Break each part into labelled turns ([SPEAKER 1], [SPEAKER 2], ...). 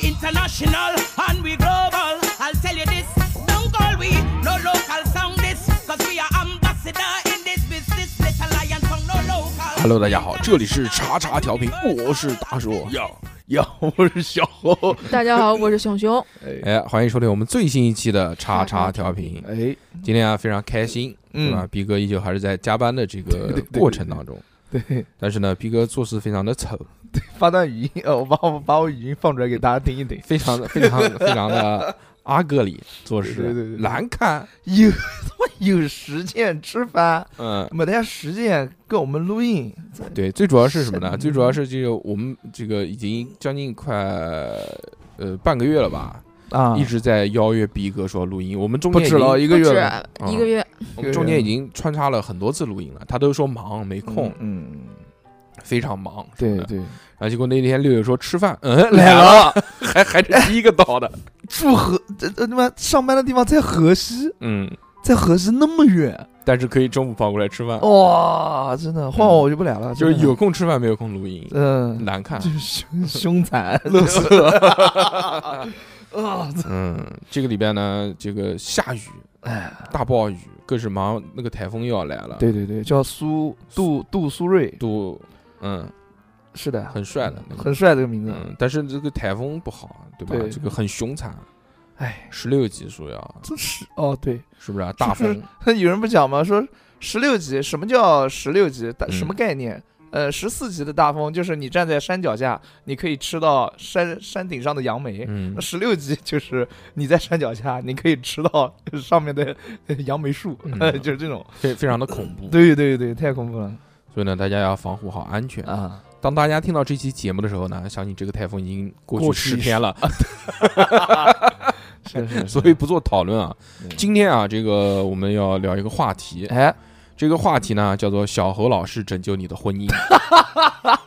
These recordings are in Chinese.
[SPEAKER 1] international and we global. I'll tell you this, don't call we no local sound this, cause we are ambassador in this business. Little lion song no local.
[SPEAKER 2] Hello，大家好，这里是叉叉调频，我是大叔。
[SPEAKER 3] 要要，我是小猴。
[SPEAKER 4] 大家好，我是熊熊。
[SPEAKER 2] 哎，欢迎收听我们最新一期的叉叉调频。
[SPEAKER 3] 哎，
[SPEAKER 2] 今天啊非常开心，
[SPEAKER 3] 嗯
[SPEAKER 2] 对吧？逼哥依旧还是在加班的这
[SPEAKER 3] 对
[SPEAKER 2] 个
[SPEAKER 3] 对对
[SPEAKER 2] 过程当中，
[SPEAKER 3] 对，
[SPEAKER 2] 但是呢，逼哥做事非常的丑，
[SPEAKER 3] 发段语音，呃，我把我把我语音放出来给大家听一听。
[SPEAKER 2] 非常的 非常非常的阿哥里做事，
[SPEAKER 3] 对对对对
[SPEAKER 2] 难看。
[SPEAKER 3] 有他妈有时间吃饭，
[SPEAKER 2] 嗯，
[SPEAKER 3] 没得时间跟我们录音。
[SPEAKER 2] 对，最主要是什么呢？
[SPEAKER 3] 神
[SPEAKER 2] 最主要是这个我们这个已经将近快呃半个月了吧，
[SPEAKER 3] 啊，
[SPEAKER 2] 一直在邀约逼哥说录音，我们中
[SPEAKER 3] 不
[SPEAKER 2] 间已
[SPEAKER 3] 止
[SPEAKER 2] 经
[SPEAKER 3] 了，一
[SPEAKER 4] 一
[SPEAKER 3] 个月了，
[SPEAKER 2] 嗯
[SPEAKER 4] 止一个月，
[SPEAKER 2] 我们中间已经穿插了很多次录音了，他都说忙没空，
[SPEAKER 3] 嗯，
[SPEAKER 2] 非常忙。
[SPEAKER 3] 对
[SPEAKER 2] 什么的。
[SPEAKER 3] 对，
[SPEAKER 2] 然后结果那天六月说吃饭，嗯， 来了，还还是第一个到的。
[SPEAKER 3] 住河，这这他妈上班的地方在河西，
[SPEAKER 2] 嗯，
[SPEAKER 3] 在河西那么远，
[SPEAKER 2] 但是可以中午跑过来吃饭，
[SPEAKER 3] 哦哇，真的，换我我就不来了，
[SPEAKER 2] 就是
[SPEAKER 3] 真的
[SPEAKER 2] 有，空吃饭，没有空录 音，
[SPEAKER 3] 嗯，
[SPEAKER 2] 难看
[SPEAKER 3] 就。是凶 凶残，
[SPEAKER 2] 乐
[SPEAKER 3] 色，啊，
[SPEAKER 2] 嗯，这个礼拜呢，这个下雨，
[SPEAKER 3] 哎，
[SPEAKER 2] 大暴雨，更是忙，那个台风又要来了。，
[SPEAKER 3] 对对对，叫苏杜杜苏芮，
[SPEAKER 2] 都嗯
[SPEAKER 3] 是的，
[SPEAKER 2] 很帅的那个
[SPEAKER 3] 嗯很帅这个名字，
[SPEAKER 2] 嗯，但是这个台风不好，啊对吧？
[SPEAKER 3] 对
[SPEAKER 2] 这个很凶残，
[SPEAKER 3] 哎，
[SPEAKER 2] 十六级说要，
[SPEAKER 3] 这是哦，对，
[SPEAKER 2] 是不是啊？大风，
[SPEAKER 3] 有人不讲吗？说十六级，什么叫十六级？大
[SPEAKER 2] 嗯
[SPEAKER 3] 什么概念？呃，十四级的大风就是你站在山脚下，你可以吃到山山顶上的杨梅。
[SPEAKER 2] 嗯
[SPEAKER 3] 那，十六级 就是你在山脚下，你可以吃到上面的 呃杨梅树，
[SPEAKER 2] 嗯
[SPEAKER 3] 就是这种。
[SPEAKER 2] 非非常的恐 怖。
[SPEAKER 3] 对对对，太恐怖了
[SPEAKER 2] 所以呢，大家要防护好安全。
[SPEAKER 3] 啊！
[SPEAKER 2] 当大家听到这期节目的时候呢，相信这个台风已经过去
[SPEAKER 3] 过去
[SPEAKER 2] 十天了，
[SPEAKER 3] 是 是，
[SPEAKER 2] 所以不做讨论啊
[SPEAKER 3] 嗯。
[SPEAKER 2] 今天啊，这个我们要聊一个话题，
[SPEAKER 3] 哎，
[SPEAKER 2] 这个话题呢叫做“小侯老师拯救你的婚 姻”，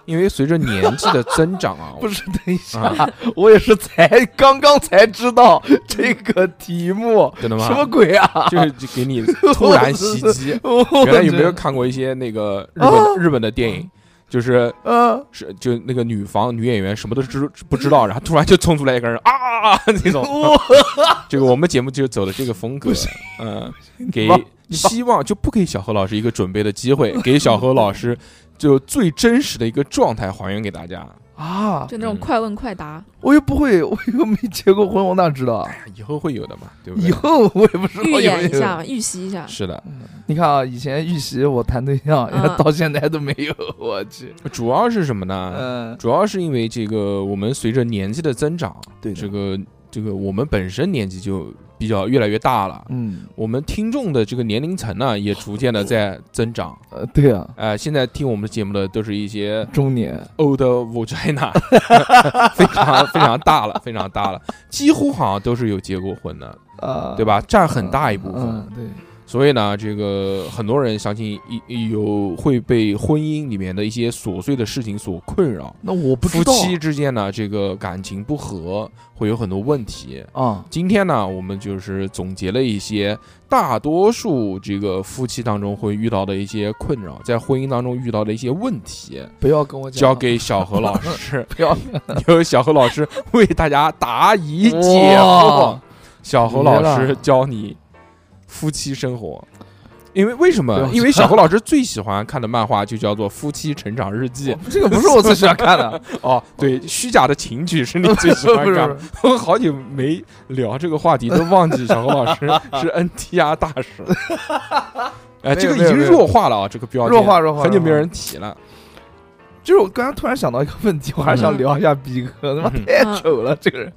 [SPEAKER 2] 因为随着年纪的增长啊，
[SPEAKER 3] 不是，等一下，
[SPEAKER 2] 啊
[SPEAKER 3] 我也是才刚刚才知道这个题目，
[SPEAKER 2] 真的吗？
[SPEAKER 3] 什么鬼啊？。
[SPEAKER 2] 就是就给你突然袭击
[SPEAKER 3] 我
[SPEAKER 2] 原来有
[SPEAKER 3] 觉
[SPEAKER 2] 没有
[SPEAKER 3] 得？
[SPEAKER 2] 看过一些那个日本的、
[SPEAKER 3] 啊
[SPEAKER 2] 日本的电影？就是
[SPEAKER 3] 嗯、
[SPEAKER 2] 是就那个女房女演员什么都知不知道，然后突然就冲出来一个人啊啊啊那种。 这个我们节目就走了这个风格，嗯，给
[SPEAKER 3] 把你把
[SPEAKER 2] 希望就不给小何老师一个准备的机 会，给小何老师就最真实的一个状态还原给大家。
[SPEAKER 3] 啊！
[SPEAKER 4] 就那种
[SPEAKER 2] 嗯
[SPEAKER 4] 快问快答。
[SPEAKER 3] 我又不会，我又没结过婚，我哪知道？啊？
[SPEAKER 2] 以后会有的嘛，对不
[SPEAKER 3] 以
[SPEAKER 2] 对？
[SPEAKER 3] 后我也不知道
[SPEAKER 4] 预
[SPEAKER 3] 有没
[SPEAKER 4] 演一
[SPEAKER 3] 嗯有。
[SPEAKER 4] 下，预习一下。
[SPEAKER 2] 是的，
[SPEAKER 3] 你看啊，以前预习我谈对象，然后
[SPEAKER 4] 嗯
[SPEAKER 3] 到现在都没有，我去。
[SPEAKER 2] 主要是什么呢？
[SPEAKER 3] 嗯，
[SPEAKER 2] 主要是因为这个我们随着年纪的增长，
[SPEAKER 3] 对的
[SPEAKER 2] 这个这个我们本身年纪就比较越来越大了，
[SPEAKER 3] 嗯，
[SPEAKER 2] 我们听众的这个年龄层呢也逐渐的在增长。
[SPEAKER 3] 呃，对啊，
[SPEAKER 2] 呃，现在听我们节目的都是一些
[SPEAKER 3] 中年
[SPEAKER 2] old vagina，非常非常大了，非常大了，几乎好像都是有结过婚的，
[SPEAKER 3] 啊，
[SPEAKER 2] 对
[SPEAKER 3] 吧？
[SPEAKER 2] 吧？占很大一部分
[SPEAKER 3] 嗯，。对，
[SPEAKER 2] 所以呢，这个很多人相信一有会被婚姻里面的一些琐碎的事情所困扰，
[SPEAKER 3] 那我不
[SPEAKER 2] 夫
[SPEAKER 3] 知道啊
[SPEAKER 2] 妻之间呢这个感情不和会有很多问题。
[SPEAKER 3] 啊。
[SPEAKER 2] 今天呢，我们就是总结了一些大多数这个夫妻当中会遇到的一些困扰，在婚姻当中遇到的一些问题，
[SPEAKER 3] 不要跟我讲，啊
[SPEAKER 2] 交给小何老师，
[SPEAKER 3] 不要
[SPEAKER 2] 由小何老师为大家答疑解惑
[SPEAKER 3] 哇。
[SPEAKER 2] 小何老
[SPEAKER 3] 绝
[SPEAKER 2] 师
[SPEAKER 3] 了
[SPEAKER 2] 教你夫妻生活，因为为什
[SPEAKER 3] 不要
[SPEAKER 2] 么？
[SPEAKER 3] 讲
[SPEAKER 2] 因为小何老师最喜欢看的漫画就叫做《夫妻成长日 记》
[SPEAKER 3] 哦这个不是我最喜欢看的，
[SPEAKER 2] 哦，对，虚假的情侣 是你最喜
[SPEAKER 3] 不
[SPEAKER 2] 欢
[SPEAKER 3] 是不
[SPEAKER 2] 看
[SPEAKER 3] 是
[SPEAKER 2] 的。我好久没聊这个话题，都忘记小何老 师是 NTR 大使了。哎，
[SPEAKER 3] 没有
[SPEAKER 2] 这个已
[SPEAKER 3] 没有
[SPEAKER 2] 经
[SPEAKER 3] 没有
[SPEAKER 2] 弱化了啊，这个标签
[SPEAKER 3] 弱化弱化
[SPEAKER 2] 很久没
[SPEAKER 3] 弱化
[SPEAKER 2] 人提了。
[SPEAKER 3] 就是我刚刚突然想到一个问
[SPEAKER 2] 嗯
[SPEAKER 3] 题，我还是想聊一下逼哥，他妈太丑了，这个人。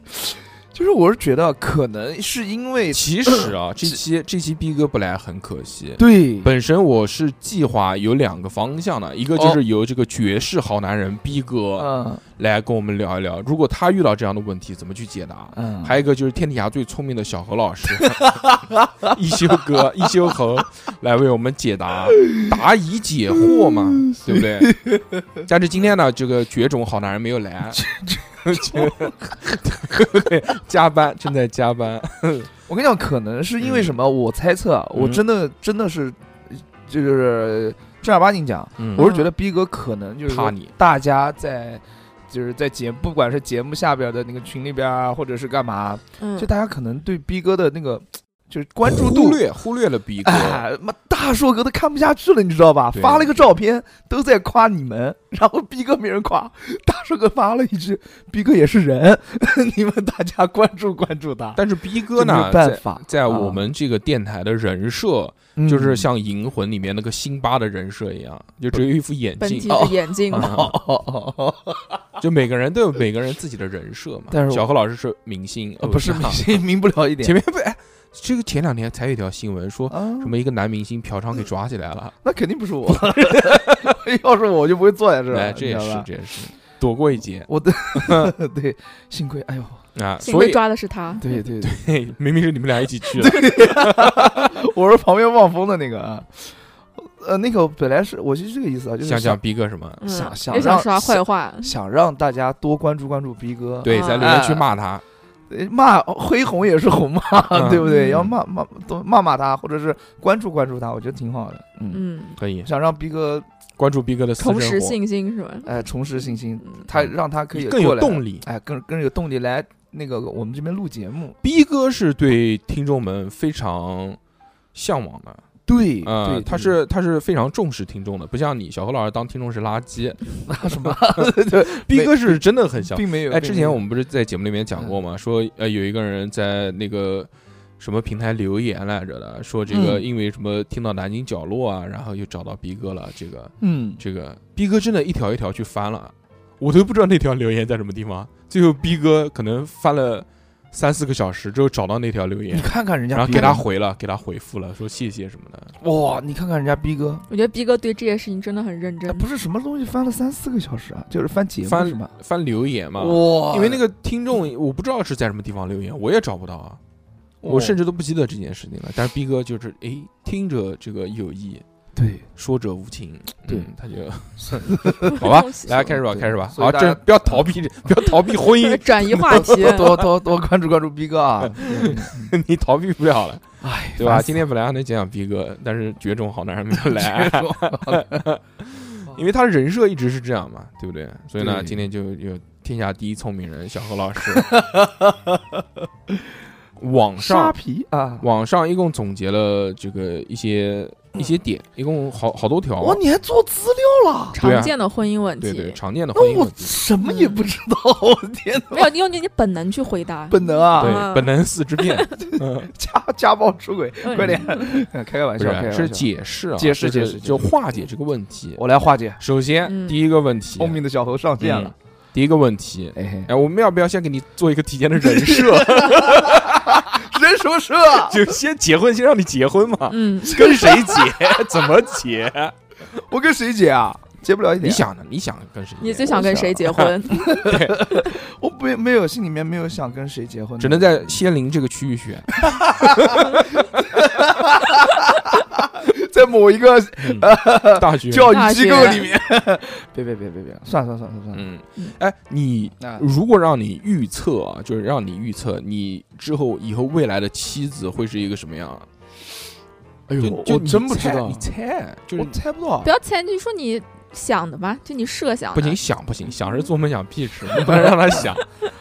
[SPEAKER 3] 就是我是觉得可能是因为
[SPEAKER 2] 其实
[SPEAKER 3] 嗯
[SPEAKER 2] 啊，这期这期逼哥不来很可惜。
[SPEAKER 3] 对
[SPEAKER 2] 本身我是计划有两个方向的，一个就是由这个绝世好男人逼哥
[SPEAKER 3] 哦嗯
[SPEAKER 2] 来跟我们聊一聊，如果他遇到这样的问题怎么去解答。
[SPEAKER 3] 嗯，
[SPEAKER 2] 还有一个就是天底下最聪明的小何 老师，一休哥、一休猴来为我们解 答答疑解惑嘛，对不对？ 但是今天呢，这个绝种好男人没有来， 加班正在加班，
[SPEAKER 3] 我跟你讲，可能是因为什么？我猜测啊，
[SPEAKER 2] 嗯
[SPEAKER 3] 我真的真的是，就是正儿八经讲，
[SPEAKER 2] 嗯
[SPEAKER 3] 我是觉得逼哥可能就是
[SPEAKER 2] 怕
[SPEAKER 3] 说
[SPEAKER 2] 你
[SPEAKER 3] 大家在就是在节不管是节目下边的那个群里边啊，或者是干嘛，
[SPEAKER 4] 嗯
[SPEAKER 3] 就，大家可能对逼哥的那个就是关注
[SPEAKER 2] 忽
[SPEAKER 3] 度，
[SPEAKER 2] 略忽略了逼哥，
[SPEAKER 3] 哎，妈大硕哥都看不下去了，你知道吧？
[SPEAKER 2] 对
[SPEAKER 3] 发了一个照片，都在夸你们，然后逼哥没人夸，大硕哥发了一句，逼哥也是人，你们大家关注关注他。
[SPEAKER 2] 但是逼哥
[SPEAKER 3] 这没
[SPEAKER 2] 呢，
[SPEAKER 3] 有办
[SPEAKER 2] 在
[SPEAKER 3] 法，
[SPEAKER 2] 在
[SPEAKER 3] 啊
[SPEAKER 2] 我们这个电台的人设，
[SPEAKER 3] 嗯
[SPEAKER 2] 就是像《银魂》里面那个辛巴的人设一样，就只有一副眼
[SPEAKER 4] 本体
[SPEAKER 2] 镜，
[SPEAKER 4] 的眼镜嘛，
[SPEAKER 2] 啊
[SPEAKER 3] 哦哦哦哦，
[SPEAKER 2] 就每个人都有每个人自己的人设嘛。
[SPEAKER 3] 但是我
[SPEAKER 2] 小何老师是明星，
[SPEAKER 3] 哦
[SPEAKER 2] 偶
[SPEAKER 3] 不是
[SPEAKER 2] 像
[SPEAKER 3] 明星，明不了一 点
[SPEAKER 2] 前面不哎，这个前两天才有一条新闻说
[SPEAKER 3] 啊，
[SPEAKER 2] 什么一个男明星嫖娼给抓起来了，
[SPEAKER 3] 那肯定不是我，要是我就不会坐在这儿了，
[SPEAKER 2] 哎，这也
[SPEAKER 3] 你知道
[SPEAKER 2] 是
[SPEAKER 3] 吧
[SPEAKER 2] 这也是躲过一劫
[SPEAKER 3] 我的对，幸亏，哎呦，
[SPEAKER 2] 啊，
[SPEAKER 4] 幸
[SPEAKER 2] 所
[SPEAKER 4] 亏
[SPEAKER 2] 以
[SPEAKER 4] 抓的是他。
[SPEAKER 3] 对对对，
[SPEAKER 2] 嘿 明明是你们俩一起去的，
[SPEAKER 3] 我是旁边望风的那个啊，呃，那个本来是我就是这个意思啊，就是
[SPEAKER 2] 想
[SPEAKER 3] 想
[SPEAKER 2] 讲逼哥什么？
[SPEAKER 4] 嗯，
[SPEAKER 3] 想想
[SPEAKER 4] 也想
[SPEAKER 3] 让
[SPEAKER 4] 说他坏话，
[SPEAKER 3] 想让大家多关注关注逼哥，
[SPEAKER 2] 对，在留言
[SPEAKER 3] 啊
[SPEAKER 2] 区骂他，
[SPEAKER 3] 对，骂恢宏也是红嘛，
[SPEAKER 2] 嗯
[SPEAKER 3] 对不对？
[SPEAKER 4] 嗯
[SPEAKER 3] 要骂骂多骂骂他，或者是关注关注他，我觉得挺好的。嗯，
[SPEAKER 4] 嗯，
[SPEAKER 2] 可以
[SPEAKER 3] 想让逼哥
[SPEAKER 2] 关注逼哥的私
[SPEAKER 4] 重拾
[SPEAKER 2] 生活，
[SPEAKER 4] 信心是吧？
[SPEAKER 3] 哎重拾信心，
[SPEAKER 4] 嗯
[SPEAKER 3] 他让他可以
[SPEAKER 2] 更
[SPEAKER 3] 过
[SPEAKER 2] 有
[SPEAKER 3] 来
[SPEAKER 2] 动力。
[SPEAKER 3] 哎，更更有动力来那个我们这边录节目。
[SPEAKER 2] 逼哥是对听众们非常向往的，
[SPEAKER 3] 对
[SPEAKER 2] 呃
[SPEAKER 3] 对，，嗯
[SPEAKER 2] 他是他是非常重视听众的，不像你小何老师当听众是垃圾，
[SPEAKER 3] 那 什么，对，
[SPEAKER 2] 逼哥是真的很向往。
[SPEAKER 3] 并没有。
[SPEAKER 2] 哎，
[SPEAKER 3] 并
[SPEAKER 2] 之
[SPEAKER 3] 没
[SPEAKER 2] 前
[SPEAKER 3] 有
[SPEAKER 2] 我们不是在节目里面讲过
[SPEAKER 3] 嗯
[SPEAKER 2] 吗？说呃有一个人在那个什么平台留言来着的，说这个
[SPEAKER 3] 嗯
[SPEAKER 2] 因为什么听到南京角落啊，然后又找到逼哥了，这个
[SPEAKER 3] 嗯，
[SPEAKER 2] 这个逼哥真的一条一条去翻了，我都不知道那条留言在什么地方。最后逼哥可能翻了三四个小时之后找到那条留
[SPEAKER 3] 你
[SPEAKER 2] 言，
[SPEAKER 3] 看看人家，
[SPEAKER 2] 然后给他，回了，给他回复了，说谢谢什么的。
[SPEAKER 3] 哇，你看看人家逼哥，
[SPEAKER 4] 我觉得逼哥对这件事情真的很认真
[SPEAKER 3] 哎，。不是什么东西翻了三四个小时啊，就是翻节目
[SPEAKER 2] 翻啊
[SPEAKER 3] 是吧？
[SPEAKER 2] 翻留言嘛，
[SPEAKER 3] 哇
[SPEAKER 2] 因为那个听众我不知道是在什么地方留言，我也找不到啊，我甚
[SPEAKER 3] 至
[SPEAKER 2] 至都不记得这件事情了。但是逼哥就是诶，听者这个有意，
[SPEAKER 3] 对，
[SPEAKER 2] 说者无情，
[SPEAKER 3] 对
[SPEAKER 2] 嗯他 就好
[SPEAKER 4] 好，，
[SPEAKER 2] 吧来开始吧，
[SPEAKER 3] 对
[SPEAKER 2] 开始吧，
[SPEAKER 3] 所以
[SPEAKER 2] 好，
[SPEAKER 3] 大家
[SPEAKER 2] 这不要逃避，不要逃避婚姻
[SPEAKER 4] 转移话题。
[SPEAKER 3] 多多多关注关注逼哥 啊！
[SPEAKER 2] 嗯你逃避不了了，
[SPEAKER 3] 哎，
[SPEAKER 2] 对吧？今天本来还能讲讲逼哥，但是绝种好男人没有来，啊 因为他人设一直是这样嘛，对不对？所以呢，
[SPEAKER 3] 对
[SPEAKER 2] 今天就有天下第一聪明人小何老 师，网
[SPEAKER 3] 沙
[SPEAKER 2] 上
[SPEAKER 3] 皮啊！
[SPEAKER 2] 网上一共总结了这个一些一些点，一共好好多条
[SPEAKER 3] 哇，，你还做资料了？
[SPEAKER 2] 对啊
[SPEAKER 4] 常见的婚姻问
[SPEAKER 2] 对
[SPEAKER 4] 题，
[SPEAKER 2] 对，常见的婚
[SPEAKER 3] 那
[SPEAKER 2] 姻
[SPEAKER 3] 哦我
[SPEAKER 2] 问题，
[SPEAKER 3] 什么也不知道，
[SPEAKER 2] 嗯
[SPEAKER 3] 我天
[SPEAKER 4] 没
[SPEAKER 3] 哪！
[SPEAKER 4] 有你用你的本能去回答。
[SPEAKER 3] 本能啊，
[SPEAKER 2] 对本能四肢变，嗯
[SPEAKER 3] 家家暴出轨，
[SPEAKER 4] 嗯
[SPEAKER 3] 快点，开个玩
[SPEAKER 2] 不
[SPEAKER 3] 笑，开个
[SPEAKER 2] 是是
[SPEAKER 3] 玩笑
[SPEAKER 2] 解释啊，
[SPEAKER 3] 解释
[SPEAKER 2] 就是
[SPEAKER 3] 解释解释嗯
[SPEAKER 2] 就化解这个问题。
[SPEAKER 3] 我来化解。
[SPEAKER 2] 首先
[SPEAKER 4] 嗯
[SPEAKER 2] 第一个问题，
[SPEAKER 3] 聪明的小猴上线
[SPEAKER 2] 嗯
[SPEAKER 3] 了，
[SPEAKER 2] 第一个问题，
[SPEAKER 3] 哎嘿，
[SPEAKER 2] 哎，我们要不要先给你做一个提前的 人设，
[SPEAKER 3] 人什么社？
[SPEAKER 2] 就先结婚，先让你结婚嘛？
[SPEAKER 4] 嗯，
[SPEAKER 2] 跟谁 结？怎么结？
[SPEAKER 3] 啊我跟谁结啊？结不了一点。
[SPEAKER 2] 你，想呢？你想跟谁结？
[SPEAKER 4] 你最想跟谁结婚？
[SPEAKER 3] 我没没有心里面没有想跟谁结婚，
[SPEAKER 2] 只能在仙林这个区域选。
[SPEAKER 3] 在某一个
[SPEAKER 2] 嗯
[SPEAKER 3] 呃
[SPEAKER 2] 大学
[SPEAKER 3] 教
[SPEAKER 4] 大
[SPEAKER 3] 育
[SPEAKER 4] 学
[SPEAKER 3] 机构里面。 别别别别别，算了算了算了算了。
[SPEAKER 2] 嗯，哎，你
[SPEAKER 3] 啊
[SPEAKER 2] 如果让你预测啊，就是让你预测你之后以后未来的妻子会是一个什么样啊？
[SPEAKER 3] 哎
[SPEAKER 2] 就
[SPEAKER 3] 呦，
[SPEAKER 2] 就
[SPEAKER 3] 我
[SPEAKER 2] 你
[SPEAKER 3] 真不知
[SPEAKER 2] 猜
[SPEAKER 3] 道
[SPEAKER 2] 你，猜就是啊
[SPEAKER 3] 我猜不到啊
[SPEAKER 4] 不。要猜，你就说你想的吧，就你设想
[SPEAKER 2] 不
[SPEAKER 4] 的。
[SPEAKER 2] 行，想不行，想是做梦想屁吃，你不能让他 想。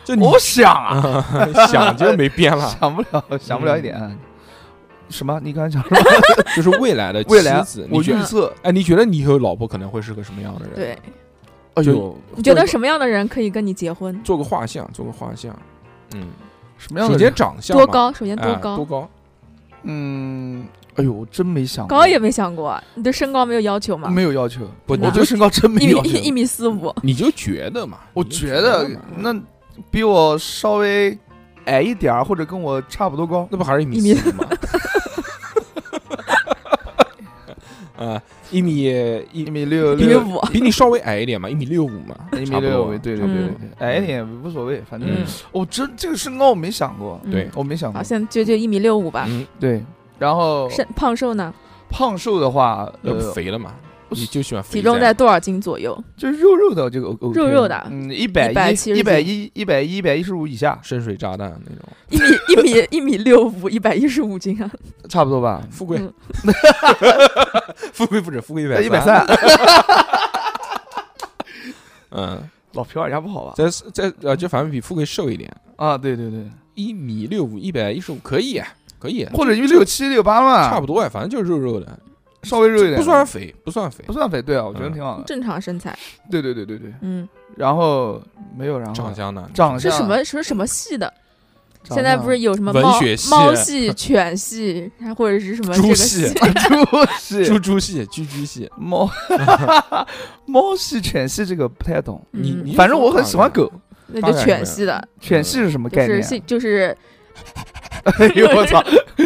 [SPEAKER 2] 就你
[SPEAKER 3] 我想啊，
[SPEAKER 2] 想就没边了，
[SPEAKER 3] 想不
[SPEAKER 2] 嗯
[SPEAKER 3] 了，想不了一点。什么？你刚才讲 什么？
[SPEAKER 2] 就是未来的
[SPEAKER 3] 未来
[SPEAKER 2] 妻子，
[SPEAKER 3] 我
[SPEAKER 2] 你觉
[SPEAKER 3] 预
[SPEAKER 2] 得？
[SPEAKER 3] 测，
[SPEAKER 2] 哎，你觉得你以后老婆可能会是个什么样的人？，
[SPEAKER 4] 对，
[SPEAKER 3] 哎
[SPEAKER 2] 就
[SPEAKER 3] 呦，
[SPEAKER 4] 你觉得什么样的人可以跟你结婚？
[SPEAKER 2] 做个画像，做个画像。嗯，
[SPEAKER 3] 什么样
[SPEAKER 2] 首
[SPEAKER 3] 的
[SPEAKER 2] 先
[SPEAKER 3] 人？
[SPEAKER 2] 长相嘛
[SPEAKER 4] 多，高？首先
[SPEAKER 2] 哎
[SPEAKER 4] 多
[SPEAKER 2] 多
[SPEAKER 4] 高？
[SPEAKER 2] 高？
[SPEAKER 3] 嗯，哎呦，我真没想过
[SPEAKER 4] 高也没想过，啊你对身高没有要求吗？
[SPEAKER 3] 没有要求，
[SPEAKER 2] 不，啊你
[SPEAKER 3] 我
[SPEAKER 4] 那
[SPEAKER 3] 对
[SPEAKER 2] 就
[SPEAKER 3] 身高真没
[SPEAKER 4] 一
[SPEAKER 3] 要
[SPEAKER 4] 米
[SPEAKER 3] 求。
[SPEAKER 4] 一一米四五，
[SPEAKER 2] 你就觉得嘛？
[SPEAKER 3] 我
[SPEAKER 2] 你就
[SPEAKER 3] 觉
[SPEAKER 2] 得
[SPEAKER 3] 得
[SPEAKER 2] 嘛
[SPEAKER 3] 那比我稍微矮一点儿，或者跟我差不多高。
[SPEAKER 2] 那不还是一米
[SPEAKER 4] 一米
[SPEAKER 2] 四吗？ 啊，一米一
[SPEAKER 3] 一米六
[SPEAKER 4] 一米
[SPEAKER 3] 六，
[SPEAKER 4] 五，
[SPEAKER 2] 比你稍微矮一点嘛，一米六五嘛，
[SPEAKER 3] 一
[SPEAKER 2] 差
[SPEAKER 3] 米
[SPEAKER 2] 不
[SPEAKER 3] 六
[SPEAKER 2] 多
[SPEAKER 3] 五，
[SPEAKER 2] 嘛
[SPEAKER 3] 对对对对对
[SPEAKER 2] 嗯，
[SPEAKER 3] 矮一点也无所谓，反正
[SPEAKER 4] 嗯
[SPEAKER 2] 嗯，
[SPEAKER 3] 我真这个身高我没想过，
[SPEAKER 4] 嗯
[SPEAKER 2] 对
[SPEAKER 3] 我没想过
[SPEAKER 4] 好，。现在就就一米六五吧。
[SPEAKER 2] 嗯，
[SPEAKER 3] 对，然后
[SPEAKER 4] 身胖瘦呢？
[SPEAKER 3] 胖瘦的话，
[SPEAKER 2] 要
[SPEAKER 3] 呃
[SPEAKER 2] 不，肥了嘛？你就喜欢肥
[SPEAKER 4] 体重
[SPEAKER 2] 宅
[SPEAKER 4] 在多少斤左右？
[SPEAKER 3] 就肉肉的就 O O
[SPEAKER 4] 肉肉的
[SPEAKER 3] 嗯，一百
[SPEAKER 4] 170
[SPEAKER 3] 一、一百一、一百一、一百一十五以下，
[SPEAKER 2] 深水炸弹那种，
[SPEAKER 4] 一米一 米一米六五，一百一十五斤啊！
[SPEAKER 3] 差不多吧，
[SPEAKER 2] 富贵
[SPEAKER 4] 嗯，
[SPEAKER 2] 富贵不止，富贵一百
[SPEAKER 3] 一百，三，
[SPEAKER 2] 嗯，
[SPEAKER 3] 老皮尔家不好吧？
[SPEAKER 2] 在在呃，就反正比富贵瘦一点，
[SPEAKER 3] 啊，对对对，
[SPEAKER 2] 一米六五，一百一十五，可以，啊可以，
[SPEAKER 3] 或者一米六七六八嘛，
[SPEAKER 2] 差不多啊，反正就是肉肉的，
[SPEAKER 3] 稍微肉一点，
[SPEAKER 2] 不算肥，不算肥
[SPEAKER 3] 不，算肥，对啊，我觉得
[SPEAKER 2] 嗯
[SPEAKER 3] 挺好的。
[SPEAKER 4] 正常身材，
[SPEAKER 3] 对对对对对，
[SPEAKER 4] 嗯，
[SPEAKER 3] 然后没有然后
[SPEAKER 2] 长
[SPEAKER 3] 了
[SPEAKER 2] 相呢？
[SPEAKER 3] 啊长
[SPEAKER 4] 是
[SPEAKER 3] 相
[SPEAKER 4] 什么什么什么系的？
[SPEAKER 3] 长
[SPEAKER 4] 现在
[SPEAKER 3] 相
[SPEAKER 4] 不是有什么
[SPEAKER 2] 文
[SPEAKER 4] 猫
[SPEAKER 2] 学系
[SPEAKER 4] 猫系、犬系，或者是什么这
[SPEAKER 2] 猪
[SPEAKER 4] 个
[SPEAKER 2] 系
[SPEAKER 4] 系？
[SPEAKER 2] 猪
[SPEAKER 3] 猪系
[SPEAKER 2] 猪系，居居系，
[SPEAKER 3] 猫， 猫系犬系这个不太懂，
[SPEAKER 2] 你
[SPEAKER 4] 嗯
[SPEAKER 2] 你
[SPEAKER 3] 反正我很喜欢狗。
[SPEAKER 4] 那
[SPEAKER 2] 当
[SPEAKER 4] 就
[SPEAKER 2] 然
[SPEAKER 4] 犬
[SPEAKER 2] 没
[SPEAKER 4] 系的，
[SPEAKER 3] 犬系是什么
[SPEAKER 4] 就
[SPEAKER 3] 概
[SPEAKER 4] 是
[SPEAKER 3] 念？啊
[SPEAKER 4] 性就是
[SPEAKER 3] 哎呦我操，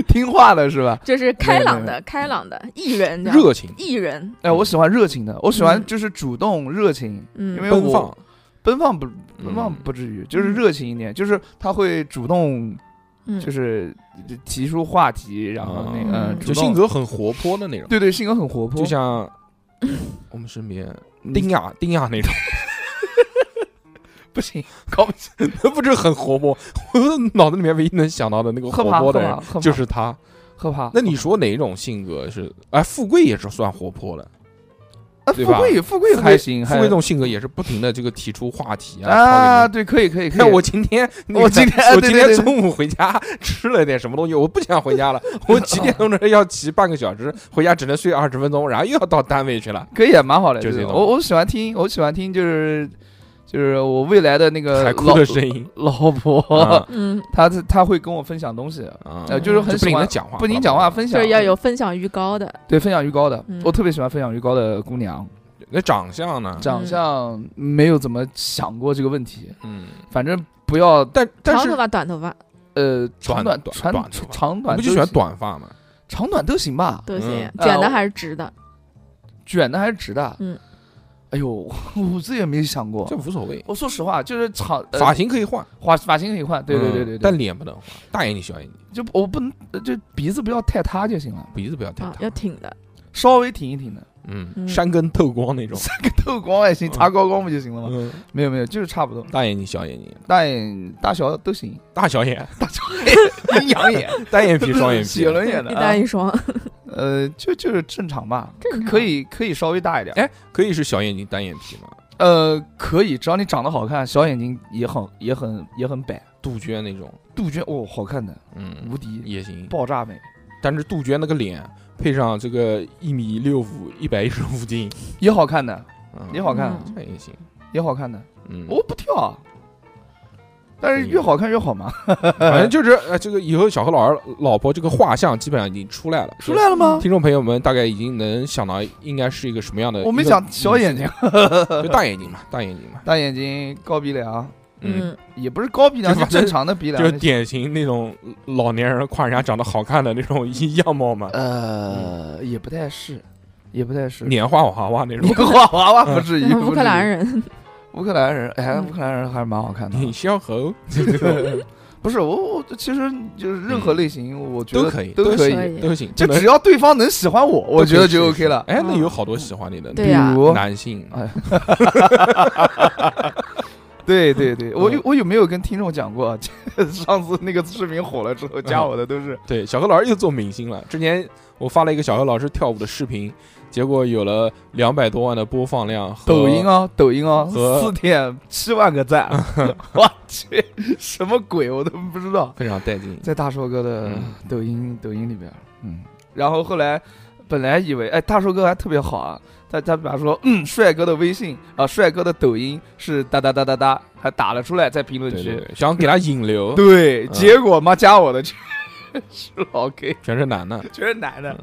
[SPEAKER 3] 听话的是吧？
[SPEAKER 4] 就是开朗
[SPEAKER 3] 没有
[SPEAKER 4] 的、开朗的艺人，这样
[SPEAKER 2] 热情，
[SPEAKER 4] 艺人，
[SPEAKER 3] 哎，我喜欢热情的，我喜欢
[SPEAKER 4] 嗯
[SPEAKER 3] 就是主动热情，
[SPEAKER 4] 嗯，
[SPEAKER 3] 因为
[SPEAKER 2] 奔
[SPEAKER 3] 我
[SPEAKER 2] 放，
[SPEAKER 3] 奔放不
[SPEAKER 2] 嗯
[SPEAKER 3] 奔放不至于，就是热情一点，就是他会主动
[SPEAKER 4] 嗯
[SPEAKER 3] 就是提出话题，然后那个
[SPEAKER 4] 啊
[SPEAKER 3] 嗯主
[SPEAKER 2] 就性
[SPEAKER 3] 动
[SPEAKER 2] 格很活泼的那种，
[SPEAKER 3] 对对，性格很 活泼，
[SPEAKER 2] 就像 我们身边
[SPEAKER 3] 嗯
[SPEAKER 2] 丁雅丁雅那种，
[SPEAKER 3] 不行，搞不清，
[SPEAKER 2] 不是很活泼，我脑子里面唯一能想到的那个
[SPEAKER 3] 喝
[SPEAKER 2] 活
[SPEAKER 3] 怕
[SPEAKER 2] 泼的
[SPEAKER 3] 喝怕
[SPEAKER 2] 人
[SPEAKER 3] 喝怕，
[SPEAKER 2] 就是他。
[SPEAKER 3] 喝怕。
[SPEAKER 2] 那你说哪种性格是？哎，富贵也是算活泼的，
[SPEAKER 3] 啊
[SPEAKER 2] 对
[SPEAKER 3] 富
[SPEAKER 2] 吧
[SPEAKER 3] 贵富贵还行，
[SPEAKER 2] 富
[SPEAKER 3] 还
[SPEAKER 2] 贵这种性格也是不停的这个提出话题啊。
[SPEAKER 3] 啊，
[SPEAKER 2] 抛给
[SPEAKER 3] 对，可以可以可
[SPEAKER 2] 你
[SPEAKER 3] 以。
[SPEAKER 2] 看我今天，那个
[SPEAKER 3] 我今天
[SPEAKER 2] 我
[SPEAKER 3] 对
[SPEAKER 2] 今
[SPEAKER 3] 对
[SPEAKER 2] 天
[SPEAKER 3] 对对
[SPEAKER 2] 中午回家 吃了点什么东西，我不想回家了。我骑电动车要骑半个小时，回家只能睡二十分钟，然后又要到单位去了，
[SPEAKER 3] 可以啊，蛮好的。
[SPEAKER 2] 就这
[SPEAKER 3] 对
[SPEAKER 2] 种
[SPEAKER 3] 我我喜欢听，我喜欢听，就是就是我未来的那个
[SPEAKER 2] 海哭
[SPEAKER 3] 呃老
[SPEAKER 2] 的声 音
[SPEAKER 3] 老婆，
[SPEAKER 2] 啊
[SPEAKER 4] 嗯，
[SPEAKER 3] 她她会跟我分享东西，
[SPEAKER 2] 啊
[SPEAKER 3] 呃，就是很
[SPEAKER 2] 就不
[SPEAKER 3] 喜
[SPEAKER 2] 停的
[SPEAKER 3] 欢
[SPEAKER 2] 讲话，
[SPEAKER 3] 不停讲话分享，
[SPEAKER 4] 就是要有分享欲高的，
[SPEAKER 3] 对分享欲高的
[SPEAKER 4] 嗯，
[SPEAKER 3] 我特别喜欢分享欲高的姑娘，
[SPEAKER 2] 那长相呢？
[SPEAKER 4] 嗯
[SPEAKER 3] 长相没有怎么想过这个问题，
[SPEAKER 2] 嗯，
[SPEAKER 3] 反正不要
[SPEAKER 2] 但但
[SPEAKER 4] 长头
[SPEAKER 2] 是
[SPEAKER 4] 发、短头发
[SPEAKER 3] 呃长短
[SPEAKER 2] 短
[SPEAKER 3] 长
[SPEAKER 2] 短头发
[SPEAKER 3] 长
[SPEAKER 2] 你
[SPEAKER 3] 短
[SPEAKER 2] 不
[SPEAKER 3] 都
[SPEAKER 2] 就喜欢
[SPEAKER 3] 行
[SPEAKER 2] 短发吗？
[SPEAKER 3] 长短都行吧，
[SPEAKER 4] 都行
[SPEAKER 2] 嗯，
[SPEAKER 4] 卷
[SPEAKER 3] 呃
[SPEAKER 4] 的还是直的？
[SPEAKER 3] 卷的还是直的，
[SPEAKER 4] 嗯，
[SPEAKER 3] 哎呦，我自己也没想过
[SPEAKER 2] 这。无所谓，
[SPEAKER 3] 我说实话，就是长呃
[SPEAKER 2] 发型可以换，
[SPEAKER 3] 发发型可以换，对对
[SPEAKER 2] 嗯
[SPEAKER 3] 对对对，
[SPEAKER 2] 但脸不能换，大眼睛小眼睛，
[SPEAKER 3] 就我不能，呃就鼻子不要太塌就行了，
[SPEAKER 2] 鼻子不要太
[SPEAKER 4] 啊，
[SPEAKER 2] 大
[SPEAKER 4] 要，挺的，
[SPEAKER 3] 稍微挺一挺的，
[SPEAKER 2] 嗯，
[SPEAKER 4] 嗯
[SPEAKER 2] 山根透光 那种，
[SPEAKER 3] 三个 透光也行，
[SPEAKER 2] 嗯
[SPEAKER 3] 擦高光不就行了吗？
[SPEAKER 2] 嗯，
[SPEAKER 3] 没有没有，就是差不多，
[SPEAKER 2] 大眼睛小眼睛，
[SPEAKER 3] 大眼大小都行，
[SPEAKER 2] 大小眼，
[SPEAKER 3] 阴阳 眼、
[SPEAKER 2] 单眼皮双眼皮
[SPEAKER 3] 写，轮眼的
[SPEAKER 4] 一
[SPEAKER 3] 啊
[SPEAKER 4] 单，一双，
[SPEAKER 3] 呃，就就是正常吧，
[SPEAKER 4] 正常
[SPEAKER 3] 可以可以稍微大一点，
[SPEAKER 2] 哎，可以是小眼睛单眼皮吗？
[SPEAKER 3] 呃，可以，只要你长得好看，小眼睛也很也很也很摆，
[SPEAKER 2] 杜鹃那种，
[SPEAKER 3] 杜鹃哦，好看的，
[SPEAKER 2] 嗯，
[SPEAKER 3] 无敌，
[SPEAKER 2] 也行，
[SPEAKER 3] 爆炸美，
[SPEAKER 2] 但是杜鹃那个脸配上这个一米六五、一百一十五斤，
[SPEAKER 3] 也好看的，
[SPEAKER 2] 嗯
[SPEAKER 3] 也好看，
[SPEAKER 4] 嗯
[SPEAKER 2] 这也行，
[SPEAKER 3] 也好看的，
[SPEAKER 2] 嗯，
[SPEAKER 3] 我不挑啊，但是越好看越好嘛，
[SPEAKER 2] 反正就是呃，这个以后小何老师老婆这个画像基本上已经 出来了，
[SPEAKER 3] 出来了吗？
[SPEAKER 2] 听众朋友们大概已经能想到应该是一个什么样的，
[SPEAKER 3] 我没想小眼睛，，
[SPEAKER 2] 就大眼睛嘛，大眼睛嘛，
[SPEAKER 3] 大眼睛，高鼻梁，
[SPEAKER 4] 嗯，
[SPEAKER 3] 也不是高鼻梁，
[SPEAKER 2] 就
[SPEAKER 3] 就
[SPEAKER 2] 反正
[SPEAKER 3] 正常的鼻梁。
[SPEAKER 2] 就是典型那种老年人夸人家长得好看的那种样貌嘛，
[SPEAKER 3] 呃，也不太是，也不太是。
[SPEAKER 2] 年画娃娃那
[SPEAKER 3] 乌
[SPEAKER 2] 种。
[SPEAKER 3] 克兰 娃娃不至于，
[SPEAKER 4] 嗯乌克兰人，
[SPEAKER 3] 不至于，乌克兰人，哎，
[SPEAKER 4] 嗯
[SPEAKER 3] 乌克兰人还是蛮好 看的。
[SPEAKER 2] 你小猴
[SPEAKER 3] 不是我，我其实就是任何类型，我
[SPEAKER 2] 嗯
[SPEAKER 3] 觉
[SPEAKER 2] 都
[SPEAKER 3] 得
[SPEAKER 2] 可以，
[SPEAKER 3] 都可以，
[SPEAKER 4] 以
[SPEAKER 2] 都行，
[SPEAKER 3] 就
[SPEAKER 2] 不能
[SPEAKER 3] 只要对方能喜欢我，我觉得就 OK 了。啊
[SPEAKER 2] 哎，那有好多喜欢你的，
[SPEAKER 4] 对呀
[SPEAKER 3] 比如，
[SPEAKER 2] 男性
[SPEAKER 3] 哎对对
[SPEAKER 2] 嗯
[SPEAKER 3] 对，我有我有没有跟听众讲过？ 上次那个视频火了之后，加我的都 是
[SPEAKER 2] 对，小何老师又做明星了。之前我发了一个小何老师跳舞的视频，结果有了两百多万的播放量和
[SPEAKER 3] 抖音啊，抖音啊，
[SPEAKER 2] 和
[SPEAKER 3] 四点七万 个赞，我去，什么鬼我都不知道。
[SPEAKER 2] 非常带劲。
[SPEAKER 3] 在大硕哥的
[SPEAKER 2] 嗯
[SPEAKER 3] 抖音、抖音里边儿，嗯，然后后来本来以为，哎，大硕哥还特别好啊，他他比方说，嗯，帅哥的微信啊，帅哥的抖音是哒哒哒哒哒，还打了出来在评论
[SPEAKER 2] 对
[SPEAKER 3] 区，
[SPEAKER 2] 对对，想给他引流，
[SPEAKER 3] 对，
[SPEAKER 2] 嗯
[SPEAKER 3] 结果妈加我的全是老 gay，
[SPEAKER 2] 全是男的。
[SPEAKER 3] 全是男的，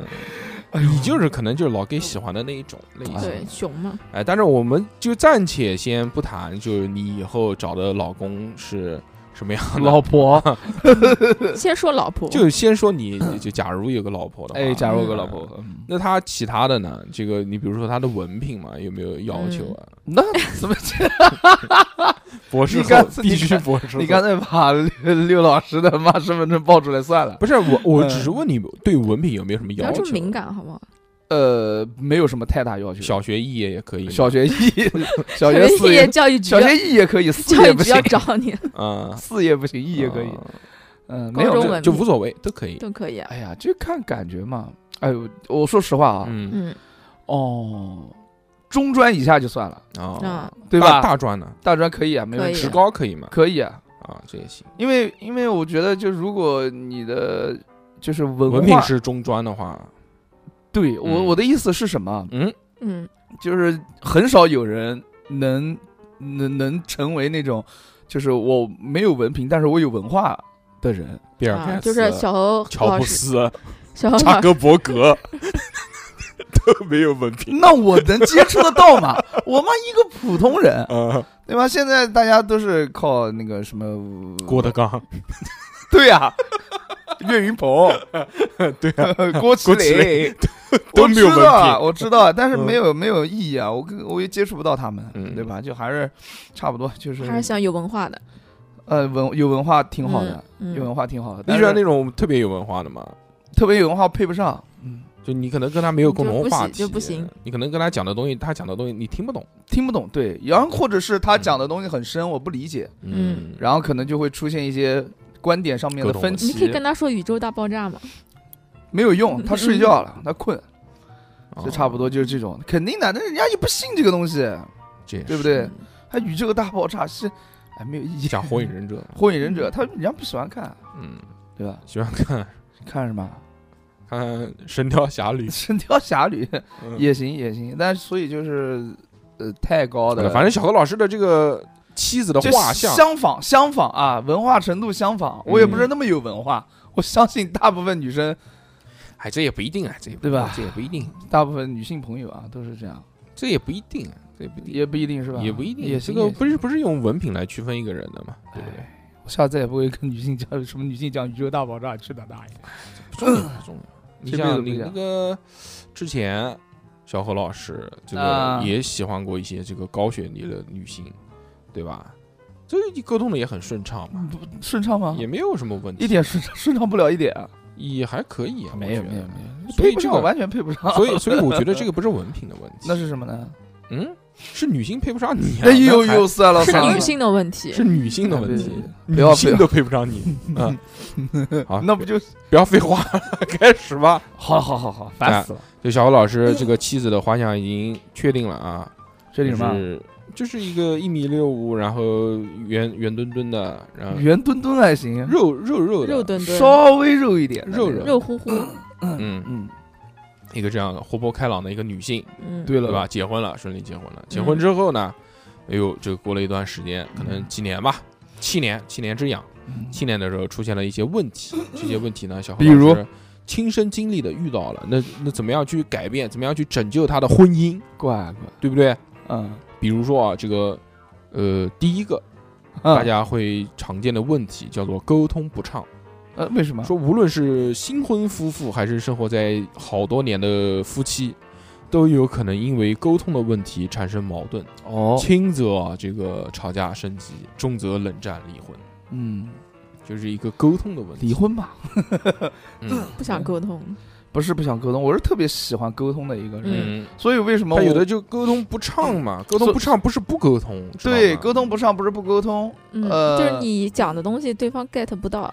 [SPEAKER 2] 嗯你就是可能就是老 gay 喜欢的那一种类
[SPEAKER 3] 哎
[SPEAKER 4] 对，
[SPEAKER 2] 型，
[SPEAKER 4] 熊嘛，
[SPEAKER 2] 哎，但是我们就暂且先不谈，就是你以后找的老公是什么样的，
[SPEAKER 3] 婆，
[SPEAKER 4] 先说老婆，
[SPEAKER 2] 就先说你，就假如有个老婆的话，
[SPEAKER 3] 哎，假如我
[SPEAKER 4] 有
[SPEAKER 3] 个老婆，嗯
[SPEAKER 2] 那他其他的呢？这个你比如说他的文凭嘛，有没有要求啊？
[SPEAKER 3] 那怎么这？
[SPEAKER 2] 博士
[SPEAKER 3] 你刚
[SPEAKER 2] 后必须博士后。
[SPEAKER 3] 你刚才把六六老师的妈身份证报出来算了，
[SPEAKER 2] 不是我，我
[SPEAKER 3] 嗯
[SPEAKER 2] 只是问你对文凭有没有什么
[SPEAKER 4] 不要
[SPEAKER 2] 要
[SPEAKER 4] 这
[SPEAKER 2] 求
[SPEAKER 4] 么？敏感好不好？
[SPEAKER 3] 呃，没有什么太大要求，
[SPEAKER 2] 小学肄业也可以吗。
[SPEAKER 3] 小学一， 小
[SPEAKER 4] 可
[SPEAKER 3] 学
[SPEAKER 4] 能
[SPEAKER 3] 四
[SPEAKER 4] 业
[SPEAKER 3] 也，
[SPEAKER 4] 教育局
[SPEAKER 3] 小
[SPEAKER 4] 要，
[SPEAKER 3] 学一也可以，四
[SPEAKER 4] 教
[SPEAKER 3] 也
[SPEAKER 4] 育
[SPEAKER 3] 不
[SPEAKER 4] 局
[SPEAKER 3] 行
[SPEAKER 4] 要，找你
[SPEAKER 2] 啊，
[SPEAKER 3] 四也不行，一也可以
[SPEAKER 2] 啊，，
[SPEAKER 3] 嗯，没
[SPEAKER 4] 高
[SPEAKER 3] 有
[SPEAKER 4] 中
[SPEAKER 3] 这。
[SPEAKER 4] 文
[SPEAKER 2] 就
[SPEAKER 4] 凭
[SPEAKER 2] 无所谓，都可以。
[SPEAKER 4] 都可以啊，
[SPEAKER 3] 哎呀，就看感觉嘛。哎呦，我说实话啊，
[SPEAKER 2] 嗯，
[SPEAKER 4] 嗯，
[SPEAKER 3] 哦，中专以下就算了，
[SPEAKER 2] 啊
[SPEAKER 4] 啊，
[SPEAKER 3] 对
[SPEAKER 2] 大
[SPEAKER 3] 吧？大
[SPEAKER 2] 大专呢？
[SPEAKER 3] 大专可以啊，没问
[SPEAKER 4] 可以
[SPEAKER 3] 题，
[SPEAKER 2] 职高可以吗？
[SPEAKER 3] 可以啊，
[SPEAKER 2] 啊，这也行。
[SPEAKER 3] 因为因为我觉得，就如果你的就是文化，
[SPEAKER 2] 文凭是中专的话，
[SPEAKER 3] 对我、
[SPEAKER 2] 嗯
[SPEAKER 3] 我的意思是什么？
[SPEAKER 2] 嗯，
[SPEAKER 4] 嗯，
[SPEAKER 3] 就是很少有人能能能成为那种，就是我没有文凭，但是我有文化的人。
[SPEAKER 2] 比尔盖
[SPEAKER 4] 啊
[SPEAKER 2] 茨、
[SPEAKER 4] 就是小侯
[SPEAKER 2] 乔
[SPEAKER 4] 老
[SPEAKER 2] 布
[SPEAKER 4] 师，
[SPEAKER 2] 斯、
[SPEAKER 4] 小侯
[SPEAKER 2] 扎
[SPEAKER 4] 老师
[SPEAKER 2] 克伯格 都没有文凭。
[SPEAKER 3] 那我能接触得 到吗？我妈一个普通人，
[SPEAKER 2] 呃，
[SPEAKER 3] 对吧？现在大家都是靠那个什么，
[SPEAKER 2] 郭德纲，
[SPEAKER 3] 对呀、岳云鹏、
[SPEAKER 2] 对啊，
[SPEAKER 3] 郭麒
[SPEAKER 2] 郭麒
[SPEAKER 3] 麟
[SPEAKER 2] 都没有
[SPEAKER 3] 我
[SPEAKER 2] 文
[SPEAKER 3] 知道啊，
[SPEAKER 2] 凭。
[SPEAKER 3] 我知道，但是没有没有意义啊，我跟我也接触不到他们，
[SPEAKER 2] 嗯
[SPEAKER 3] 对吧？就还是差不多，就是
[SPEAKER 4] 还是想有文化的，
[SPEAKER 3] 呃文有文化挺好的，
[SPEAKER 4] 嗯，
[SPEAKER 3] 有
[SPEAKER 4] 嗯
[SPEAKER 3] 文化挺好的。
[SPEAKER 2] 你
[SPEAKER 3] 但
[SPEAKER 2] 喜欢那
[SPEAKER 3] 是
[SPEAKER 2] 种特别有文化的吗？
[SPEAKER 3] 特别有文化配不上，嗯，
[SPEAKER 2] 就你可能跟他没有共同话题，
[SPEAKER 4] 就不行就不行。
[SPEAKER 2] 你可能跟他讲的东西，他讲的东西你听不懂。
[SPEAKER 3] 听不懂。对，然后或者是他讲的东西很深，我不理解，
[SPEAKER 4] 嗯
[SPEAKER 3] 然后可能就会出现一些观点上面
[SPEAKER 2] 各
[SPEAKER 3] 的
[SPEAKER 2] 种
[SPEAKER 3] 分
[SPEAKER 2] 问
[SPEAKER 4] 你
[SPEAKER 3] 歧
[SPEAKER 4] 可以，跟他说宇宙大爆炸嘛，
[SPEAKER 3] 没有用，他睡觉了，他困，
[SPEAKER 2] 后
[SPEAKER 3] 就差不多就是这种，肯定的，那人家也不信这个东西，
[SPEAKER 2] 这也
[SPEAKER 3] 对
[SPEAKER 2] 是
[SPEAKER 3] 不对
[SPEAKER 4] 嗯？
[SPEAKER 3] 还宇宙大爆炸是，哎，没有意义。
[SPEAKER 2] 讲火影忍者，
[SPEAKER 3] 火影忍者，他人家不喜欢看，
[SPEAKER 2] 嗯，
[SPEAKER 3] 对吧？
[SPEAKER 2] 喜欢看
[SPEAKER 3] 看 什么？
[SPEAKER 2] 看《神雕侠侣》
[SPEAKER 3] 神雕侠侣
[SPEAKER 2] 嗯，
[SPEAKER 3] 也行也行，但是所以就是呃太高的，
[SPEAKER 2] 反正小何老师的这个妻子的
[SPEAKER 3] 就
[SPEAKER 2] 画像，嗯
[SPEAKER 3] 相仿相仿啊，文化程度相仿。我也不是那么有文化，我相信大部分女生，
[SPEAKER 2] 哎，这也不一定啊，这也不
[SPEAKER 3] 对吧
[SPEAKER 2] 这也不一定，
[SPEAKER 3] 大部分女性朋友啊都是这样，
[SPEAKER 2] 这也不一定，这也不一定。
[SPEAKER 3] 也不一定是吧？
[SPEAKER 2] 也不一定，
[SPEAKER 3] 也
[SPEAKER 2] 这
[SPEAKER 3] 行
[SPEAKER 2] 个
[SPEAKER 3] 也
[SPEAKER 2] 不是不是用文凭来区分一个人的嘛，对不对？
[SPEAKER 3] 哎我下次再也不会跟女性讲什么女性讲宇宙大爆炸，去他大爷！
[SPEAKER 2] 不重要，不重要。你
[SPEAKER 3] 这辈子
[SPEAKER 2] 像
[SPEAKER 3] 不
[SPEAKER 2] 你
[SPEAKER 3] 讲
[SPEAKER 2] 那个之前，小何老师这个
[SPEAKER 3] 啊
[SPEAKER 2] 也喜欢过一些这个高学历的女性，对吧？这你沟通的也很顺畅嘛，
[SPEAKER 3] 不顺畅吗
[SPEAKER 2] 也？没有什么问题，
[SPEAKER 3] 一点顺畅顺畅不啊了一点啊，
[SPEAKER 2] 也还可以啊。
[SPEAKER 3] 没有
[SPEAKER 2] 我觉
[SPEAKER 3] 没
[SPEAKER 2] 得
[SPEAKER 3] 有没有，
[SPEAKER 2] 所以
[SPEAKER 3] 配不
[SPEAKER 2] 这
[SPEAKER 3] 上，
[SPEAKER 2] 个
[SPEAKER 3] 完全配不上。
[SPEAKER 2] 所 以所以我觉得这个不是文凭的问题，
[SPEAKER 3] 那是什哎么呢？
[SPEAKER 2] 嗯，是女性配不上你啊，
[SPEAKER 3] 那又
[SPEAKER 2] 还
[SPEAKER 3] 又算了，
[SPEAKER 4] 是
[SPEAKER 3] 算了
[SPEAKER 4] 女性的问题
[SPEAKER 2] 是，女性的问
[SPEAKER 3] 哎
[SPEAKER 2] 题
[SPEAKER 3] 对对，不要
[SPEAKER 2] 女性都配不上你，嗯，好，
[SPEAKER 3] 那不就
[SPEAKER 2] 不要废话， 开始吧。
[SPEAKER 3] 好了？好好好，烦死了！
[SPEAKER 2] 就小何老师这个妻子的画像已经确定了啊，
[SPEAKER 3] 这里什么？
[SPEAKER 2] 就是就是一个一米六五，然后圆圆墩墩的，然后
[SPEAKER 3] 圆墩墩还行，
[SPEAKER 2] 肉肉肉的
[SPEAKER 4] 肉墩墩，
[SPEAKER 3] 稍微肉一点的那
[SPEAKER 2] 肉
[SPEAKER 3] 种，
[SPEAKER 2] 肉
[SPEAKER 4] 肉乎乎，
[SPEAKER 2] 嗯，
[SPEAKER 3] 嗯，
[SPEAKER 2] 一个这样的活泼开朗的一个女性，
[SPEAKER 4] 嗯，
[SPEAKER 3] 对了嗯
[SPEAKER 2] 对吧？？结婚了，顺利结婚了。结婚之后呢，哎呦，这过了一段时间，可能几年吧，七年，七年之痒，
[SPEAKER 3] 嗯
[SPEAKER 2] 七年的时候出现了一些问 题，这些问题呢，小何
[SPEAKER 3] 比如
[SPEAKER 2] 老师亲身经历的遇到了，那那怎么样去改变？怎么样去拯救她的婚姻，
[SPEAKER 3] 乖乖，
[SPEAKER 2] 对不对？
[SPEAKER 3] 嗯，
[SPEAKER 2] 比如说啊，这个呃，第一个大
[SPEAKER 3] 大
[SPEAKER 2] 家会常见的问题叫做沟通不畅。
[SPEAKER 3] 呃，为什么？
[SPEAKER 2] 说无论是新婚夫妇还是生活在好多年的夫妻，都有可能因为沟通的问题产生矛盾，
[SPEAKER 3] 哦，
[SPEAKER 2] 轻则啊这个吵架升级，重则冷战离婚，
[SPEAKER 3] 嗯，
[SPEAKER 2] 就是一个沟通的问题。
[SPEAKER 3] 离婚吧，
[SPEAKER 2] 嗯，
[SPEAKER 4] 不想沟通，
[SPEAKER 3] 不是不想沟通，我是特别喜欢沟通的一个人，
[SPEAKER 2] 嗯，
[SPEAKER 3] 所以为什么
[SPEAKER 2] 他有
[SPEAKER 3] 我
[SPEAKER 2] 的就沟通不畅嘛，沟通不畅不是不沟通，知道
[SPEAKER 3] 对
[SPEAKER 2] 吗
[SPEAKER 3] 沟通不上不是不沟通，
[SPEAKER 4] 嗯，
[SPEAKER 3] 呃
[SPEAKER 4] 就是你讲的东西对方 get 不到，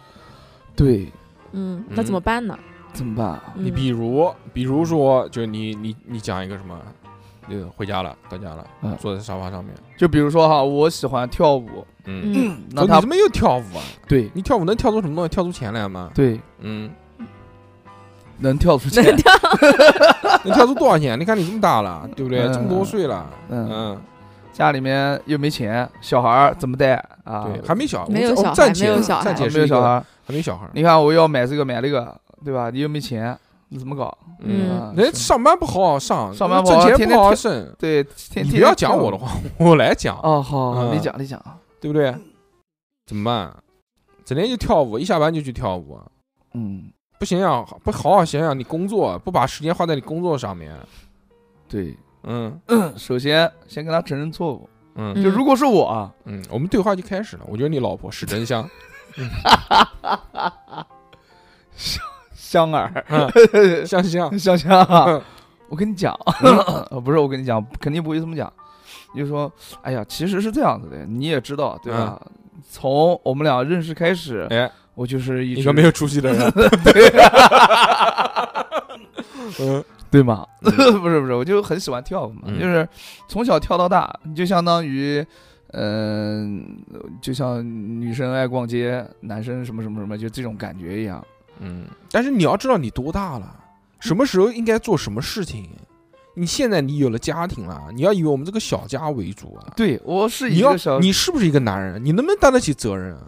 [SPEAKER 3] 对，
[SPEAKER 4] 嗯，那怎么办呢？
[SPEAKER 3] 怎么办啊？
[SPEAKER 2] 你
[SPEAKER 4] 嗯
[SPEAKER 2] 比如，比如说，就是你你你讲一个什么，那个回家了，到家了，
[SPEAKER 3] 嗯
[SPEAKER 2] 坐在沙发上面，
[SPEAKER 3] 就比如说哈，我喜欢跳舞，
[SPEAKER 2] 嗯，
[SPEAKER 4] 嗯，
[SPEAKER 3] 那
[SPEAKER 2] 说
[SPEAKER 3] 他
[SPEAKER 2] 你怎么又跳舞啊？
[SPEAKER 3] 对
[SPEAKER 2] 你跳舞能跳出什么东西？跳出钱来吗？
[SPEAKER 3] 对
[SPEAKER 2] 嗯，
[SPEAKER 3] 能跳出去
[SPEAKER 4] 能，跳，
[SPEAKER 2] 能跳出多少钱？你看你这么大了，对不对？
[SPEAKER 3] 嗯
[SPEAKER 2] 这么多岁了，
[SPEAKER 3] 嗯
[SPEAKER 2] 嗯，
[SPEAKER 3] 家里面又没钱，小孩儿怎么带啊？
[SPEAKER 2] 对，还没小，
[SPEAKER 4] 没有
[SPEAKER 2] 我们
[SPEAKER 4] 小孩
[SPEAKER 2] 暂且
[SPEAKER 4] 没有小孩
[SPEAKER 2] 暂
[SPEAKER 3] 啊
[SPEAKER 2] 且
[SPEAKER 3] 没
[SPEAKER 2] 是
[SPEAKER 3] 有
[SPEAKER 2] 一
[SPEAKER 3] 小
[SPEAKER 2] 个
[SPEAKER 3] 孩儿，
[SPEAKER 2] 还没小孩儿，
[SPEAKER 3] 你看我要买这个买那个，对吧？你又没钱，你怎么搞？
[SPEAKER 4] 嗯
[SPEAKER 3] 啊
[SPEAKER 2] 人家上班不好好上，
[SPEAKER 3] 上班不好
[SPEAKER 2] 挣
[SPEAKER 3] 好
[SPEAKER 2] 钱
[SPEAKER 3] 天
[SPEAKER 2] 不
[SPEAKER 3] 天
[SPEAKER 2] 好好
[SPEAKER 3] 跳
[SPEAKER 2] 挣。
[SPEAKER 3] 对，天
[SPEAKER 2] 你
[SPEAKER 3] 天
[SPEAKER 2] 不要讲
[SPEAKER 3] 跳
[SPEAKER 2] 我的话， 我来讲，
[SPEAKER 3] 哦，好，好
[SPEAKER 2] 嗯
[SPEAKER 3] 你讲你讲啊，
[SPEAKER 2] 对不对？怎么办？整天就跳舞，一下班就去跳舞，啊
[SPEAKER 3] 嗯，
[SPEAKER 2] 不想想，不好好想想你工作，啊不把时间花在你工作上面。啊
[SPEAKER 3] 对，
[SPEAKER 2] 嗯
[SPEAKER 3] 首先先跟他承认错误，
[SPEAKER 2] 嗯
[SPEAKER 4] 嗯
[SPEAKER 3] 就如果是我啊，
[SPEAKER 2] 嗯，我们对话就开始了。我觉得你老婆是真香，
[SPEAKER 3] 香儿，
[SPEAKER 2] 香香。
[SPEAKER 3] 香香啊
[SPEAKER 2] 嗯，
[SPEAKER 3] 我跟你讲，呃 不是我跟你讲，肯定不会这么讲，你就说，嗯哎呀，其实是这样子的，你也知道对吧？从我们俩认识开始，
[SPEAKER 2] 哎，
[SPEAKER 3] 我就是一
[SPEAKER 2] 一
[SPEAKER 3] 直
[SPEAKER 2] 个没有出息的 人。 嗯，
[SPEAKER 3] 对吗？ 不是不是，我就很喜欢跳舞嘛，
[SPEAKER 2] 嗯
[SPEAKER 3] 就是从小跳到大，你就相当于，嗯、就像女生爱逛街，男生什么什么什么，就这种感觉一样。
[SPEAKER 2] 嗯，但是你要知道你多大了，什么时候应该做什么事情。你现在你有了家庭了，你要以我们这个小家为主啊。
[SPEAKER 3] 对我是
[SPEAKER 2] 你
[SPEAKER 3] 一
[SPEAKER 2] 要
[SPEAKER 3] 个小，
[SPEAKER 2] 你是不是一个男人？你能不能担得起责任啊？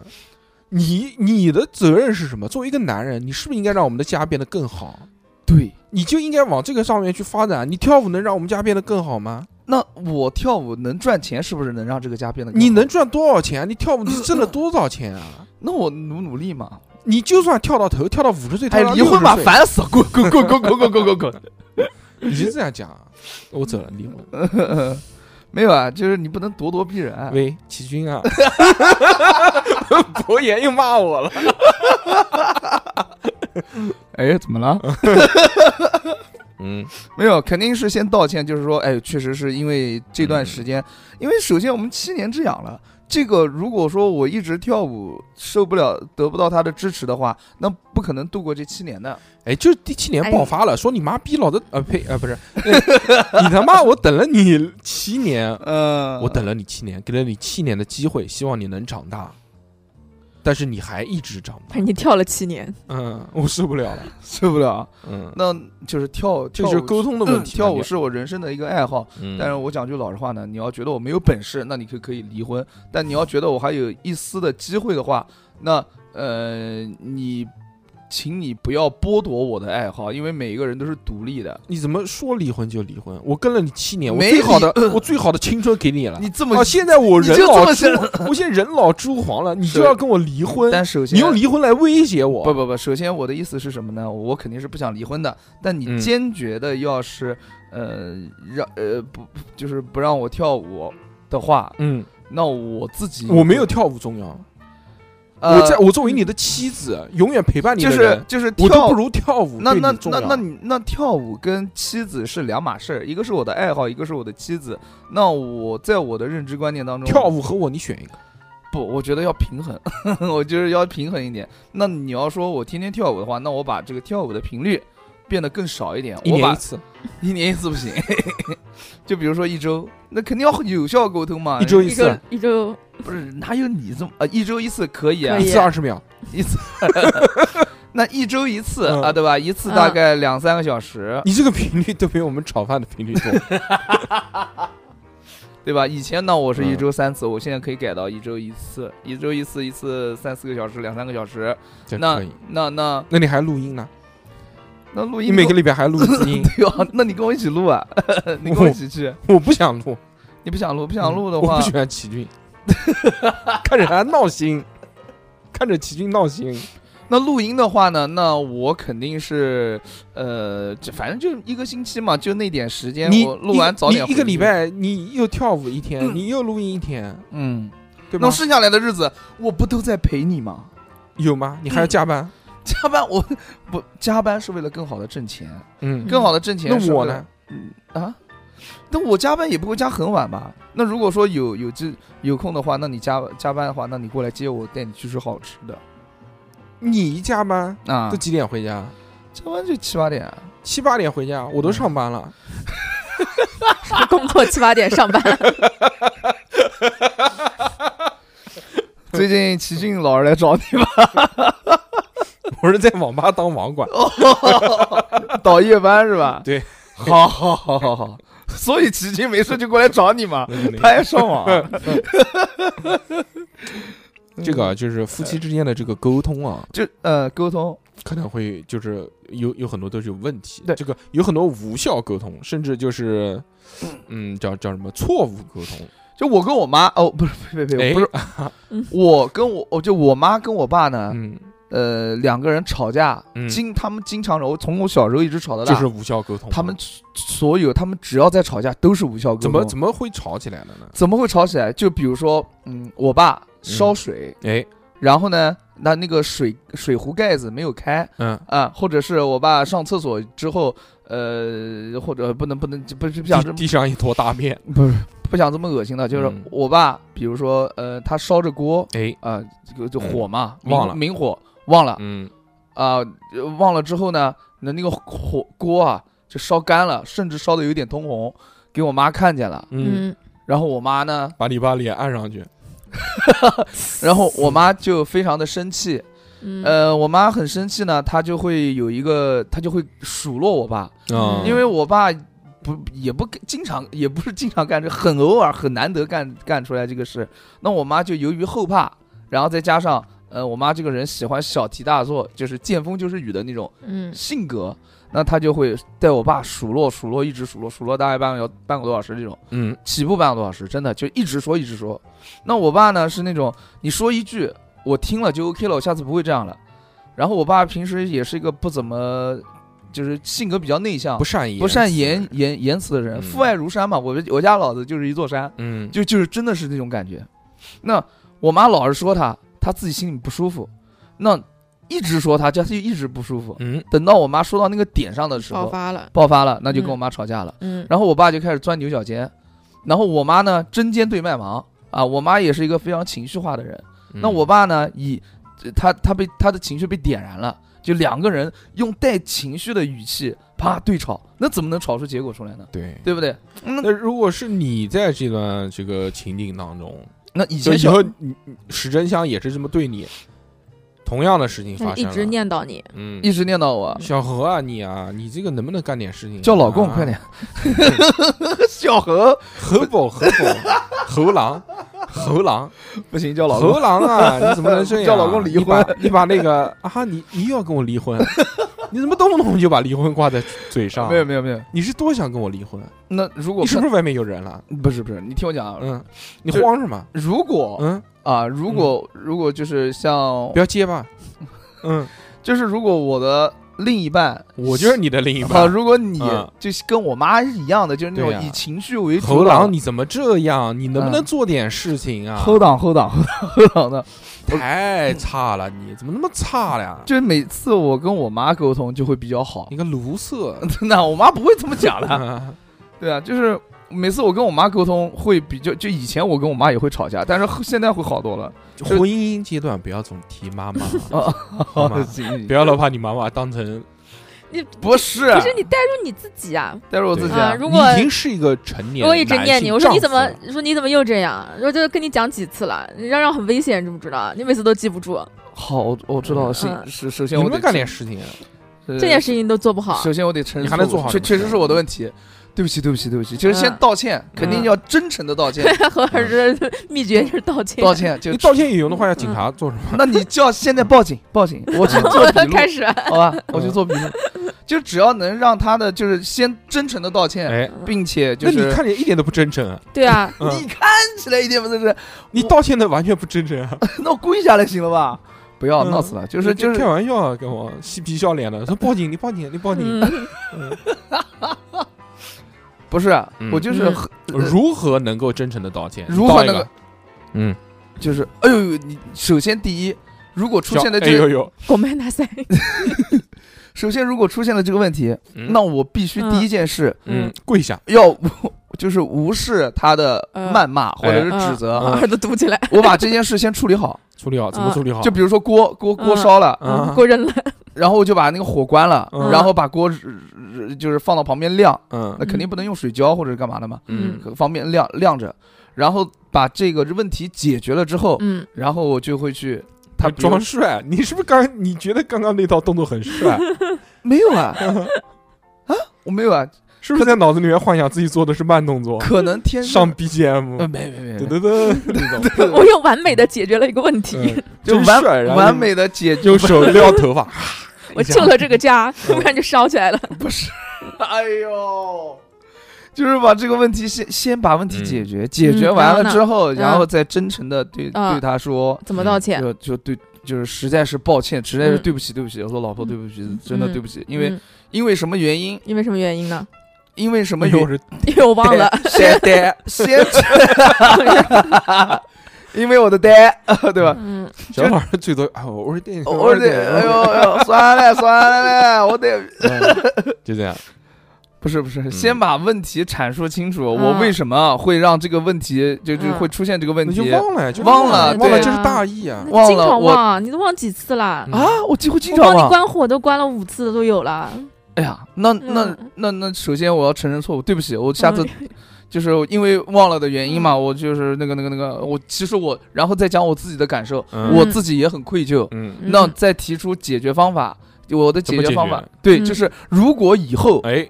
[SPEAKER 2] 你你的责任是什么？作为一个男人，你是不是应该让我们的家变得更好？
[SPEAKER 3] 对，
[SPEAKER 2] 你就应该往这个上面去发展。你跳舞能让我们家变得更好吗？
[SPEAKER 3] 那我跳舞能赚钱，是不是能让这个家变得更好？
[SPEAKER 2] 你能赚多少钱？你跳舞你挣了多少钱啊？
[SPEAKER 3] 那我努努力嘛？
[SPEAKER 2] 你就算跳到头，跳到五十岁，
[SPEAKER 3] 哎
[SPEAKER 2] 跳，到
[SPEAKER 3] 离婚吧，
[SPEAKER 2] 60岁
[SPEAKER 3] 烦死！滚滚滚滚滚滚滚滚滚！
[SPEAKER 2] 你就这样讲啊，我走了，离
[SPEAKER 3] 嗯
[SPEAKER 2] 婚。
[SPEAKER 3] 没有啊，就是你不能咄咄逼人啊。
[SPEAKER 2] 喂，齐军 啊，博言又骂我了。
[SPEAKER 3] 哎，怎么了？
[SPEAKER 2] 嗯，
[SPEAKER 3] 没有，肯定是先道歉，就是说，哎，确实是因为这段时间，因为首先我们七年之痒了，这个如果说我一直跳舞受不了，得不到他的支持的话，那不可能度过这七年的。
[SPEAKER 2] 哎，就是第七年爆
[SPEAKER 3] 哎
[SPEAKER 2] 发了，说你妈逼老子啊呸啊不是， 那你他妈我等了你七年，
[SPEAKER 3] 嗯，
[SPEAKER 2] 我等了你七年，给了你七年的机会，希望你能长大，但是你还一直长不
[SPEAKER 3] 哎
[SPEAKER 2] 大。
[SPEAKER 4] 你跳了七年，
[SPEAKER 2] 嗯，我受不了了。
[SPEAKER 3] 受不了，
[SPEAKER 2] 嗯，
[SPEAKER 3] 那就是跳，
[SPEAKER 2] 这就是
[SPEAKER 3] 跳舞嗯
[SPEAKER 2] 沟通的问题嘛。
[SPEAKER 3] 跳舞是我人生的一个爱好，
[SPEAKER 2] 嗯，
[SPEAKER 3] 但是我讲句老实话呢，你要觉得我没有本事，那你可可以离婚；但你要觉得我还有一丝的机会的话，那呃，你请你不要剥夺我的爱好，因为每一个人都是独立的。
[SPEAKER 2] 你怎么说离婚就离婚？我跟了你七年，我
[SPEAKER 3] 没
[SPEAKER 2] 最好的
[SPEAKER 3] 离
[SPEAKER 2] 我最好的青春给你了。
[SPEAKER 3] 你这么，
[SPEAKER 2] 啊，现在我人
[SPEAKER 3] 你就这
[SPEAKER 2] 老珠
[SPEAKER 3] 么 想，
[SPEAKER 2] 我现在人老珠黄了，你
[SPEAKER 3] 是
[SPEAKER 2] 就要跟我离婚？
[SPEAKER 3] 但首先
[SPEAKER 2] 你用离婚来威胁我？
[SPEAKER 3] 不不不，首先我的意思是什么呢？我肯定是不想离婚的，但
[SPEAKER 2] 嗯
[SPEAKER 3] 你坚决的要是、呃让呃不就是不让我跳舞的话，
[SPEAKER 2] 嗯，
[SPEAKER 3] 那我自己
[SPEAKER 2] 我没有，跳舞重要。
[SPEAKER 3] 呃、
[SPEAKER 2] 我在我作为你的妻子，永远陪伴你
[SPEAKER 3] 就
[SPEAKER 2] 的
[SPEAKER 3] 是
[SPEAKER 2] 人，
[SPEAKER 3] 就是
[SPEAKER 2] 我
[SPEAKER 3] 跳
[SPEAKER 2] 都不如跳舞
[SPEAKER 3] 那
[SPEAKER 2] 对
[SPEAKER 3] 那
[SPEAKER 2] 你重
[SPEAKER 3] 那
[SPEAKER 2] 要。
[SPEAKER 3] 那你那跳舞跟妻子是两码事儿，一个是我的爱好，一个是我的妻子。那我在我的认知观念当
[SPEAKER 2] 嗯
[SPEAKER 3] 中，
[SPEAKER 2] 跳舞和我，你选一个。
[SPEAKER 3] 不，我觉得要平衡， 我就是要平衡一点。那你要说我天天跳舞的话，那我把这个跳舞的频率变得更少一点，
[SPEAKER 2] 一
[SPEAKER 3] 我
[SPEAKER 2] 年一
[SPEAKER 3] 把
[SPEAKER 2] 次，
[SPEAKER 3] 一年一次不行， 就比如说一周，那肯定要有效沟通嘛。
[SPEAKER 2] 一周一
[SPEAKER 4] 一
[SPEAKER 2] 次
[SPEAKER 4] 个，一周
[SPEAKER 3] 不是哪有你这么啊？一周一次可以啊，
[SPEAKER 4] 可
[SPEAKER 2] 一
[SPEAKER 4] 以
[SPEAKER 2] 次二十秒。
[SPEAKER 3] 一次。 那一周一次、
[SPEAKER 2] 嗯
[SPEAKER 3] 啊，对吧？一次大
[SPEAKER 4] 嗯
[SPEAKER 3] 概两三个小时。
[SPEAKER 2] 你这个频率都比我们炒饭的频率 多。
[SPEAKER 3] 对吧？以前呢，我
[SPEAKER 2] 嗯
[SPEAKER 3] 是一周三次，我现在可以改到一周一次，一周一次，一次三四个小时，两三个小时。
[SPEAKER 2] 这
[SPEAKER 3] 那
[SPEAKER 2] 可以。
[SPEAKER 3] 那那
[SPEAKER 2] 那你还录音呢？
[SPEAKER 3] 那录
[SPEAKER 2] 你
[SPEAKER 3] 音
[SPEAKER 2] 每个
[SPEAKER 3] 都
[SPEAKER 2] 礼拜还录一次音？
[SPEAKER 3] 对啊，那你跟我一起录啊， 你跟我一起去。
[SPEAKER 2] 我不想录，
[SPEAKER 3] 你不想录，不想录的
[SPEAKER 2] 嗯我
[SPEAKER 3] 话
[SPEAKER 2] 不，喜欢齐军， 看着他闹心，看着齐军闹心。
[SPEAKER 3] 那录音的话呢，那我肯定是呃，这反正就一个星期嘛，就那点时间，
[SPEAKER 2] 你
[SPEAKER 3] 我录完
[SPEAKER 2] 一
[SPEAKER 3] 早点
[SPEAKER 2] 你一个
[SPEAKER 3] 回去
[SPEAKER 2] 礼，拜，你又跳舞一天，你又录音一天，
[SPEAKER 3] 嗯，
[SPEAKER 2] 对吧
[SPEAKER 3] 那？剩下来的日子，我不都在陪你吗？
[SPEAKER 2] 有吗？你还要
[SPEAKER 3] 嗯
[SPEAKER 2] 加班？
[SPEAKER 3] 加班我不加班是为了更好的挣钱，
[SPEAKER 2] 嗯，
[SPEAKER 3] 更好的挣钱。
[SPEAKER 2] 那我呢？？
[SPEAKER 3] 啊？那我加班也不会加很晚吧？那如果说有有这有空的话，那你加加班的话，那你过来接我，带你去吃好吃的
[SPEAKER 2] 你一加班
[SPEAKER 3] 啊
[SPEAKER 2] 都。几点回家？
[SPEAKER 3] 加班就七八点啊，
[SPEAKER 2] 七八点回家，我
[SPEAKER 3] 嗯
[SPEAKER 2] 都上班了。
[SPEAKER 4] 工作七八点上班，
[SPEAKER 3] 最近齐俊老是来找你吧，
[SPEAKER 2] 我是在网吧当网管，
[SPEAKER 3] 倒夜班是吧？
[SPEAKER 2] 对，
[SPEAKER 3] 好好好好好。所以齐俊没事就过来找你嘛，他也上网。
[SPEAKER 2] 这个就是夫妻之间的这个沟通啊，
[SPEAKER 3] 就呃沟通，
[SPEAKER 2] 可能会就是有有很多都是有问题。
[SPEAKER 3] 对
[SPEAKER 2] 这个有很多无效沟通，甚至就是，嗯，叫叫什么错误沟通。
[SPEAKER 3] 就我跟我妈哦，不是，呸呸
[SPEAKER 2] 哎
[SPEAKER 3] 呸，不是，我跟我哦，就我妈跟我爸呢，
[SPEAKER 2] 嗯，
[SPEAKER 3] 呃，两个人吵架，
[SPEAKER 2] 嗯
[SPEAKER 3] 经他们经常我从我小时候一直吵到大，
[SPEAKER 2] 就是无效沟通。
[SPEAKER 3] 他们所有他们只要在吵架都是无效沟通。
[SPEAKER 2] 怎么怎
[SPEAKER 3] 么
[SPEAKER 2] 么会吵起来了呢？
[SPEAKER 3] 怎么会吵起来？就比如说，嗯，我爸烧水，
[SPEAKER 2] 哎，
[SPEAKER 3] 然后呢，那那个水水壶盖子没有开
[SPEAKER 2] 嗯，
[SPEAKER 3] 啊，或者是我爸上厕所之后，呃，或者不能不能不是不想这
[SPEAKER 2] 地
[SPEAKER 3] 么
[SPEAKER 2] 地上一坨大便，
[SPEAKER 3] 不是不想这么恶心的，就是
[SPEAKER 2] 嗯
[SPEAKER 3] 我爸，比如说呃，他烧着锅
[SPEAKER 2] 哎，
[SPEAKER 3] 啊，就就火嘛，
[SPEAKER 2] 嗯忘了
[SPEAKER 3] 明明火。忘了
[SPEAKER 2] 嗯，
[SPEAKER 3] 啊、呃忘了之后呢，那那个火锅啊就烧干了，甚至烧的有点通红，给我妈看见了。
[SPEAKER 2] 嗯，
[SPEAKER 4] 嗯，
[SPEAKER 3] 然后我妈呢，
[SPEAKER 2] 把你把脸按上去，
[SPEAKER 3] 然后我妈就非常的生气，
[SPEAKER 4] 嗯，
[SPEAKER 3] 呃，我妈很生气呢，她就会有一个，她就会数落我爸，
[SPEAKER 2] 啊，
[SPEAKER 3] 嗯因为我爸不也不经常，也不是经常干这，很偶尔，很难得干干出来这个事。那我妈就由于后怕，然后再加上呃，我妈这个人喜欢小题大做，就是见风就是雨的那种
[SPEAKER 4] 嗯，
[SPEAKER 3] 性格，那她就会带我爸数落数落，一直数落数落大概半个小半个多小时这种。
[SPEAKER 2] 嗯
[SPEAKER 3] 起步半个多小时，真的就一直说一直说。那我爸呢是那种你说一句我听了就 OK 了，我下次不会这样了。然后我爸平时也是一个不怎么，就是性格比较内向，
[SPEAKER 2] 不善言，
[SPEAKER 3] 不善言，言言辞的人，
[SPEAKER 2] 嗯
[SPEAKER 3] 父爱如山嘛。我我家老子就是一座山，
[SPEAKER 2] 嗯，
[SPEAKER 3] 就就是真的是那种感觉。那我妈老是说他，他自己心里不舒服，那一直说他，就他就一直不舒服。
[SPEAKER 2] 嗯
[SPEAKER 3] 等到我妈说到那个点上的时
[SPEAKER 4] 爆
[SPEAKER 3] 候，
[SPEAKER 4] 发了，
[SPEAKER 3] 爆发了，那就跟
[SPEAKER 4] 嗯
[SPEAKER 3] 我妈吵架了。
[SPEAKER 4] 嗯，
[SPEAKER 3] 然后我爸就开始钻牛角尖，然后我妈呢针尖对麦芒啊，我妈也是一个非常情绪化的人。
[SPEAKER 2] 嗯，
[SPEAKER 3] 那我爸呢，以他他被他的情绪被点燃了，就两个人用带情绪的语气啪对吵，那怎么能吵出结果出来呢？
[SPEAKER 2] 对。
[SPEAKER 3] 对不对？那
[SPEAKER 2] 那如果是你在这段这个情景当中，
[SPEAKER 3] 那以
[SPEAKER 2] 就
[SPEAKER 3] 前
[SPEAKER 2] 以
[SPEAKER 3] 小
[SPEAKER 2] 后你你史真香也是这么对你，同样的事情
[SPEAKER 4] 他
[SPEAKER 2] 发
[SPEAKER 4] 嗯一
[SPEAKER 2] 生
[SPEAKER 4] 直
[SPEAKER 2] 了，
[SPEAKER 4] 念叨你，
[SPEAKER 2] 嗯，
[SPEAKER 3] 一直念叨我
[SPEAKER 2] 小何啊，你啊，你这个能不能干点事情啊？
[SPEAKER 3] 叫老公 快点，小何
[SPEAKER 2] 何某何某猴狼，猴狼，
[SPEAKER 3] 不行叫老公
[SPEAKER 2] 猴，狼啊！你怎么能这样？
[SPEAKER 3] 叫老公离
[SPEAKER 2] 你
[SPEAKER 3] 婚
[SPEAKER 2] 把，你把那个啊，你你又要跟我离婚， 你怎么动不动就把离婚挂在嘴上？
[SPEAKER 3] 没有没有没有。
[SPEAKER 2] 你是多想跟我离婚？
[SPEAKER 3] 那如果
[SPEAKER 2] 你是
[SPEAKER 3] 看
[SPEAKER 2] 不是外面有人了？
[SPEAKER 3] 不是不是，你听我讲啊，
[SPEAKER 2] 嗯，你
[SPEAKER 3] 就
[SPEAKER 2] 慌什么？
[SPEAKER 3] 如果
[SPEAKER 2] 嗯，
[SPEAKER 3] 啊如果如果就是像
[SPEAKER 2] 不要结巴。嗯，
[SPEAKER 3] 就是如果我的另一半，
[SPEAKER 2] 我就是你的另一
[SPEAKER 3] 好，
[SPEAKER 2] 半。
[SPEAKER 3] 如果你
[SPEAKER 2] 嗯
[SPEAKER 3] 就是跟我妈是一样的，就是那
[SPEAKER 2] 对呀
[SPEAKER 3] 种以情绪为主导。
[SPEAKER 2] 猴狼，哎你怎么这样？你能不能
[SPEAKER 3] 嗯
[SPEAKER 2] 做点事情啊？
[SPEAKER 3] hold on hold on hold on 的，
[SPEAKER 2] 太差了，你怎么那么差呀？
[SPEAKER 3] 就是每次我跟我妈沟通就会比较好
[SPEAKER 2] 你。个卢瑟！
[SPEAKER 3] 真的，我妈不会这么讲的。
[SPEAKER 2] 啊
[SPEAKER 3] 对啊，就是每次我跟我妈沟通会比较，就以前我跟我妈也会吵架，但是后现在会好多了。
[SPEAKER 2] 就婚姻阶段不要总提妈 妈，
[SPEAKER 3] 啊，
[SPEAKER 2] 好吗
[SPEAKER 3] 行行
[SPEAKER 2] 不要老把你妈妈当成
[SPEAKER 3] 不是，啊
[SPEAKER 4] 可是你带入你自己啊，
[SPEAKER 3] 带着我自己
[SPEAKER 4] 啊，
[SPEAKER 3] 啊，
[SPEAKER 4] 如果
[SPEAKER 2] 你已经是一个成年，
[SPEAKER 4] 我一直念你，我说你怎么，说你怎么又这样？我就跟你讲几次了，你嚷嚷很危险，知不知道？你每次都记不住，
[SPEAKER 3] 好，我我知道了。是
[SPEAKER 4] 嗯
[SPEAKER 3] 是，首
[SPEAKER 2] 你
[SPEAKER 3] 先
[SPEAKER 2] 能
[SPEAKER 3] 我
[SPEAKER 2] 不
[SPEAKER 3] 得
[SPEAKER 2] 能干点事情啊？
[SPEAKER 3] 这
[SPEAKER 4] 这件事情都做不好。
[SPEAKER 3] 首先我得承认，
[SPEAKER 2] 你还能做好
[SPEAKER 3] 确
[SPEAKER 2] 什么
[SPEAKER 3] 确
[SPEAKER 2] 事嗯
[SPEAKER 3] 实是我的问题。对不起，对不起，对不起，就是先
[SPEAKER 4] 嗯
[SPEAKER 3] 道歉，肯定要真诚的道歉，
[SPEAKER 4] 何老师的秘诀就是道 歉。
[SPEAKER 3] 道。歉 就嗯
[SPEAKER 2] 你道歉有用的话，要警察做什么？
[SPEAKER 3] 那你叫现在报警，报 警，我去做笔录，
[SPEAKER 4] 开始，
[SPEAKER 3] 好吧，我
[SPEAKER 2] 嗯
[SPEAKER 3] 去做笔录，就只要能让他的就是先真诚的道歉，
[SPEAKER 2] 哎，
[SPEAKER 4] 嗯
[SPEAKER 3] 并且
[SPEAKER 2] 那
[SPEAKER 3] 就
[SPEAKER 2] 你
[SPEAKER 3] 是
[SPEAKER 2] 看起来一点都不真诚啊，
[SPEAKER 4] 对啊，
[SPEAKER 2] 嗯
[SPEAKER 3] 你看起来一点不真诚，
[SPEAKER 2] 你道歉的完全不真诚啊，
[SPEAKER 3] 那我跪下来行了吧？不要
[SPEAKER 2] 嗯
[SPEAKER 3] 哦闹死了，就是就
[SPEAKER 2] 开
[SPEAKER 3] 是
[SPEAKER 2] 玩笑啊，跟我嬉皮笑脸的说报警，你报警，你报警。
[SPEAKER 4] 嗯，
[SPEAKER 3] 不是
[SPEAKER 2] 嗯
[SPEAKER 3] 我就是
[SPEAKER 4] 嗯
[SPEAKER 3] 很
[SPEAKER 2] 如何能够真诚的道歉？
[SPEAKER 3] 呃如何
[SPEAKER 2] 道一
[SPEAKER 3] 能
[SPEAKER 2] 个
[SPEAKER 3] 够
[SPEAKER 2] 嗯，
[SPEAKER 3] 就是哎呦，你首先第一，如果出现了
[SPEAKER 2] 哎
[SPEAKER 3] 这
[SPEAKER 2] 呦
[SPEAKER 3] 个，
[SPEAKER 2] 呦，
[SPEAKER 4] 我们拿塞，
[SPEAKER 3] 首先如果出现了这个问题，
[SPEAKER 2] 嗯
[SPEAKER 3] 那我必须第一件事
[SPEAKER 2] 嗯，跪下，
[SPEAKER 3] 要无 就是无视他的
[SPEAKER 4] 嗯
[SPEAKER 3] 谩骂或者是
[SPEAKER 4] 哎
[SPEAKER 3] 指责，
[SPEAKER 4] 耳朵堵起来，
[SPEAKER 3] 我把这件事先处理好，
[SPEAKER 2] 处理好，怎么
[SPEAKER 4] 啊
[SPEAKER 2] 处理嗯好？
[SPEAKER 3] 呃就比如说锅锅锅
[SPEAKER 4] 嗯
[SPEAKER 3] 烧了。
[SPEAKER 2] 啊
[SPEAKER 4] 给，我扔了。
[SPEAKER 3] 然后我就把那个火关了，
[SPEAKER 2] 嗯
[SPEAKER 3] 然后把锅呃就是放到旁边晾，
[SPEAKER 2] 嗯
[SPEAKER 3] 那肯定不能用水浇或者是干嘛的嘛，
[SPEAKER 2] 嗯
[SPEAKER 3] 可方便晾晾着。然后把这个问题解决了之后，
[SPEAKER 4] 嗯，
[SPEAKER 3] 然后我就会去
[SPEAKER 2] 他
[SPEAKER 3] 他比如
[SPEAKER 2] 哎装帅， 你是不是刚？你觉得刚刚那套动作很 帅，
[SPEAKER 3] 没有 啊啊，我没有啊，
[SPEAKER 2] 是不是在脑子里面幻想自己做的是慢动 作，
[SPEAKER 3] 可能天
[SPEAKER 2] 哦上
[SPEAKER 3] 生
[SPEAKER 2] BGM，
[SPEAKER 3] 呃没没没
[SPEAKER 2] 噔
[SPEAKER 3] 没，
[SPEAKER 2] 噔 噔那种，
[SPEAKER 4] 我又完美的解决了一个问题，
[SPEAKER 2] 嗯
[SPEAKER 3] 就
[SPEAKER 2] 真
[SPEAKER 3] 完
[SPEAKER 2] 帅然后
[SPEAKER 3] 完美的解决
[SPEAKER 2] 用手撩头 发，
[SPEAKER 4] 我救了这个
[SPEAKER 2] 嗯
[SPEAKER 4] 家，不然就烧起来了。
[SPEAKER 3] 不是，哎呦。就是把这个问题先先把问题解决，解决完了之后，
[SPEAKER 4] 嗯
[SPEAKER 3] 然后再真诚的对、
[SPEAKER 4] 嗯
[SPEAKER 3] 对他说，
[SPEAKER 4] 怎么道
[SPEAKER 2] 嗯
[SPEAKER 4] 歉？
[SPEAKER 3] 就就对，就是实在是抱歉，实在是
[SPEAKER 4] 嗯
[SPEAKER 3] 对不起，对不起。我说老婆，对不起，真的
[SPEAKER 4] 嗯
[SPEAKER 3] 对不起，因为
[SPEAKER 4] 嗯
[SPEAKER 3] 因为什么原因，
[SPEAKER 4] 因为什么原因呢？
[SPEAKER 3] 因为什么
[SPEAKER 2] 哎呦
[SPEAKER 3] 原
[SPEAKER 2] 我
[SPEAKER 3] 因，
[SPEAKER 2] 是
[SPEAKER 4] 因为我忘
[SPEAKER 2] 啊
[SPEAKER 4] 了。
[SPEAKER 3] 先 呆，先， 因为我的呆， 对吧？
[SPEAKER 4] 嗯，
[SPEAKER 2] 小老师最多，哎我我是电影，
[SPEAKER 3] 我
[SPEAKER 2] 是
[SPEAKER 3] 得，
[SPEAKER 2] 电
[SPEAKER 3] 哎
[SPEAKER 2] 影
[SPEAKER 3] 呦哎呦，算了算了，我得，
[SPEAKER 2] 嗯就这样，嗯
[SPEAKER 3] 不是不是，先把问题阐述清楚，我为什么会让这个问题就就
[SPEAKER 4] 嗯
[SPEAKER 3] 会出现这个问
[SPEAKER 2] 那就
[SPEAKER 3] 题
[SPEAKER 2] 忘了呀，就
[SPEAKER 3] 忘
[SPEAKER 2] 了，忘
[SPEAKER 3] 了对
[SPEAKER 2] 这是
[SPEAKER 4] 啊
[SPEAKER 2] 大意啊。
[SPEAKER 3] 忘
[SPEAKER 4] 经
[SPEAKER 3] 了
[SPEAKER 4] 常
[SPEAKER 3] 我
[SPEAKER 4] 忘，你都忘几次了？
[SPEAKER 2] 嗯
[SPEAKER 3] 啊？我几乎经
[SPEAKER 4] 我
[SPEAKER 3] 常
[SPEAKER 4] 帮你
[SPEAKER 3] 忘。
[SPEAKER 4] 关火都关了五次都 有了，
[SPEAKER 3] 哎呀，那那
[SPEAKER 4] 嗯
[SPEAKER 3] 那那，首先我要承认错误，对不起，我下次
[SPEAKER 4] 嗯
[SPEAKER 3] 就是因为忘了的原因嘛，
[SPEAKER 2] 嗯
[SPEAKER 3] 我就是那个那个那个，我其实我然后再讲我自己的感受，
[SPEAKER 2] 嗯
[SPEAKER 3] 我自己也很愧疚。
[SPEAKER 2] 嗯，
[SPEAKER 4] 嗯
[SPEAKER 3] 那再提出解决方法，我的
[SPEAKER 2] 怎
[SPEAKER 3] 解
[SPEAKER 2] 么
[SPEAKER 3] 决
[SPEAKER 2] 解
[SPEAKER 3] 方
[SPEAKER 2] 决
[SPEAKER 3] 法对，
[SPEAKER 4] 嗯
[SPEAKER 3] 就是如果以后
[SPEAKER 2] 哎，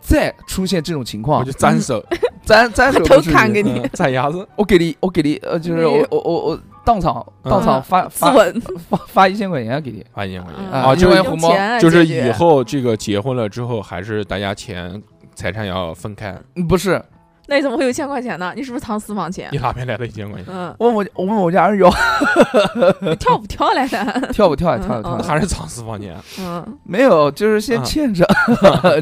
[SPEAKER 3] 再出现这种情
[SPEAKER 2] 我
[SPEAKER 3] 况
[SPEAKER 2] 就，沾 手，
[SPEAKER 3] 哎咱咱手
[SPEAKER 4] 头
[SPEAKER 3] 不至于
[SPEAKER 4] 砍给 你
[SPEAKER 2] 嗯攒牙子，
[SPEAKER 3] 我给你，我给你，呃，就是我我我我当场
[SPEAKER 2] 嗯
[SPEAKER 3] 当场发
[SPEAKER 4] 自
[SPEAKER 3] 发
[SPEAKER 4] 刎，
[SPEAKER 3] 发发一千块钱给你，
[SPEAKER 2] 哎呀，我
[SPEAKER 4] 嗯
[SPEAKER 2] 啊，
[SPEAKER 3] 因
[SPEAKER 2] 就
[SPEAKER 3] 为
[SPEAKER 2] 是
[SPEAKER 3] 红
[SPEAKER 4] 用
[SPEAKER 3] 包
[SPEAKER 4] 钱来
[SPEAKER 2] 就是
[SPEAKER 4] 解
[SPEAKER 2] 以
[SPEAKER 4] 决
[SPEAKER 2] 后这个结婚了之后，还是大家钱财产要分开。
[SPEAKER 3] 嗯不是，，
[SPEAKER 4] 那你怎么会有一千块钱呢？你是不是藏私房钱
[SPEAKER 2] 你？哪边来的一千块 钱？
[SPEAKER 4] 嗯
[SPEAKER 3] 问我我问我家人要
[SPEAKER 4] 你跳不跳来的？
[SPEAKER 3] 跳不跳啊跳不跳
[SPEAKER 4] 嗯
[SPEAKER 3] 啊
[SPEAKER 4] 嗯
[SPEAKER 2] 那还是藏私房钱？
[SPEAKER 4] 嗯，
[SPEAKER 3] 没有，就是先
[SPEAKER 2] 嗯
[SPEAKER 3] 欠 着，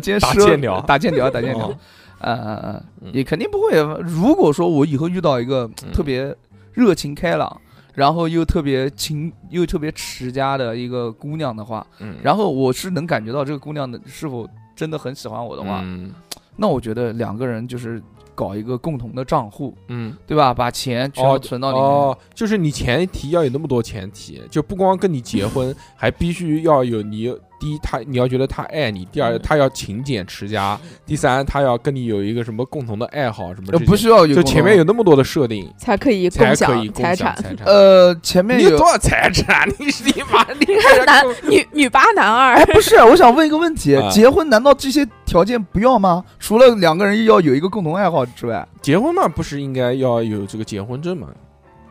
[SPEAKER 3] 先
[SPEAKER 2] 打
[SPEAKER 3] 说
[SPEAKER 2] 欠条
[SPEAKER 3] 打欠条，打欠条
[SPEAKER 2] 哦，
[SPEAKER 3] 嗯嗯嗯
[SPEAKER 2] 嗯，
[SPEAKER 3] 也肯定不会。如果说我以后遇到一个
[SPEAKER 2] 嗯
[SPEAKER 3] 特别热情开朗，然后又特别勤又特别持家的一个姑娘的话，
[SPEAKER 2] 嗯，
[SPEAKER 3] 然后我是能感觉到这个姑娘的是否真的很喜欢我的话，
[SPEAKER 2] 嗯
[SPEAKER 3] 那我觉得两个人就是搞一个共同的账户，
[SPEAKER 2] 嗯，
[SPEAKER 3] 对吧？把钱全部
[SPEAKER 2] 哦
[SPEAKER 3] 存到里面。
[SPEAKER 2] 哦，就是你前提要有那么多前提，就不光跟你结 婚，还必须要有你。第一，他你要觉得他爱你；第二，
[SPEAKER 4] 嗯
[SPEAKER 2] 他要勤俭持家；第三，他要跟你有一个什么共同的爱好什么之类
[SPEAKER 3] 呃
[SPEAKER 2] 的。
[SPEAKER 3] 不需要有
[SPEAKER 2] 就
[SPEAKER 3] 共
[SPEAKER 2] 前面
[SPEAKER 3] 同
[SPEAKER 2] 有那么多的设定，
[SPEAKER 4] 才可以
[SPEAKER 2] 才
[SPEAKER 4] 共
[SPEAKER 2] 可以
[SPEAKER 4] 享
[SPEAKER 2] 共享
[SPEAKER 4] 财
[SPEAKER 2] 产
[SPEAKER 4] 产。。
[SPEAKER 3] 呃，前面
[SPEAKER 2] 你有
[SPEAKER 3] 有
[SPEAKER 2] 多少财产？ 你是你妈你
[SPEAKER 4] 男女女八男二，
[SPEAKER 3] 哎，不是，我想问一个问题：
[SPEAKER 2] 啊
[SPEAKER 3] 结婚难道这些条件不要吗？除了两个人要有一个共同爱好之外，
[SPEAKER 2] 结婚嘛，不是应该要有这个结婚证嘛？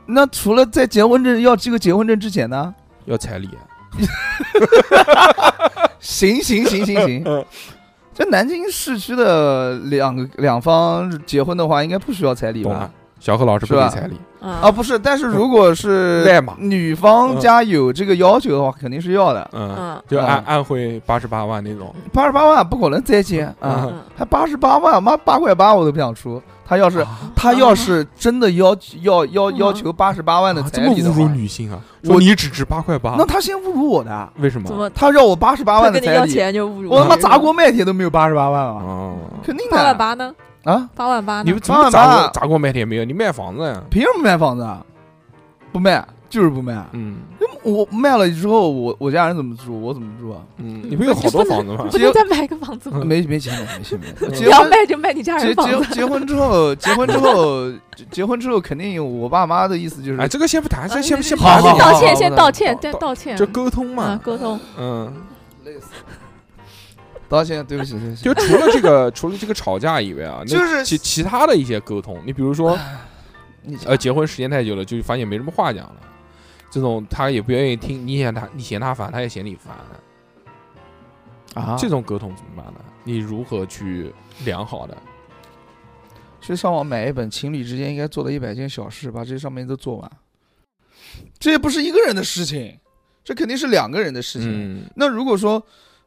[SPEAKER 3] 那除了在结婚证要这个结婚证之前呢？
[SPEAKER 2] 要彩礼啊？
[SPEAKER 3] 行行行行 行，这南京市区的两两方结婚的话，应该不需要彩礼
[SPEAKER 2] 懂
[SPEAKER 3] 吧
[SPEAKER 2] 了？，小何老师不
[SPEAKER 3] 啊是
[SPEAKER 2] 给
[SPEAKER 3] 吧
[SPEAKER 2] 彩礼，
[SPEAKER 3] 啊，
[SPEAKER 4] 啊
[SPEAKER 3] 不是，但是如果是
[SPEAKER 2] 外码
[SPEAKER 3] 女方家有这个要求的话，肯定是要的。
[SPEAKER 2] 嗯，
[SPEAKER 4] 嗯
[SPEAKER 2] 就安
[SPEAKER 3] 嗯
[SPEAKER 2] 安徽八十八万那种，
[SPEAKER 3] 八十八万不可能再见啊！
[SPEAKER 4] 嗯，
[SPEAKER 3] 还八十八万，妈八块八我都不想出。他要是
[SPEAKER 2] 啊
[SPEAKER 3] 他要是真的要要要
[SPEAKER 4] 嗯
[SPEAKER 3] 要求八十八万的
[SPEAKER 2] 啊这
[SPEAKER 3] 彩
[SPEAKER 2] 么
[SPEAKER 3] 礼的
[SPEAKER 2] 侮辱啊
[SPEAKER 3] 话，
[SPEAKER 2] 女性啊！
[SPEAKER 3] 我
[SPEAKER 2] 说你只值八块八
[SPEAKER 3] 那，他先侮辱我的，
[SPEAKER 2] 为什么？
[SPEAKER 4] 怎么
[SPEAKER 3] 他要我八十八
[SPEAKER 4] 他
[SPEAKER 3] 万的
[SPEAKER 4] 跟你
[SPEAKER 3] 彩
[SPEAKER 4] 要
[SPEAKER 3] 礼，
[SPEAKER 4] 钱就侮辱？
[SPEAKER 3] 我他妈砸锅卖铁都没有八十八万啊！
[SPEAKER 2] 哦，
[SPEAKER 3] 肯定
[SPEAKER 4] 八万
[SPEAKER 3] 的
[SPEAKER 4] 八呢？
[SPEAKER 3] 啊！
[SPEAKER 4] 八万八
[SPEAKER 2] 你
[SPEAKER 4] 呢
[SPEAKER 2] 不？怎么砸
[SPEAKER 3] 八万
[SPEAKER 2] 锅
[SPEAKER 3] 八
[SPEAKER 2] 砸锅卖铁没有？你卖房子呀？
[SPEAKER 3] 凭什么卖房子啊？不卖就是不卖。
[SPEAKER 2] 嗯
[SPEAKER 3] 我卖了之后，我我家人怎么住？我怎么住啊？
[SPEAKER 2] 嗯，你不有好多房子吗
[SPEAKER 4] 不？能再买个房子吗？
[SPEAKER 3] 没没钱没钱没钱。
[SPEAKER 4] 你
[SPEAKER 3] 结
[SPEAKER 4] 要
[SPEAKER 3] 婚
[SPEAKER 4] 卖就卖你家人
[SPEAKER 3] 结
[SPEAKER 4] 房
[SPEAKER 3] 结
[SPEAKER 4] 子。
[SPEAKER 3] 结婚之后，结婚之后，结结婚之后，肯定我爸妈的意思就是
[SPEAKER 2] 哎，这个先不谈，
[SPEAKER 4] 啊
[SPEAKER 2] 先先
[SPEAKER 4] 对
[SPEAKER 2] 先
[SPEAKER 4] 对
[SPEAKER 2] 不谈这
[SPEAKER 3] 好好
[SPEAKER 2] 个
[SPEAKER 4] 道歉，
[SPEAKER 3] 好
[SPEAKER 4] 先
[SPEAKER 3] 好
[SPEAKER 4] 道歉，
[SPEAKER 2] 道
[SPEAKER 4] 先道歉
[SPEAKER 2] 就。沟通
[SPEAKER 4] 啊，
[SPEAKER 2] 嘛，
[SPEAKER 4] 沟通。
[SPEAKER 2] 嗯。
[SPEAKER 3] 累死了。道歉，对不起，对不起。
[SPEAKER 2] 就除了这个，除了这个吵架以外啊，那
[SPEAKER 3] 就是
[SPEAKER 2] 其其他的一些沟通，你比如说，
[SPEAKER 3] 你
[SPEAKER 2] 呃，结婚时间太久了，就发现没什么话讲了，这种他也不愿意听，你嫌他你嫌他烦，他也嫌你烦，
[SPEAKER 3] 啊，
[SPEAKER 2] 这种沟通怎么办呢？你如何去良好的？
[SPEAKER 3] 去上网买一本《情侣之间应该做的一百件小事》，把这上面都做完。这也不是一个人的事情，这肯定是两个人的事情。
[SPEAKER 2] 嗯，
[SPEAKER 3] 那如果说，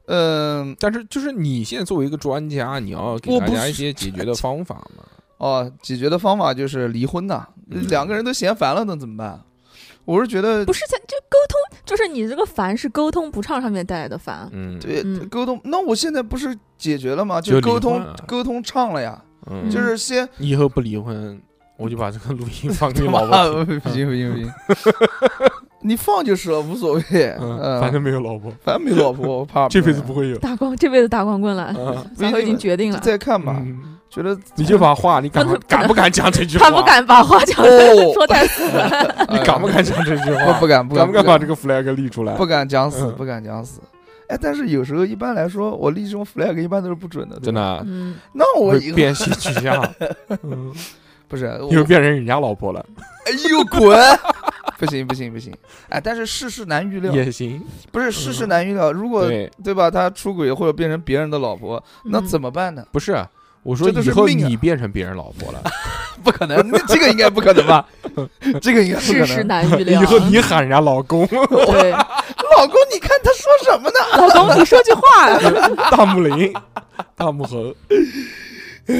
[SPEAKER 3] 嗯，
[SPEAKER 2] 但是就是你现在作为一个专家，你要给
[SPEAKER 3] 我
[SPEAKER 2] 大
[SPEAKER 3] 不
[SPEAKER 2] 家一
[SPEAKER 3] 是
[SPEAKER 2] 些解决的方法嘛。
[SPEAKER 3] 哦，解决的方法就是离婚呐，
[SPEAKER 2] 嗯
[SPEAKER 3] 两个人都嫌烦了，那怎么办？我是觉得
[SPEAKER 4] 不是，这就沟通，就是你这个烦是沟通不畅上面带来的烦。
[SPEAKER 2] 嗯，
[SPEAKER 3] 对，
[SPEAKER 4] 嗯
[SPEAKER 3] 沟通。那我现在不是解决了吗？
[SPEAKER 2] 就
[SPEAKER 3] 就
[SPEAKER 2] 离
[SPEAKER 3] 沟通
[SPEAKER 2] 婚啊
[SPEAKER 3] 沟通畅了呀，
[SPEAKER 2] 嗯，
[SPEAKER 3] 就是先
[SPEAKER 2] 你以后不离婚，我就把这个录音放给你老
[SPEAKER 3] 啊
[SPEAKER 2] 婆
[SPEAKER 3] 不行不行不行， 你放就是了，无所谓。
[SPEAKER 2] 听，
[SPEAKER 3] 嗯，
[SPEAKER 2] 嗯，反正没有老婆，
[SPEAKER 3] 反正没老婆，我怕
[SPEAKER 2] 这辈子不会有。
[SPEAKER 4] 打光，这辈子打光棍了，
[SPEAKER 2] 嗯
[SPEAKER 4] 小何已经决定了，
[SPEAKER 3] 再看吧，
[SPEAKER 2] 嗯
[SPEAKER 3] 觉得
[SPEAKER 2] 你就把话，你敢
[SPEAKER 4] 不能
[SPEAKER 2] 敢不敢讲这句话？
[SPEAKER 4] 他不，敢把话讲
[SPEAKER 3] 哦
[SPEAKER 4] 说太死了。
[SPEAKER 2] 你敢不敢讲这句
[SPEAKER 3] 哎？
[SPEAKER 2] 话？
[SPEAKER 3] 不不敢不
[SPEAKER 2] 敢
[SPEAKER 3] 敢
[SPEAKER 2] 不敢把这个 flag 立出来
[SPEAKER 3] 不？敢讲死，
[SPEAKER 2] 嗯
[SPEAKER 3] 不敢讲死。哎，但是有时候一般来说，我立这种 flag 一般都是不准的，对
[SPEAKER 2] 真
[SPEAKER 3] 吧。
[SPEAKER 2] 的啊
[SPEAKER 4] 嗯，
[SPEAKER 3] 那我以
[SPEAKER 2] 会
[SPEAKER 3] 后
[SPEAKER 2] 变戏 剧家，嗯
[SPEAKER 3] 不是，我
[SPEAKER 2] 又变成人家老婆了，
[SPEAKER 3] 哎呦滚！ 不行不行不行！哎，但是世事难预料，
[SPEAKER 2] 也行。
[SPEAKER 3] 不是世事难预料。如果
[SPEAKER 2] 对，
[SPEAKER 3] 对吧，他出轨或者变成别人的老婆，那
[SPEAKER 4] 嗯
[SPEAKER 3] 怎么 办呢？
[SPEAKER 2] 不是啊我说
[SPEAKER 3] 这都是
[SPEAKER 2] 以后
[SPEAKER 3] 命啊
[SPEAKER 2] 你变成别人老婆了，
[SPEAKER 3] 不可能，那嗯这个应该不可 能吧？这个应该不
[SPEAKER 4] 世
[SPEAKER 3] 可
[SPEAKER 4] 事
[SPEAKER 3] 能。
[SPEAKER 4] 难预
[SPEAKER 2] 以
[SPEAKER 4] 料。
[SPEAKER 2] 后你喊人家老公，
[SPEAKER 4] 对，
[SPEAKER 3] 老公，你看他说什么呢？
[SPEAKER 4] 老公，你说句话。
[SPEAKER 2] 大木林，大木猴，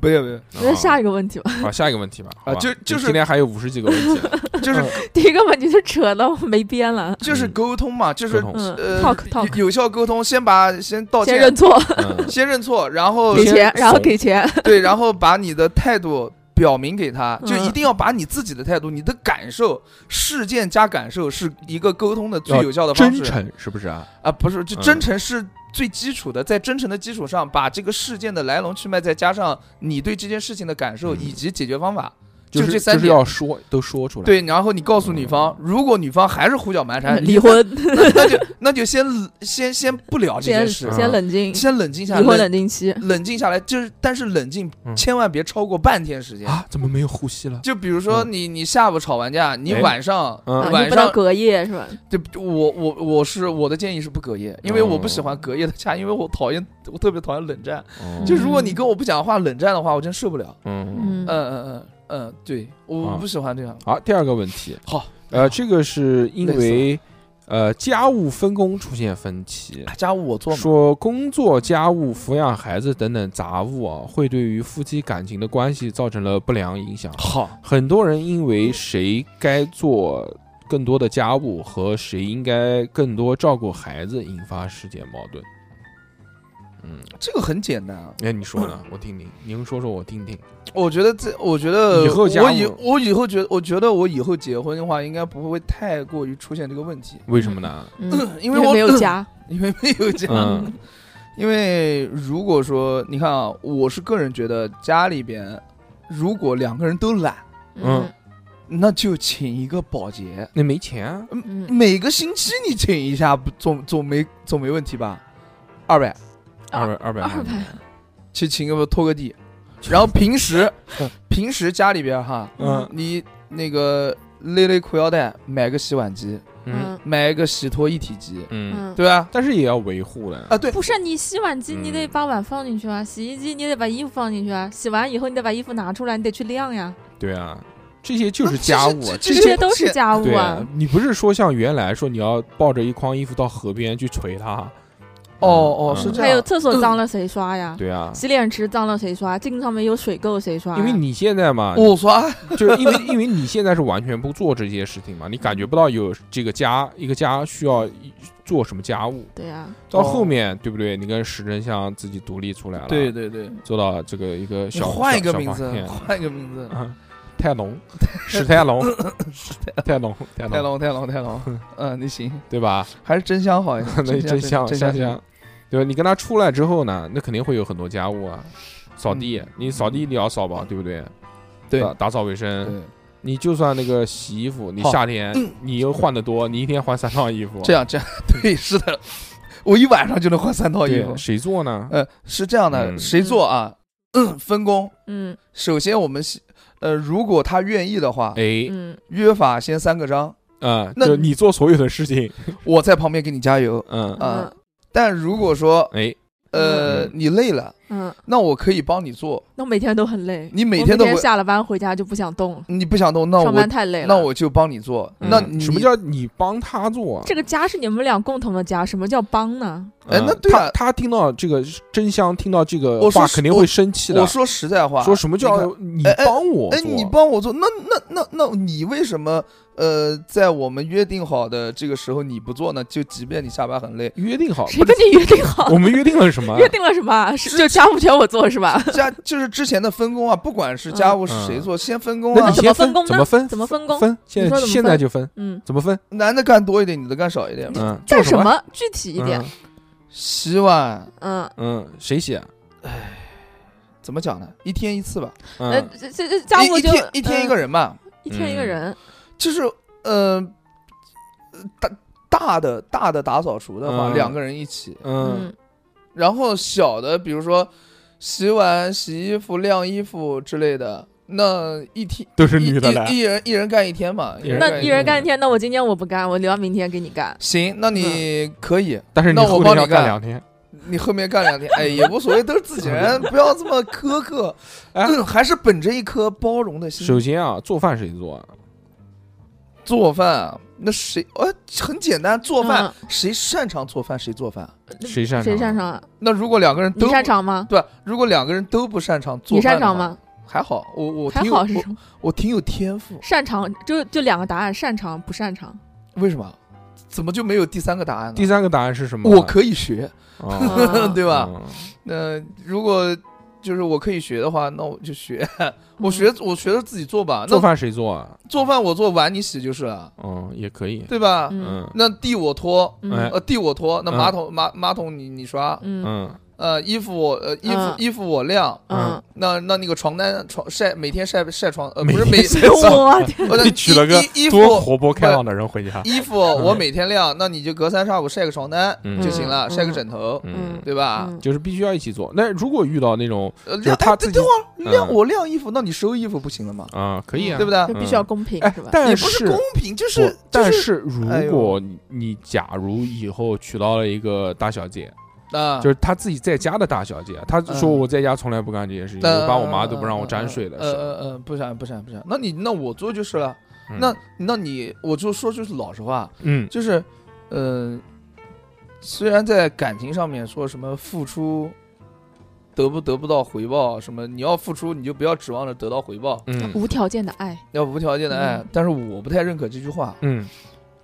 [SPEAKER 3] 不有没有，
[SPEAKER 4] 那、下一个问题吧。
[SPEAKER 2] 嗯好，下一个问题吧。好
[SPEAKER 3] 啊
[SPEAKER 2] 吧
[SPEAKER 3] 就就是
[SPEAKER 2] 今天还有五十几个问题，
[SPEAKER 3] 就是
[SPEAKER 4] 第一个问题是扯的，我没编了。
[SPEAKER 3] 就是沟通嘛，就
[SPEAKER 2] 沟
[SPEAKER 3] 是
[SPEAKER 2] 通。
[SPEAKER 4] 嗯
[SPEAKER 3] 呃
[SPEAKER 4] ，talk talk，
[SPEAKER 3] 有有效沟通，先把先道
[SPEAKER 4] 先
[SPEAKER 3] 歉，
[SPEAKER 4] 认错，
[SPEAKER 2] 嗯
[SPEAKER 3] 先认错，然后
[SPEAKER 4] 给
[SPEAKER 2] 先
[SPEAKER 4] 钱，然后
[SPEAKER 2] 怂
[SPEAKER 4] 给钱。
[SPEAKER 3] 对，然后把你的态度表明给他，就
[SPEAKER 4] 嗯
[SPEAKER 3] 一定要把你自己的态度、你的感受、事件加感受是一个沟通的最
[SPEAKER 2] 要
[SPEAKER 3] 有效的方式。
[SPEAKER 2] 真诚是不是啊？
[SPEAKER 3] 啊，不是，就
[SPEAKER 2] 嗯
[SPEAKER 3] 真诚是最基础的，在真诚的基础上，把这个事件的来龙去脉，再加上你对这件事情的感受
[SPEAKER 2] 嗯
[SPEAKER 3] 以及解决方法，
[SPEAKER 2] 就
[SPEAKER 3] 就是这三
[SPEAKER 2] 就是
[SPEAKER 3] 点。
[SPEAKER 2] 要说都说出来。，
[SPEAKER 3] 对，然后你告诉女方，
[SPEAKER 2] 嗯
[SPEAKER 3] 如果女方还是胡搅蛮缠，
[SPEAKER 4] 离，婚，
[SPEAKER 3] 那那就那就先先先不聊啊这件
[SPEAKER 4] 先
[SPEAKER 3] 事，
[SPEAKER 4] 先冷静，
[SPEAKER 3] 先冷静下来，
[SPEAKER 4] 离婚冷静 期。
[SPEAKER 3] 冷静下来，就是但是冷静
[SPEAKER 2] 嗯
[SPEAKER 3] 千万别超过半天时间。
[SPEAKER 2] 啊，怎么没有呼吸了？
[SPEAKER 3] 就比如说你你下午吵完架，你
[SPEAKER 2] 哎
[SPEAKER 3] 晚上
[SPEAKER 2] 嗯
[SPEAKER 4] 啊，你
[SPEAKER 3] 晚
[SPEAKER 4] 不能
[SPEAKER 3] 上
[SPEAKER 4] 隔夜是吧？
[SPEAKER 3] 对我我我是我的建议是不隔夜，因为我不喜欢隔夜的架，因为我讨厌我特别讨厌冷战。
[SPEAKER 2] 哦
[SPEAKER 3] 就如果你跟我不讲话冷战的话，我真受不了。
[SPEAKER 2] 嗯，
[SPEAKER 3] 嗯，
[SPEAKER 4] 嗯
[SPEAKER 3] 嗯嗯嗯，对，我
[SPEAKER 2] 啊
[SPEAKER 3] 我不喜欢这样。
[SPEAKER 2] 好，第二个问题，
[SPEAKER 3] 好，
[SPEAKER 2] 呃，这个是因
[SPEAKER 3] 累死
[SPEAKER 2] 为呃家务分工出现分歧。
[SPEAKER 3] 啊家务我做嘛，
[SPEAKER 2] 说工作、家务、抚养孩子等等杂务啊，会对于夫妻感情的关系造成了不良影响。
[SPEAKER 3] 好，
[SPEAKER 2] 很多人因为谁该做更多的家务和谁应该更多照顾孩子，引发世界矛盾。嗯，
[SPEAKER 3] 这个很简单啊。
[SPEAKER 2] 那哎你说 呢？我听听，您说说我听听。
[SPEAKER 3] 我觉得这，我觉得
[SPEAKER 2] 以后家务
[SPEAKER 3] 我以我以后觉得，我觉得我以后结婚的话，应该不会太过于出现这个问题，
[SPEAKER 2] 为什么呢？
[SPEAKER 4] 嗯，
[SPEAKER 3] 因为我
[SPEAKER 4] 没有，家，
[SPEAKER 3] 因为没有家。
[SPEAKER 2] 嗯
[SPEAKER 3] 因为如果说你看啊，我是个人觉得家里边，如果两个人都懒，
[SPEAKER 2] 嗯
[SPEAKER 3] 那就请一个保洁，
[SPEAKER 2] 那没钱啊，
[SPEAKER 4] 嗯，
[SPEAKER 3] 每个星期你请一下，不总总没总没问题吧？二百
[SPEAKER 2] 二百啊二百
[SPEAKER 4] 二百，
[SPEAKER 3] 去请个拖个地，然后平时 平时家里边哈，
[SPEAKER 2] 嗯
[SPEAKER 3] 你那个勒勒裤腰带，买个洗碗机，
[SPEAKER 2] 嗯
[SPEAKER 4] 嗯
[SPEAKER 3] 买一个洗拖一体机，
[SPEAKER 2] 嗯，
[SPEAKER 4] 嗯。
[SPEAKER 3] 对吧？
[SPEAKER 2] 但是也要维护的。
[SPEAKER 3] 啊，对，
[SPEAKER 4] 不是你洗碗机，你得
[SPEAKER 2] 嗯
[SPEAKER 4] 把碗放进去啊；洗衣机，你得把衣服放进去啊；洗完以后，你得把衣服拿出来，你得去晾呀。
[SPEAKER 2] 对啊，这些就是家务啊。
[SPEAKER 4] 这
[SPEAKER 3] 这
[SPEAKER 4] 些
[SPEAKER 3] 些
[SPEAKER 4] 都是家务
[SPEAKER 2] 对
[SPEAKER 4] 啊
[SPEAKER 2] 啊。，你不是说像原来说你要抱着一筐衣服到河边去捶它？
[SPEAKER 3] 哦哦
[SPEAKER 2] 嗯
[SPEAKER 3] 是这样
[SPEAKER 4] 还有厕所脏了谁刷呀？
[SPEAKER 2] 对啊，
[SPEAKER 4] 洗脸池脏了谁刷？镜上面有水垢谁刷呀？
[SPEAKER 2] 因为你现在嘛，
[SPEAKER 3] 我啊刷
[SPEAKER 2] 啊 就是因为因为你现在是完全不做这些事情嘛，你感觉不到有这个家一个家需要一做什么家务。
[SPEAKER 4] 对呀，
[SPEAKER 3] 哦
[SPEAKER 2] 到后面对不对？你跟石真香自己独立出来了，
[SPEAKER 3] 对，对对，
[SPEAKER 2] 做到这个一个
[SPEAKER 3] 你
[SPEAKER 2] 小
[SPEAKER 3] 换一个
[SPEAKER 2] 小
[SPEAKER 3] 名
[SPEAKER 2] 小
[SPEAKER 3] 字
[SPEAKER 2] 房间，
[SPEAKER 3] 换一个名字，
[SPEAKER 2] 啊泰隆，史泰 龙，泰龙，泰
[SPEAKER 3] 太
[SPEAKER 2] 龙，
[SPEAKER 3] 郎太郎 太郎，嗯，你行，
[SPEAKER 2] 对吧？
[SPEAKER 3] 还是真香好一点，
[SPEAKER 2] 那真香，
[SPEAKER 3] 真
[SPEAKER 2] 香
[SPEAKER 3] 香
[SPEAKER 2] 香，对吧？你跟他出来之后呢，那肯定会有很多家务啊，扫地，你扫地你要扫吧，对不对？
[SPEAKER 3] 嗯
[SPEAKER 2] 嗯
[SPEAKER 3] 对
[SPEAKER 2] 打打扫卫生，
[SPEAKER 3] 对，
[SPEAKER 2] 你就算那个洗衣服，你
[SPEAKER 3] 好嗯
[SPEAKER 2] 夏天你又换的多，你一天换三套衣服，
[SPEAKER 3] 这样这 样，对，是的，我一晚上就能换三套衣
[SPEAKER 2] 对
[SPEAKER 3] 服。
[SPEAKER 2] 谁做呢？
[SPEAKER 3] 呃，是这样的，
[SPEAKER 2] 嗯
[SPEAKER 3] 谁做啊？嗯分工，
[SPEAKER 4] 嗯
[SPEAKER 3] 首先我们先呃，如果他愿意的话，
[SPEAKER 2] 哎，
[SPEAKER 4] 嗯
[SPEAKER 3] 约法先三个章，
[SPEAKER 2] 啊，
[SPEAKER 3] 呃嗯那
[SPEAKER 2] 就你做所有的事情，
[SPEAKER 3] 我在旁边给你加油。
[SPEAKER 2] 嗯，
[SPEAKER 3] 啊
[SPEAKER 4] 嗯
[SPEAKER 3] 但如果说
[SPEAKER 2] 哎，
[SPEAKER 3] 呃
[SPEAKER 2] 嗯
[SPEAKER 3] 你累了，
[SPEAKER 4] 嗯，
[SPEAKER 3] 那我可以帮你做，
[SPEAKER 4] 那我每天都很累。
[SPEAKER 3] 你每
[SPEAKER 4] 我
[SPEAKER 3] 天都会
[SPEAKER 4] 下了班回家就不想动了，
[SPEAKER 3] 你不想动，那
[SPEAKER 4] 上班
[SPEAKER 3] 哦我
[SPEAKER 4] 太累了。
[SPEAKER 3] 那我就帮你做。那
[SPEAKER 2] 嗯
[SPEAKER 3] 你
[SPEAKER 2] 什么叫你帮他做啊？
[SPEAKER 4] 这个家是你们俩共同的家，什么叫帮呢？
[SPEAKER 3] 哎
[SPEAKER 2] 嗯
[SPEAKER 3] 那对啊
[SPEAKER 2] 他他听到这个真香，听到这个
[SPEAKER 3] 我说
[SPEAKER 2] 话
[SPEAKER 3] 是
[SPEAKER 2] 肯定会生气的
[SPEAKER 3] 我，说实在话，
[SPEAKER 2] 说什么
[SPEAKER 3] 你看
[SPEAKER 2] 叫你
[SPEAKER 3] 哎哎
[SPEAKER 2] 帮我做？
[SPEAKER 3] 哎，你帮我做，那那那那你为什么呃，在我们约定好的这个时候你不做呢？就即便你下班很累，
[SPEAKER 2] 约定好，
[SPEAKER 4] 谁跟你约定好？
[SPEAKER 2] 我们约定了 什么？
[SPEAKER 4] 约定了什么啊？是就家务全我做是吧？
[SPEAKER 3] 家就是之前的分工啊，不管是家务是谁做，先分工
[SPEAKER 2] 嗯那
[SPEAKER 3] 啊
[SPEAKER 2] 你
[SPEAKER 4] 怎，
[SPEAKER 2] 先
[SPEAKER 4] 么分工呢
[SPEAKER 2] 怎么分？
[SPEAKER 4] 怎么分工
[SPEAKER 2] 分，现
[SPEAKER 4] 你说
[SPEAKER 2] 在
[SPEAKER 4] 怎么
[SPEAKER 2] 现在
[SPEAKER 4] 分
[SPEAKER 2] 就分，
[SPEAKER 4] 嗯，
[SPEAKER 2] 怎么分？
[SPEAKER 3] 男的干多一点，女的干少一点嘛。
[SPEAKER 2] 嗯，
[SPEAKER 4] 干
[SPEAKER 2] 做什
[SPEAKER 4] 什？么？具体 一点。
[SPEAKER 3] 洗碗
[SPEAKER 4] 嗯，
[SPEAKER 2] 嗯，嗯，谁写？
[SPEAKER 3] 怎么讲呢？一天一次吧，
[SPEAKER 4] 呃，
[SPEAKER 2] 嗯，
[SPEAKER 4] 这这这家务
[SPEAKER 3] 一一
[SPEAKER 4] 就嗯
[SPEAKER 3] 天一天一个
[SPEAKER 4] 人，
[SPEAKER 3] 人嘛，
[SPEAKER 4] 一天一个人。
[SPEAKER 3] 就是呃，大大的大的打扫除的话，
[SPEAKER 2] 嗯
[SPEAKER 3] 两个人一起，
[SPEAKER 2] 嗯，
[SPEAKER 4] 嗯
[SPEAKER 3] 然后小的，比如说洗碗、洗衣服、晾衣服之类的，那一天
[SPEAKER 2] 都是
[SPEAKER 3] 一
[SPEAKER 2] 女的来
[SPEAKER 3] 一，一人一人干嗯一天嘛，
[SPEAKER 2] 一人
[SPEAKER 4] 那一
[SPEAKER 3] 天
[SPEAKER 4] 人干一天，那我今天我不干，我留到明天给你干。
[SPEAKER 3] 行，那你可以，
[SPEAKER 2] 但是你
[SPEAKER 3] 那我
[SPEAKER 2] 后
[SPEAKER 3] 帮
[SPEAKER 2] 天
[SPEAKER 3] 你
[SPEAKER 2] 要干
[SPEAKER 3] 干
[SPEAKER 2] 两天。
[SPEAKER 4] 嗯
[SPEAKER 3] 你后面干两 天，哎，也无所谓，都是自 己人，不要这么苛刻，
[SPEAKER 2] 哎
[SPEAKER 3] 嗯还是本着一颗包容的心
[SPEAKER 2] 首先啊，做饭谁做啊？
[SPEAKER 3] 做饭啊。那谁？呃，很简单，做饭、
[SPEAKER 4] 嗯
[SPEAKER 3] 谁擅长做饭谁做饭。啊
[SPEAKER 2] 谁擅长？
[SPEAKER 4] 谁擅？长啊？
[SPEAKER 3] 那如果两个人都
[SPEAKER 4] 你擅长吗？
[SPEAKER 3] 对，如果两个人都不擅长做
[SPEAKER 4] 你
[SPEAKER 3] 饭，
[SPEAKER 4] 擅长？吗？
[SPEAKER 3] 还好，我我
[SPEAKER 4] 还
[SPEAKER 3] 挺有
[SPEAKER 4] 好是
[SPEAKER 3] 我
[SPEAKER 4] 什么？
[SPEAKER 3] 我挺有天赋。
[SPEAKER 4] 擅长就就两个答案，擅长不擅长？
[SPEAKER 3] 为什么？怎么就没有第三个答案呢
[SPEAKER 2] 第？三个答案是什么？
[SPEAKER 3] 我可以学，
[SPEAKER 2] 哦
[SPEAKER 4] 嗯
[SPEAKER 3] 对吧？
[SPEAKER 2] 嗯
[SPEAKER 3] 那如果就是我可以学的话，那我就学，
[SPEAKER 4] 嗯
[SPEAKER 3] 我学我学着自己做吧。那
[SPEAKER 2] 做饭谁做啊？
[SPEAKER 3] 做饭我做碗你洗就是了，
[SPEAKER 2] 嗯，也可以。
[SPEAKER 3] 对吧？
[SPEAKER 4] 嗯
[SPEAKER 2] 嗯
[SPEAKER 3] 那地我拖，
[SPEAKER 2] 哎
[SPEAKER 4] 嗯
[SPEAKER 3] 呃，地我拖，那
[SPEAKER 2] 嗯
[SPEAKER 3] 马桶马马桶你你刷，
[SPEAKER 4] 嗯
[SPEAKER 2] 嗯
[SPEAKER 3] 呃，衣服我呃衣服
[SPEAKER 4] 嗯
[SPEAKER 3] 衣服我晾，
[SPEAKER 4] 嗯，
[SPEAKER 3] 那那那个床单床晒每天晒晒床，呃
[SPEAKER 2] 每
[SPEAKER 3] 不是
[SPEAKER 2] 天
[SPEAKER 3] 每
[SPEAKER 2] 晒
[SPEAKER 3] 呃
[SPEAKER 4] 我天，
[SPEAKER 3] 那
[SPEAKER 2] 你娶了个
[SPEAKER 3] 衣衣衣
[SPEAKER 2] 多
[SPEAKER 3] 服
[SPEAKER 2] 活泼开朗的人回家。
[SPEAKER 3] 衣服我每天晾，那你就隔三差五晒个床单
[SPEAKER 2] 嗯
[SPEAKER 3] 就行了，
[SPEAKER 4] 嗯
[SPEAKER 3] 晒个枕头，
[SPEAKER 2] 嗯，
[SPEAKER 3] 对吧？
[SPEAKER 4] 嗯
[SPEAKER 2] 就是必须要一起做。那如果遇到那种
[SPEAKER 3] 呃
[SPEAKER 2] 就是
[SPEAKER 3] 晾
[SPEAKER 2] 他
[SPEAKER 3] 哎
[SPEAKER 2] 自己
[SPEAKER 3] 等会儿晾
[SPEAKER 2] 嗯
[SPEAKER 3] 我晾衣服，那你收衣服不行了吗？
[SPEAKER 2] 啊，可以啊，
[SPEAKER 3] 对不对？
[SPEAKER 4] 就必须要公平
[SPEAKER 2] 哎
[SPEAKER 4] 是吧，？
[SPEAKER 3] 也
[SPEAKER 2] 但
[SPEAKER 3] 不是公平，就是
[SPEAKER 2] 不但
[SPEAKER 3] 就是
[SPEAKER 2] 是如
[SPEAKER 3] 哎呦
[SPEAKER 2] 果你你假如以后娶到了一个大小姐，
[SPEAKER 3] 啊，
[SPEAKER 2] 就是她自己在家的大小姐，啊她说
[SPEAKER 3] 嗯
[SPEAKER 2] 我在家从来不干这些事情，
[SPEAKER 3] 呃
[SPEAKER 2] 我爸我妈都不让我沾水的
[SPEAKER 3] 呃
[SPEAKER 2] 事。
[SPEAKER 3] 呃呃，不想不想不想，那你那我做就是了。
[SPEAKER 2] 嗯
[SPEAKER 3] 那那你我就说就是老实话，
[SPEAKER 2] 嗯
[SPEAKER 3] 就是，呃，虽然在感情上面说什么付出得不得不到回报，什么你要付出你就不要指望着得到回报，
[SPEAKER 2] 嗯
[SPEAKER 4] 无条件的爱，
[SPEAKER 3] 要无条件的爱
[SPEAKER 4] 嗯，
[SPEAKER 3] 但是我不太认可这句话。
[SPEAKER 2] 嗯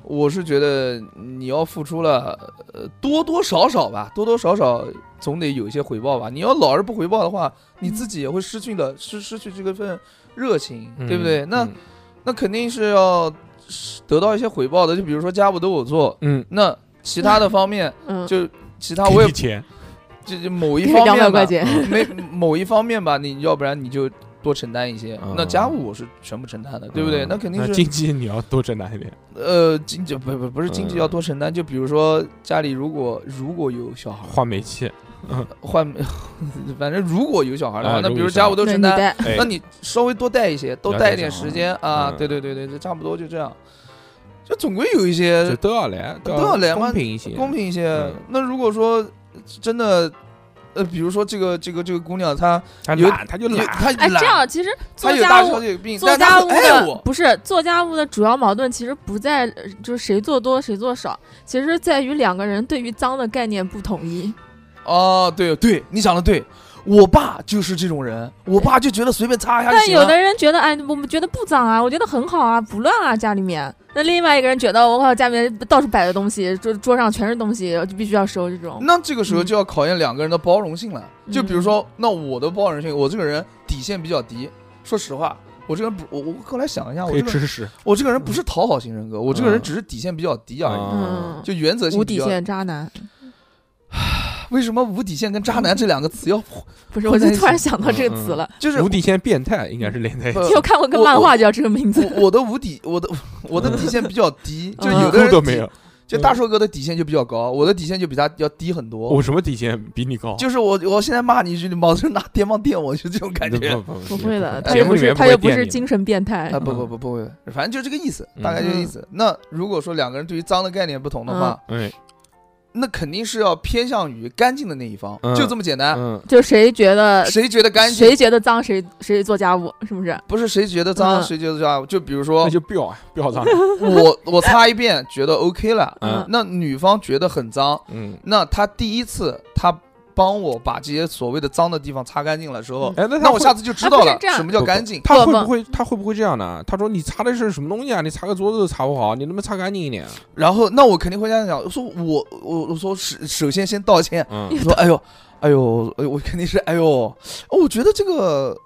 [SPEAKER 3] 我是觉得你要付出了，呃，多多少少吧，多多少少总得有一些回报吧。你要老是不回报的话，你自己也会失去了失失去这个份热情，
[SPEAKER 2] 嗯，
[SPEAKER 3] 对不对？那
[SPEAKER 2] 嗯
[SPEAKER 3] 那肯定是要得到一些回报的。就比如说家务都我做，
[SPEAKER 2] 嗯，
[SPEAKER 3] 那其他的方面
[SPEAKER 4] 嗯，
[SPEAKER 3] 就其他
[SPEAKER 2] 给
[SPEAKER 3] 啊我 也
[SPEAKER 2] 你钱，
[SPEAKER 3] 就就某一
[SPEAKER 4] 给
[SPEAKER 3] 方
[SPEAKER 4] 两百
[SPEAKER 3] 面吧嗯
[SPEAKER 4] 块，钱，
[SPEAKER 3] 没某一方面吧，你要不然你就多承担一些
[SPEAKER 2] 嗯。
[SPEAKER 3] 那家务我是全部承担的，对不对？
[SPEAKER 2] 嗯
[SPEAKER 3] 那肯定是
[SPEAKER 2] 经济你要多承担一点。
[SPEAKER 3] 呃，经济不不不是经济
[SPEAKER 2] 嗯
[SPEAKER 3] 要多承担，就比如说家里如果如果有小孩儿
[SPEAKER 2] 换煤气，
[SPEAKER 3] 换， 反正如果有小孩儿的
[SPEAKER 2] 啊
[SPEAKER 3] 话，那
[SPEAKER 2] 如
[SPEAKER 3] 比
[SPEAKER 2] 果有
[SPEAKER 3] 如
[SPEAKER 2] 小
[SPEAKER 3] 家
[SPEAKER 2] 孩
[SPEAKER 3] 务
[SPEAKER 4] 对
[SPEAKER 3] 都承
[SPEAKER 4] 你
[SPEAKER 3] 担，
[SPEAKER 4] 带
[SPEAKER 2] 哎
[SPEAKER 3] 那你稍微多带一些，多
[SPEAKER 2] 要
[SPEAKER 3] 带
[SPEAKER 2] 带
[SPEAKER 3] 一点
[SPEAKER 2] 小
[SPEAKER 3] 时
[SPEAKER 2] 孩
[SPEAKER 3] 间啊
[SPEAKER 2] 嗯，
[SPEAKER 3] 对对对对，就差不多就这样，就总归有一
[SPEAKER 2] 就
[SPEAKER 3] 些
[SPEAKER 2] 都要来，
[SPEAKER 3] 呃都要来嘛
[SPEAKER 2] 公平一些，
[SPEAKER 3] 公平一些
[SPEAKER 2] 嗯。
[SPEAKER 3] 那如果说真的，呃，比如说这个这个这个姑娘她
[SPEAKER 2] 他
[SPEAKER 3] 有
[SPEAKER 2] 懒他就
[SPEAKER 3] 有
[SPEAKER 2] 懒，
[SPEAKER 3] 她
[SPEAKER 4] 哎，这
[SPEAKER 3] 懒，
[SPEAKER 4] 样其实
[SPEAKER 3] 她
[SPEAKER 4] 做
[SPEAKER 3] 有
[SPEAKER 4] 家
[SPEAKER 3] 大
[SPEAKER 4] 务
[SPEAKER 3] 小。姐病，
[SPEAKER 4] 做
[SPEAKER 3] 但她
[SPEAKER 4] 家务
[SPEAKER 3] 很爱
[SPEAKER 4] 的
[SPEAKER 3] 我，
[SPEAKER 4] 不是做家务的主要矛盾，其实不在呃就是谁做多谁做少，其实在于两个人对于脏的概念不统一。
[SPEAKER 3] 哦，对对，你讲的对，我爸就是这种人，我爸就觉得随便擦一下就
[SPEAKER 4] 但
[SPEAKER 3] 行
[SPEAKER 4] 有
[SPEAKER 3] 了。
[SPEAKER 4] 的人觉得，哎，我们觉得不脏啊，我觉得很好啊，不乱啊，家里面。那另外一个人觉得，我靠，家里面到处摆的东西，桌桌上全是东西，就必须要收这种。
[SPEAKER 3] 那这个时候
[SPEAKER 4] 嗯
[SPEAKER 3] 就要考验两个人的包容性了。就比如
[SPEAKER 4] 嗯
[SPEAKER 3] 说，那我的包容性，我这个人底线比较低。说实话，我这个人不，我我后来想了一下，我
[SPEAKER 2] 可以
[SPEAKER 3] 这个
[SPEAKER 2] 吃屎
[SPEAKER 3] 我这个人不是讨好型人格，我这个人
[SPEAKER 2] 嗯
[SPEAKER 3] 只是底线比较低而已，
[SPEAKER 2] 啊
[SPEAKER 4] 嗯，
[SPEAKER 3] 就原则性
[SPEAKER 4] 无
[SPEAKER 3] 比
[SPEAKER 4] 底
[SPEAKER 3] 较。
[SPEAKER 4] 线渣男，
[SPEAKER 3] 为什么无底线跟渣男这两个词要
[SPEAKER 4] 不是，
[SPEAKER 3] 混
[SPEAKER 4] 我就
[SPEAKER 3] 在一
[SPEAKER 4] 突然
[SPEAKER 3] 起
[SPEAKER 4] 想到这
[SPEAKER 2] 嗯
[SPEAKER 4] 个词了。
[SPEAKER 3] 就是
[SPEAKER 2] 无底线变态应该是连在一起
[SPEAKER 3] 不，
[SPEAKER 4] 你有看过个
[SPEAKER 3] 嗯我
[SPEAKER 4] 漫
[SPEAKER 3] 我
[SPEAKER 4] 画叫这个名字？
[SPEAKER 3] 我我的无底，我的我的底线比较低，就
[SPEAKER 4] 嗯
[SPEAKER 3] 有的
[SPEAKER 2] 都
[SPEAKER 3] 人
[SPEAKER 2] 都
[SPEAKER 3] 底
[SPEAKER 2] 没有，。
[SPEAKER 3] 就大硕哥的底线就比较高，我的底线就比他要低很多。
[SPEAKER 2] 我什么底线比你高？
[SPEAKER 3] 就是我，我现在骂你一句，你卯着拿电棒电我，就这种感觉。
[SPEAKER 2] 不不
[SPEAKER 4] 不会的，他
[SPEAKER 2] 节
[SPEAKER 4] 又
[SPEAKER 2] 目
[SPEAKER 4] 不
[SPEAKER 2] 里
[SPEAKER 4] 是
[SPEAKER 2] 面
[SPEAKER 4] 他
[SPEAKER 2] 会
[SPEAKER 4] 又不
[SPEAKER 2] 电
[SPEAKER 4] 是
[SPEAKER 2] 你
[SPEAKER 4] 精神变态
[SPEAKER 3] 啊，。不
[SPEAKER 2] 嗯
[SPEAKER 3] 不不不会，反正就这个意思，大概
[SPEAKER 4] 嗯
[SPEAKER 3] 就这个意思。那如果说两个人对于脏的概念不同的话，
[SPEAKER 2] 哎
[SPEAKER 3] 那肯定是要偏向于干净的那一方，
[SPEAKER 2] 嗯
[SPEAKER 3] 就这么简单。
[SPEAKER 2] 嗯
[SPEAKER 4] 就谁觉得
[SPEAKER 3] 谁觉得干净
[SPEAKER 4] 呃谁，觉得脏谁谁做家务，是不是？
[SPEAKER 3] 不是谁觉得脏，
[SPEAKER 4] 嗯
[SPEAKER 3] 谁觉得脏。就比如说
[SPEAKER 2] 那就不要啊不要 脏了，
[SPEAKER 3] 我，我擦一遍觉得 OK 了，
[SPEAKER 2] 嗯
[SPEAKER 3] 那女方觉得很脏，
[SPEAKER 2] 嗯。
[SPEAKER 3] 那她第一次她帮我把这些所谓的脏的地方擦干净了之后，
[SPEAKER 2] 哎，那
[SPEAKER 3] 那我下
[SPEAKER 2] 次
[SPEAKER 3] 次就知道
[SPEAKER 4] 啊
[SPEAKER 3] 了
[SPEAKER 4] 不是这样
[SPEAKER 3] 什么叫干净。
[SPEAKER 2] 他会
[SPEAKER 4] 不
[SPEAKER 2] 不会他会不会这样呢？他说你擦的是什么东西啊？你擦个桌子都擦不好，你能不能擦干净一点？啊
[SPEAKER 3] 然后那我肯定会这样想，我说我我我说首首先先道歉，
[SPEAKER 2] 嗯
[SPEAKER 3] 我说哎呦哎呦，哎呦我肯定是哎呦，哦我觉得这个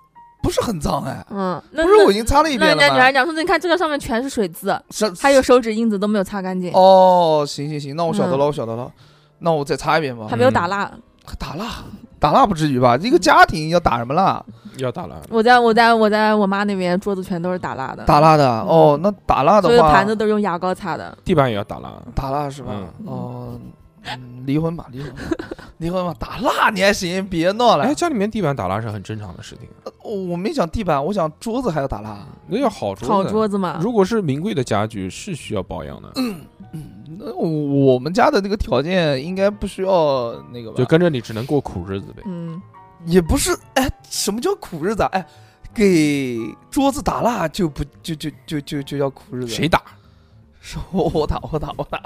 [SPEAKER 3] 不是很脏哎，
[SPEAKER 4] 嗯，那
[SPEAKER 3] 不是
[SPEAKER 4] 那
[SPEAKER 3] 我已经擦了一
[SPEAKER 4] 那
[SPEAKER 3] 遍
[SPEAKER 4] 人
[SPEAKER 3] 了
[SPEAKER 4] 家女孩
[SPEAKER 3] 吗？
[SPEAKER 4] 讲说，你看这个上面全是水渍，
[SPEAKER 3] 是
[SPEAKER 4] 还有手指印子都没有擦干净，
[SPEAKER 3] 哦，行行行，那我晓得了，
[SPEAKER 4] 嗯
[SPEAKER 3] 我晓得了，那我再擦一遍吧
[SPEAKER 4] 还。没有打蜡。
[SPEAKER 3] 打蜡打蜡不至于吧？一个家庭要打什么蜡？
[SPEAKER 4] 嗯
[SPEAKER 2] 要打了，
[SPEAKER 4] 我在我在我在我妈那边桌子全都是打蜡的，
[SPEAKER 3] 打蜡的哦，那打蜡的
[SPEAKER 4] 嗯所有
[SPEAKER 3] 话，
[SPEAKER 4] 盘子都是用牙膏擦的。
[SPEAKER 2] 地板也要打了。啊
[SPEAKER 3] 打蜡是吧？
[SPEAKER 2] 嗯
[SPEAKER 3] 哦、嗯离婚吧，离婚吧，离婚吧，打蜡你还行，别闹了。
[SPEAKER 2] 哎，家里面地板打蜡是很正常的事情，啊
[SPEAKER 3] 呃我没讲地板，我讲桌子还要打蜡。啊
[SPEAKER 2] 那要好桌子。啊
[SPEAKER 4] 好桌子嘛，
[SPEAKER 2] 如果是名贵的家具，是需要保养
[SPEAKER 3] 嗯
[SPEAKER 2] 的，
[SPEAKER 3] 那我我们家的那个条件应该不需要那个吧？
[SPEAKER 2] 就跟着你只能过苦日子呗。
[SPEAKER 4] 嗯，
[SPEAKER 3] 也不是，哎，什么叫苦日子啊？哎，给桌子打蜡就不就就就就就叫苦日子？
[SPEAKER 2] 谁打？
[SPEAKER 3] 是我我打我打我 打。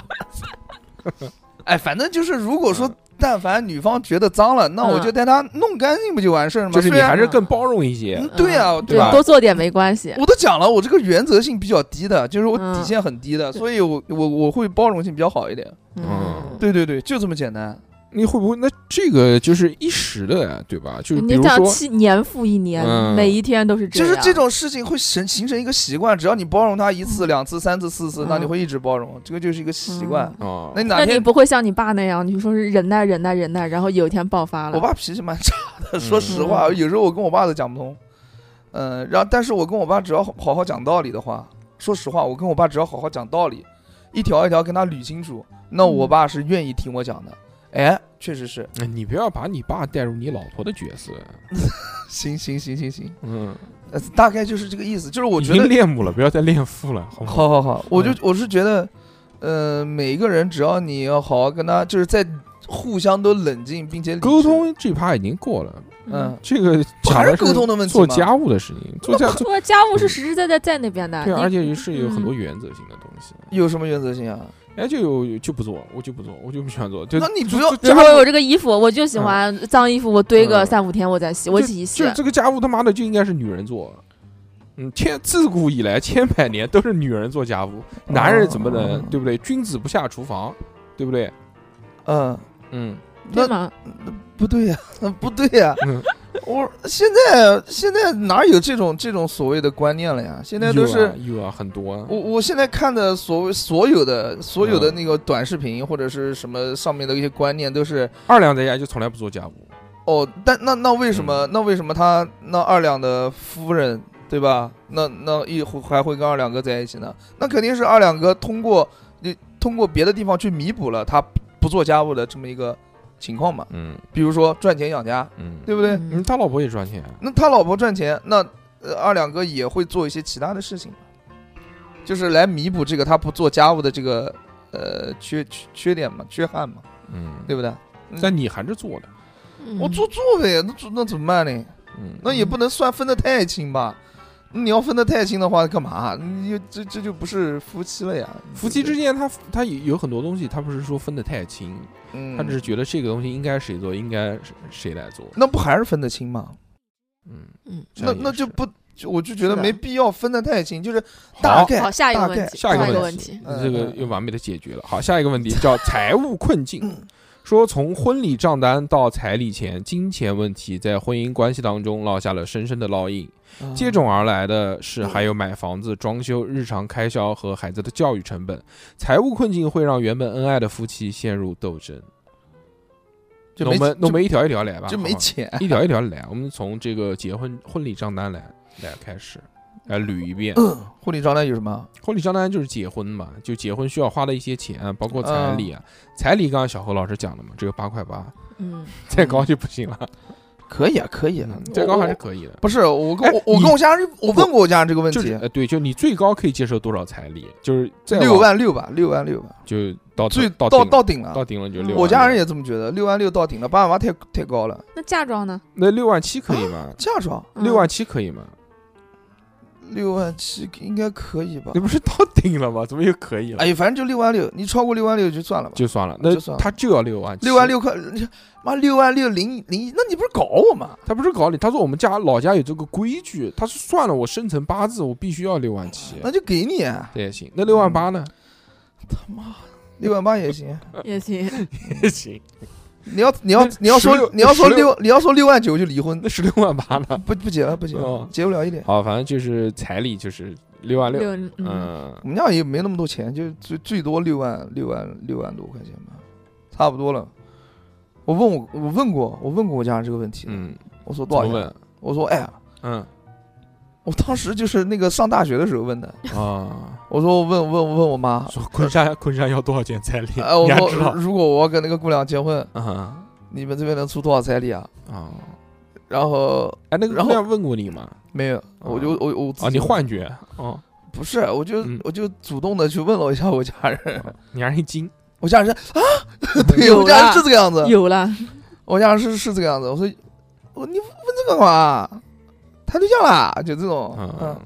[SPEAKER 3] 哎，反正就是，如果说但凡女方觉得脏了，那我就带她弄干净不就完事儿吗？
[SPEAKER 2] 就是你
[SPEAKER 3] 虽然
[SPEAKER 2] 还是更包容一些
[SPEAKER 3] 嗯，对啊，
[SPEAKER 4] 嗯
[SPEAKER 3] 对啊吧
[SPEAKER 4] 多？做点没关系。
[SPEAKER 3] 我都讲了，我这个原则性比较低的，就是我
[SPEAKER 4] 嗯
[SPEAKER 3] 底线很低的，所以我我我会包容性比较好一点。
[SPEAKER 4] 嗯，
[SPEAKER 3] 对对对，就这么简单。
[SPEAKER 2] 你会不会？那这个就是一时的呀，对吧？就是比
[SPEAKER 4] 你
[SPEAKER 2] 如
[SPEAKER 4] 这样
[SPEAKER 2] 说，
[SPEAKER 4] 七年复一年
[SPEAKER 2] 嗯，
[SPEAKER 4] 每一天都是这
[SPEAKER 3] 就
[SPEAKER 4] 样。
[SPEAKER 3] 是这种事情会形形成一个习惯，只要你包容他一次、两次、三次、四次，那你
[SPEAKER 4] 嗯
[SPEAKER 3] 会一直包容，这个就是一个习惯。
[SPEAKER 4] 嗯
[SPEAKER 2] 啊，
[SPEAKER 3] 那你哪
[SPEAKER 4] 那你
[SPEAKER 3] 天
[SPEAKER 4] 不会像你爸那样，你说是忍耐、忍耐、忍耐，然后有一天爆发
[SPEAKER 3] 我
[SPEAKER 4] 了。
[SPEAKER 3] 爸脾气蛮差的，说实话，
[SPEAKER 4] 嗯
[SPEAKER 3] 有时候我跟我爸都讲不通。嗯，然后但是我跟我爸只要好好讲道理的话，说实话，我跟我爸只要好好讲道理，一条一条跟他捋清楚，那
[SPEAKER 4] 嗯
[SPEAKER 3] 我爸是愿意听我讲的。哎，确实是，
[SPEAKER 2] 哎你不要把你爸带入你老婆的角色，啊
[SPEAKER 3] 行行行行行，
[SPEAKER 2] 嗯，
[SPEAKER 3] 呃，大概就是这个意思。就是我
[SPEAKER 2] 已
[SPEAKER 3] 觉
[SPEAKER 2] 经
[SPEAKER 3] 得，
[SPEAKER 2] 恋母了，不要再恋父了，好不好？
[SPEAKER 3] 好好好，我就
[SPEAKER 2] 嗯
[SPEAKER 3] 我是觉得，呃，每一个人只要你要好好跟他，就是在互相都冷静并且理智
[SPEAKER 2] 沟，通这趴已经过了，
[SPEAKER 3] 嗯，，
[SPEAKER 2] 这个讲
[SPEAKER 3] 还
[SPEAKER 2] 的
[SPEAKER 3] 是沟通的问题
[SPEAKER 2] 做
[SPEAKER 3] 啊吗
[SPEAKER 2] 家务的事情，做 家做
[SPEAKER 4] 说家务是实实在在在那边的。
[SPEAKER 2] 嗯对啊，
[SPEAKER 4] 你嗯
[SPEAKER 2] 而且是有很
[SPEAKER 3] 嗯
[SPEAKER 2] 多原则性的东西。
[SPEAKER 3] 有什么原则性啊？
[SPEAKER 2] 哎，就有就不做，我就不做，我就不喜欢做，就
[SPEAKER 3] 那你不要
[SPEAKER 4] 比如说我这个衣服，我就喜欢脏衣服，我堆个
[SPEAKER 2] 嗯
[SPEAKER 4] 三五天我再洗，我
[SPEAKER 2] 就
[SPEAKER 4] 自己洗
[SPEAKER 2] 就。这个家务他妈的就应该是女人做。嗯，千自古以来千百年都是女人做家务，男人怎么
[SPEAKER 3] 哦
[SPEAKER 2] 能、对不对？君子不下厨房，对不对？
[SPEAKER 3] 嗯。
[SPEAKER 2] 嗯，
[SPEAKER 4] 对吗？
[SPEAKER 3] 不对呀、 不对呀、
[SPEAKER 2] 嗯
[SPEAKER 3] 我现在现在哪有这种这种所谓的观念了呀？现在都
[SPEAKER 2] 有
[SPEAKER 3] 是
[SPEAKER 2] 啊有啊，很多啊。
[SPEAKER 3] 我我现在看的所谓所有的所有的
[SPEAKER 2] 嗯
[SPEAKER 3] 那个短视频或者是什么上面的一些观念都是
[SPEAKER 2] 二两在家就从来不做家务，
[SPEAKER 3] 哦，但那那为什么、那为什么他那二两的夫人对吧？那那一会还会跟二两哥在一起呢？那肯定是二两哥通过你通过别的地方去弥补了他不做家务的这么一个情况嘛？
[SPEAKER 2] 嗯
[SPEAKER 3] 比如说赚钱养家，
[SPEAKER 2] 嗯，
[SPEAKER 3] 对不对？
[SPEAKER 2] 嗯，他老婆也赚钱，
[SPEAKER 3] 那他老婆赚钱，那呃二两哥也会做一些其他的事情，就是来弥补这个他不做家务的这个呃缺缺缺点嘛，缺憾嘛，
[SPEAKER 2] 嗯，
[SPEAKER 3] 对不对？
[SPEAKER 2] 但你还是做的，
[SPEAKER 4] 嗯
[SPEAKER 3] 我做做呗，那做那怎么办呢？
[SPEAKER 2] 嗯，
[SPEAKER 3] 那也不能算分得太清吧。你要分得太清的话，干嘛？你就这这就不是夫妻了呀。
[SPEAKER 2] 夫妻之间他他有有很多东西，他不是说分得太清，
[SPEAKER 3] 嗯，
[SPEAKER 2] 他只是觉得这个东西应该谁做，应该谁谁来做，
[SPEAKER 3] 那不还是分得清吗？
[SPEAKER 2] 嗯，
[SPEAKER 4] 嗯，
[SPEAKER 2] 这
[SPEAKER 3] 那
[SPEAKER 2] 样也
[SPEAKER 3] 那就是不，就我就觉得
[SPEAKER 4] 是的
[SPEAKER 3] 没必要分得太清，就是大
[SPEAKER 2] 好。
[SPEAKER 3] 概
[SPEAKER 4] 好，下一个
[SPEAKER 3] 大
[SPEAKER 4] 问
[SPEAKER 3] 概
[SPEAKER 4] 题，
[SPEAKER 2] 下一
[SPEAKER 4] 一
[SPEAKER 2] 个
[SPEAKER 4] 个
[SPEAKER 2] 问
[SPEAKER 4] 问
[SPEAKER 2] 题
[SPEAKER 4] 题，
[SPEAKER 3] 嗯
[SPEAKER 2] 这个
[SPEAKER 3] 嗯
[SPEAKER 2] 又完美的解决了。好，下一个问题 叫财务困境，
[SPEAKER 3] 嗯
[SPEAKER 2] 说从婚礼账单到彩礼钱，金钱问题在婚姻关系当中落下了深深的烙印。
[SPEAKER 3] 嗯
[SPEAKER 2] 接踵而来的是还有买房子、装修、日常开销和孩子的教育成本。财务困境会让原本恩爱的夫妻陷入斗争。
[SPEAKER 3] 就
[SPEAKER 2] 那我
[SPEAKER 3] 没
[SPEAKER 2] 们那我
[SPEAKER 3] 就
[SPEAKER 2] 们一条一条来吧，
[SPEAKER 3] 就没
[SPEAKER 2] 好吗
[SPEAKER 3] 钱。
[SPEAKER 2] 一条一条来。我们从这个结婚婚礼账单来来开始，来捋一遍。
[SPEAKER 3] 婚礼账单有什么？
[SPEAKER 2] 婚礼账单就是结婚嘛，就结婚需要花的一些钱，包括彩
[SPEAKER 3] 嗯
[SPEAKER 2] 礼啊。彩礼刚刚小何老师讲了嘛，只有八块八，
[SPEAKER 4] 嗯，
[SPEAKER 2] 再高就不行了，
[SPEAKER 3] 嗯可以啊，可以啊
[SPEAKER 2] 嗯，再高还是
[SPEAKER 3] 我
[SPEAKER 2] 可以的。
[SPEAKER 3] 不是我跟
[SPEAKER 2] 哎
[SPEAKER 3] 我我
[SPEAKER 2] 你
[SPEAKER 3] 跟我家人，我问过我家人这个问
[SPEAKER 2] 就是
[SPEAKER 3] 题，
[SPEAKER 2] 呃，对，就你最高可以接受多少彩礼？就是再往
[SPEAKER 3] 六万六吧，六万六吧，
[SPEAKER 2] 就到
[SPEAKER 3] 最
[SPEAKER 2] 哦到
[SPEAKER 3] 到
[SPEAKER 2] 顶了
[SPEAKER 3] 到顶
[SPEAKER 2] 到。
[SPEAKER 3] 了
[SPEAKER 2] 顶了就六万。
[SPEAKER 3] 我家人也这么觉得，六万六到顶了，八万八太太高了。
[SPEAKER 4] 那嫁妆呢？
[SPEAKER 2] 那六万七可以吗？
[SPEAKER 3] 嫁妆
[SPEAKER 4] 嗯
[SPEAKER 2] 六万七可以吗？
[SPEAKER 3] 六万七应该可以吧
[SPEAKER 2] 那？不是到顶了吗？怎么又可以了？
[SPEAKER 3] 哎，反正就六万六，你超过六万六就算了吧。
[SPEAKER 2] 就算了，那
[SPEAKER 3] 就算了
[SPEAKER 2] 他就要六万，
[SPEAKER 3] 六万，六块，你妈六万六零零，那你不是搞我吗？
[SPEAKER 2] 他不是搞你，他说我们家老家有这个规矩，他是算了我生辰八字，我必须要六万七，
[SPEAKER 3] 那就给你啊，
[SPEAKER 2] 这也行。那六万八呢？
[SPEAKER 3] 六万八也行。
[SPEAKER 4] 也行，
[SPEAKER 2] 也行。
[SPEAKER 3] 你要你要
[SPEAKER 2] 那
[SPEAKER 3] 你要
[SPEAKER 2] 十六
[SPEAKER 3] 说你要说
[SPEAKER 2] 十六
[SPEAKER 3] 六你要说六万九就离婚
[SPEAKER 2] 那，十六万八呢？
[SPEAKER 3] 不不结了不结了
[SPEAKER 2] 哦，
[SPEAKER 3] 结不了一点。
[SPEAKER 2] 好，反正就是彩礼就是六万六，
[SPEAKER 4] 六嗯，
[SPEAKER 2] 嗯
[SPEAKER 3] 我们家也没那么多钱，就最最多六万六万六万多块钱吧，差不多了。我问我我问过我问过我家人这个问题，
[SPEAKER 2] 嗯，
[SPEAKER 3] 我说
[SPEAKER 2] 怎
[SPEAKER 3] 多
[SPEAKER 2] 么
[SPEAKER 3] 少钱？
[SPEAKER 2] 问？
[SPEAKER 3] 我说哎呀，
[SPEAKER 2] 嗯
[SPEAKER 3] 我当时就是那个上大学的时候问的，
[SPEAKER 2] 啊，
[SPEAKER 3] 我说我问问问我妈，
[SPEAKER 2] 说昆山昆山要多少钱彩礼？
[SPEAKER 3] 哎我
[SPEAKER 2] 你还知
[SPEAKER 3] 说
[SPEAKER 2] 道？
[SPEAKER 3] 如果我要跟那个姑娘结婚，
[SPEAKER 2] 啊
[SPEAKER 3] 你们这边能出多少彩礼啊？
[SPEAKER 2] 啊！
[SPEAKER 3] 然后
[SPEAKER 2] 哎，那个
[SPEAKER 3] 然
[SPEAKER 2] 姑
[SPEAKER 3] 后
[SPEAKER 2] 娘问过你吗？
[SPEAKER 3] 没有，我就我我自己
[SPEAKER 2] 啊，你幻觉哦，
[SPEAKER 3] 不是，我就
[SPEAKER 2] 嗯哦
[SPEAKER 3] 我就主动的去问了一下我家人，
[SPEAKER 2] 你还是一惊。
[SPEAKER 3] 我家人说啊，对
[SPEAKER 4] 有
[SPEAKER 3] 我家人
[SPEAKER 4] 了
[SPEAKER 3] 是这个样子，
[SPEAKER 4] 有了，
[SPEAKER 3] 我家人是是这个样子，我说我你问这个干嘛？谈对象啦，就这种，嗯
[SPEAKER 2] 嗯，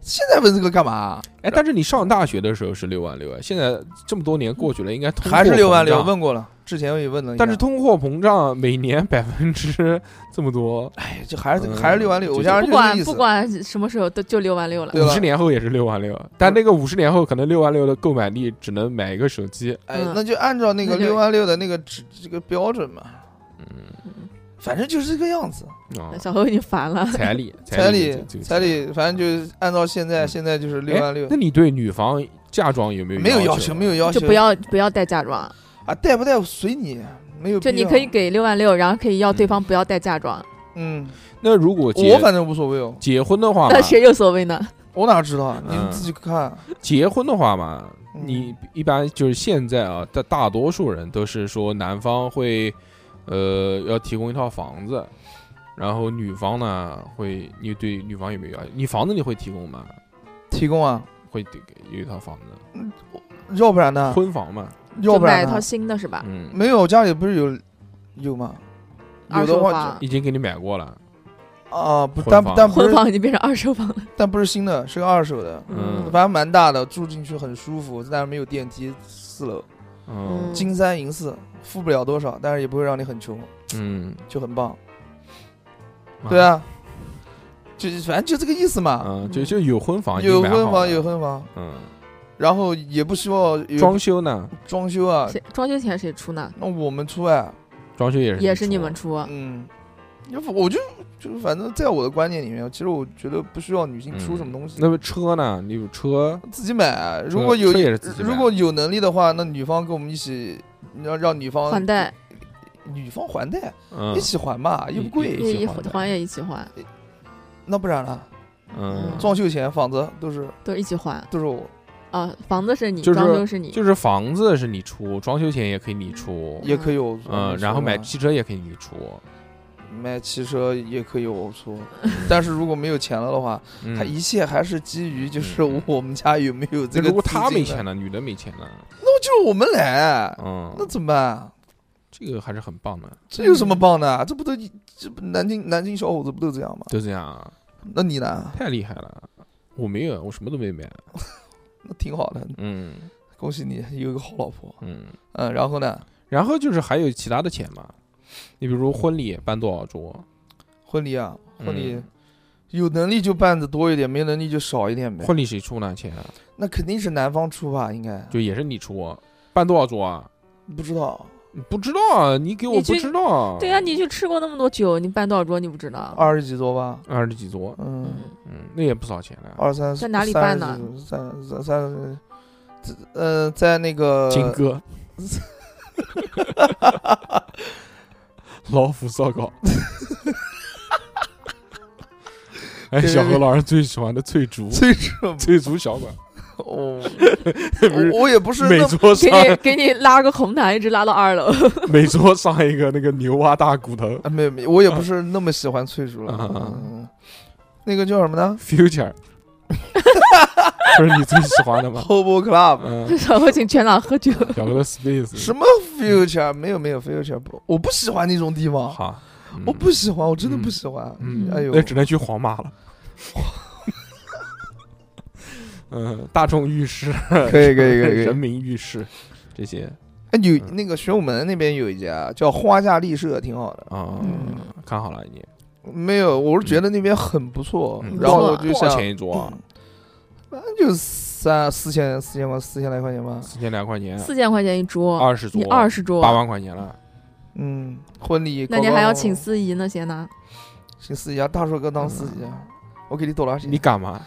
[SPEAKER 3] 现在问这个干嘛？
[SPEAKER 2] 哎，但是你上大学的时候是六万六啊，现在这么多年过去了，应该通货
[SPEAKER 3] 还是六万六？
[SPEAKER 2] 膨胀
[SPEAKER 3] 问过了，之前我也问了一下，
[SPEAKER 2] 但是通货膨胀每年 百分之这么多，
[SPEAKER 3] 哎，就还是
[SPEAKER 2] 嗯
[SPEAKER 3] 还是六万六，
[SPEAKER 2] 就
[SPEAKER 3] 我家人
[SPEAKER 4] 不
[SPEAKER 3] 就这个
[SPEAKER 4] 管
[SPEAKER 3] 意
[SPEAKER 4] 不
[SPEAKER 3] 思。
[SPEAKER 4] 管什么时候都就六万六了
[SPEAKER 3] 对。吧
[SPEAKER 2] 五十年后也是六万六，但那个五十年后可能六万六的购买力只能买一个手机。
[SPEAKER 3] 哎
[SPEAKER 4] 嗯，
[SPEAKER 3] 那就按照那个
[SPEAKER 4] 那就
[SPEAKER 3] 六万六的那个指这个标准嘛，
[SPEAKER 4] 嗯
[SPEAKER 3] 反正就是这个样子。
[SPEAKER 2] 啊，
[SPEAKER 4] 小何已经烦了，
[SPEAKER 2] 彩礼，
[SPEAKER 3] 彩
[SPEAKER 2] 礼
[SPEAKER 3] 礼，
[SPEAKER 2] 就，
[SPEAKER 3] 彩。礼，反正就是按照现在，
[SPEAKER 2] 嗯
[SPEAKER 3] 现在就是
[SPEAKER 2] 就
[SPEAKER 3] 六万六
[SPEAKER 2] 哎，那你对女方嫁妆有没有
[SPEAKER 3] 没有要
[SPEAKER 2] 要
[SPEAKER 3] 求，没有要求，
[SPEAKER 4] 就不要不要带嫁妆，
[SPEAKER 3] 啊，带不带随你，没有必
[SPEAKER 4] 就
[SPEAKER 3] 要。
[SPEAKER 4] 你可以，给六万六，然后可以要对方不要带嫁妆，
[SPEAKER 3] 嗯，
[SPEAKER 2] 那如果结
[SPEAKER 3] 我反正无所谓哦，
[SPEAKER 2] 结婚的话嘛
[SPEAKER 4] 那，谁有所谓呢？
[SPEAKER 3] 我哪知道啊？你
[SPEAKER 2] 嗯
[SPEAKER 3] 们自己看。
[SPEAKER 2] 结婚的话嘛，
[SPEAKER 3] 嗯
[SPEAKER 2] 你一般就是现在啊，大大多数人都是说男方会，呃，要提供一套房子，然后女方呢会，你对女方有没有要求？你房子你会提供吗？
[SPEAKER 3] 提供啊，
[SPEAKER 2] 会得给有一套房子，
[SPEAKER 3] 要不然呢？
[SPEAKER 2] 婚房嘛，
[SPEAKER 3] 要
[SPEAKER 4] 就
[SPEAKER 3] 不
[SPEAKER 4] 买
[SPEAKER 3] 然
[SPEAKER 4] 一套
[SPEAKER 3] 呢？
[SPEAKER 4] 新的是吧？
[SPEAKER 2] 嗯，
[SPEAKER 3] 啊没有，家里不是有有吗？有
[SPEAKER 4] 二
[SPEAKER 3] 的
[SPEAKER 4] 手
[SPEAKER 3] 话
[SPEAKER 4] 房，
[SPEAKER 2] 已经给你买过了，
[SPEAKER 3] 就啊，不，
[SPEAKER 2] 婚
[SPEAKER 3] 但
[SPEAKER 2] 房
[SPEAKER 3] 但不
[SPEAKER 4] 婚
[SPEAKER 3] 是
[SPEAKER 4] 房已经变成二手房了。
[SPEAKER 3] 但不是新的，是个二手的，
[SPEAKER 2] 嗯
[SPEAKER 3] 反正蛮大的，住进去很舒服，但是没有电梯，四楼，
[SPEAKER 2] 嗯
[SPEAKER 4] 嗯
[SPEAKER 3] 金三银四，付不了多少，但是也不会让你很穷，
[SPEAKER 2] 嗯，
[SPEAKER 3] 就很棒。
[SPEAKER 2] 啊
[SPEAKER 4] 嗯
[SPEAKER 3] 对啊，就是反正就这个意思嘛。
[SPEAKER 2] 嗯，就就有婚房，已经
[SPEAKER 3] 有
[SPEAKER 2] 买好啊
[SPEAKER 3] 婚房
[SPEAKER 2] 了
[SPEAKER 3] 有，婚房，
[SPEAKER 2] 嗯，
[SPEAKER 3] 然后也不希望有
[SPEAKER 2] 装修呢，
[SPEAKER 3] 装修啊，
[SPEAKER 4] 谁装修钱谁出呢？
[SPEAKER 3] 那我们出啊，
[SPEAKER 2] 装修也是
[SPEAKER 4] 也是你
[SPEAKER 2] 出
[SPEAKER 4] 们出，啊
[SPEAKER 3] 嗯，要不我就就反正在我的观念里面，其实我觉得不需要女性出什么东西，
[SPEAKER 2] 那么车呢？你有车，
[SPEAKER 3] 自己买啊。
[SPEAKER 2] 车
[SPEAKER 3] 如果有
[SPEAKER 2] 车也是嗯自己买
[SPEAKER 3] 如果有能力的话，那女方跟我们一起，让让女方
[SPEAKER 4] 还贷
[SPEAKER 3] 女方还贷，
[SPEAKER 2] 嗯
[SPEAKER 3] 一起还嘛，又
[SPEAKER 2] 一
[SPEAKER 3] 不贵。
[SPEAKER 2] 起
[SPEAKER 4] 也一
[SPEAKER 2] 还的
[SPEAKER 4] 还也一起还，
[SPEAKER 3] 那不然呢？
[SPEAKER 2] 嗯，
[SPEAKER 3] 装修钱、房子都是
[SPEAKER 4] 都是一起还
[SPEAKER 3] 都是我，
[SPEAKER 4] 啊。房子是你，
[SPEAKER 2] 就是
[SPEAKER 4] 装修是你，
[SPEAKER 2] 就是房子是你出，装修钱也可以你出，
[SPEAKER 3] 也可以我出
[SPEAKER 2] 嗯，然后买汽车也可以你出，
[SPEAKER 3] 买汽车也可以我出，但是如果没有钱了的话，
[SPEAKER 2] 嗯
[SPEAKER 3] 还一切还是基于就是
[SPEAKER 2] 嗯
[SPEAKER 3] 我们家有没有这
[SPEAKER 2] 那
[SPEAKER 3] 个。
[SPEAKER 2] 如果他没钱，了，女的没钱了，
[SPEAKER 3] 那就是我们来，那
[SPEAKER 2] 嗯，
[SPEAKER 3] 怎么办？
[SPEAKER 2] 这个还是很棒的，
[SPEAKER 3] 这有什么棒的？这不都这不南京南京小伙子不都这样吗？
[SPEAKER 2] 就这样啊，
[SPEAKER 3] 那你呢？
[SPEAKER 2] 太厉害了。我没有，我什么都没买。
[SPEAKER 3] 那挺好的，
[SPEAKER 2] 嗯
[SPEAKER 3] 恭喜你有一个好老婆。
[SPEAKER 2] 嗯，
[SPEAKER 3] 嗯，然后呢，
[SPEAKER 2] 然后就是还有其他的钱嘛，你比如婚礼办多少桌，
[SPEAKER 3] 婚礼啊，婚礼、
[SPEAKER 2] 嗯
[SPEAKER 3] 有能力就办的多一点，没能力就少一点呗。
[SPEAKER 2] 婚礼谁出呢？钱啊
[SPEAKER 3] 那肯定是男方出吧？应该
[SPEAKER 2] 就也是你出，办多少桌啊？
[SPEAKER 3] 不知道
[SPEAKER 2] 不知道啊，你给我
[SPEAKER 4] 你
[SPEAKER 2] 不
[SPEAKER 4] 去
[SPEAKER 2] 知道啊。
[SPEAKER 4] 对呀，你去吃过那么多酒，你办多少桌你不知道？
[SPEAKER 3] 二十几桌吧？
[SPEAKER 2] 二十几桌，
[SPEAKER 3] 嗯，
[SPEAKER 4] 嗯，
[SPEAKER 2] 嗯，那也不少钱了。
[SPEAKER 3] 二三
[SPEAKER 4] 在哪里办呢？
[SPEAKER 3] 三十几三三三，这呃，在那个
[SPEAKER 2] 金哥，老虎烧烤。 哎，
[SPEAKER 3] 对对对
[SPEAKER 2] 小何老师最喜欢的翠竹，
[SPEAKER 3] 最热
[SPEAKER 2] 翠竹小馆，
[SPEAKER 3] 哦，
[SPEAKER 2] 不是
[SPEAKER 3] 我我也不是
[SPEAKER 2] 每
[SPEAKER 3] 那
[SPEAKER 2] 桌上
[SPEAKER 4] 给 你给你拉个红毯，一直拉到二楼。
[SPEAKER 2] 每桌上一个那个牛蛙大骨头
[SPEAKER 3] 啊，没有没有，我也不是那么喜欢翠竹了。
[SPEAKER 2] 啊啊啊
[SPEAKER 3] 嗯，那个叫什么呢
[SPEAKER 2] ，future，不是你最喜欢的 吗？
[SPEAKER 3] ？Hobo Club。
[SPEAKER 2] 啊嗯，
[SPEAKER 4] 然后请全场喝 酒，
[SPEAKER 2] 小何的 space，
[SPEAKER 3] 什么 future 没有没有 future 不，我不喜欢那种地方，
[SPEAKER 2] 好，嗯
[SPEAKER 3] 我不喜欢，我真的不喜欢。
[SPEAKER 2] 嗯
[SPEAKER 3] 哎呦，
[SPEAKER 2] 那只能去皇马了。 嗯，大众浴室，
[SPEAKER 3] 可以可以可以可以
[SPEAKER 2] 人民浴室这些
[SPEAKER 3] 哎，有
[SPEAKER 2] 嗯
[SPEAKER 3] 那个玄武门那边有一家叫花架丽舍，挺好的。
[SPEAKER 2] 啊
[SPEAKER 3] 嗯，
[SPEAKER 2] 看好了你。
[SPEAKER 3] 没有，我是觉得那边很不错，
[SPEAKER 2] 嗯
[SPEAKER 3] 然后我就
[SPEAKER 2] 多少
[SPEAKER 3] 想，
[SPEAKER 2] 钱一桌啊？
[SPEAKER 3] 反正就三四千四千块四千来块钱吧。
[SPEAKER 2] 四千两块钱，
[SPEAKER 4] 四千块钱一桌，
[SPEAKER 2] 二十桌
[SPEAKER 4] 你，二十桌，
[SPEAKER 2] 八万块钱了。
[SPEAKER 3] 嗯，婚礼
[SPEAKER 4] 那你还要请
[SPEAKER 3] 司
[SPEAKER 4] 司仪那 些呢？
[SPEAKER 3] 请司仪啊，大硕哥当司仪啊，我给你多少钱？
[SPEAKER 2] 你敢 吗？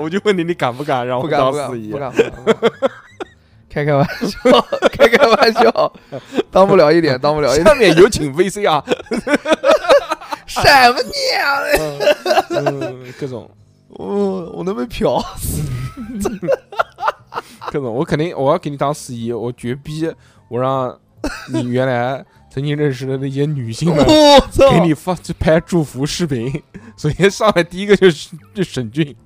[SPEAKER 2] 我就问你，你敢不敢让
[SPEAKER 3] 不
[SPEAKER 2] 我
[SPEAKER 3] 敢
[SPEAKER 2] 当
[SPEAKER 3] 不敢
[SPEAKER 2] 司仪
[SPEAKER 3] 不？敢不敢，不敢开开玩笑，开开玩笑，当不了一点，当不了一点，
[SPEAKER 2] 下面有请 VC 啊，
[SPEAKER 3] 什么娘的，
[SPEAKER 2] 嗯，各种
[SPEAKER 3] 我我能被嫖，
[SPEAKER 2] 各种，我肯定我要给你当司仪，我绝逼我让你原来曾经认识的那些女性 们
[SPEAKER 3] 我操，
[SPEAKER 2] 给你发就拍祝福视频，所以上来第一个就是就沈俊，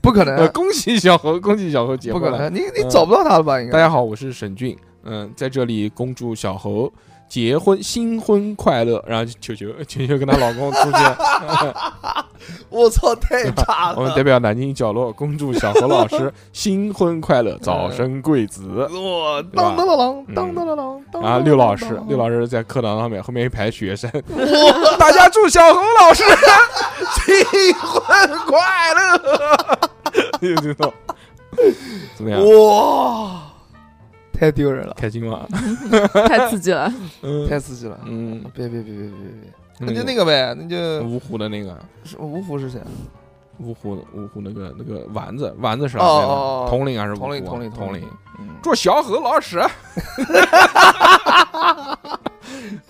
[SPEAKER 3] 不可
[SPEAKER 2] 呃，
[SPEAKER 3] 能，
[SPEAKER 2] 恭喜小何，恭喜小何结
[SPEAKER 3] 啊不
[SPEAKER 2] 婚
[SPEAKER 3] 可
[SPEAKER 2] 了。
[SPEAKER 3] 能，你
[SPEAKER 2] 嗯
[SPEAKER 3] 你找不到他了吧？应
[SPEAKER 2] 大
[SPEAKER 3] 该
[SPEAKER 2] 家好，我是沈俊，嗯，在这里恭祝小何结婚新婚快乐。然后球 球球球跟她老公出现，
[SPEAKER 5] 我操，太差
[SPEAKER 2] 我们
[SPEAKER 5] 了！
[SPEAKER 2] 代表南京角落恭祝小何老师新婚快乐，早生贵子。
[SPEAKER 5] 我
[SPEAKER 2] 对吧
[SPEAKER 5] 当当当当
[SPEAKER 2] 嗯
[SPEAKER 5] 当当当当
[SPEAKER 4] 哦
[SPEAKER 5] 当。
[SPEAKER 2] 然后六老师，六老师在课堂上面后面一排学 生，大家祝小何老师
[SPEAKER 5] 新婚快乐！
[SPEAKER 2] 就这种怎么样？
[SPEAKER 5] 哇，
[SPEAKER 3] 太丢人了，
[SPEAKER 2] 开心吗？
[SPEAKER 4] 太刺激了。
[SPEAKER 2] 嗯
[SPEAKER 3] 太刺激了！
[SPEAKER 2] 嗯，
[SPEAKER 3] 别别别别别别，
[SPEAKER 2] 那
[SPEAKER 3] 那就那个呗，那就是
[SPEAKER 2] 芜湖的那个
[SPEAKER 3] 是芜湖是谁？
[SPEAKER 2] 芜湖芜湖那个那个丸子丸子是
[SPEAKER 3] 哦
[SPEAKER 2] 哪边
[SPEAKER 3] 哦
[SPEAKER 2] 的？
[SPEAKER 3] 哦
[SPEAKER 2] 铜陵还是芜湖啊
[SPEAKER 3] 同龄同龄
[SPEAKER 2] 铜
[SPEAKER 3] 龄
[SPEAKER 2] 陵？，
[SPEAKER 3] 嗯，
[SPEAKER 2] 祝小何老师，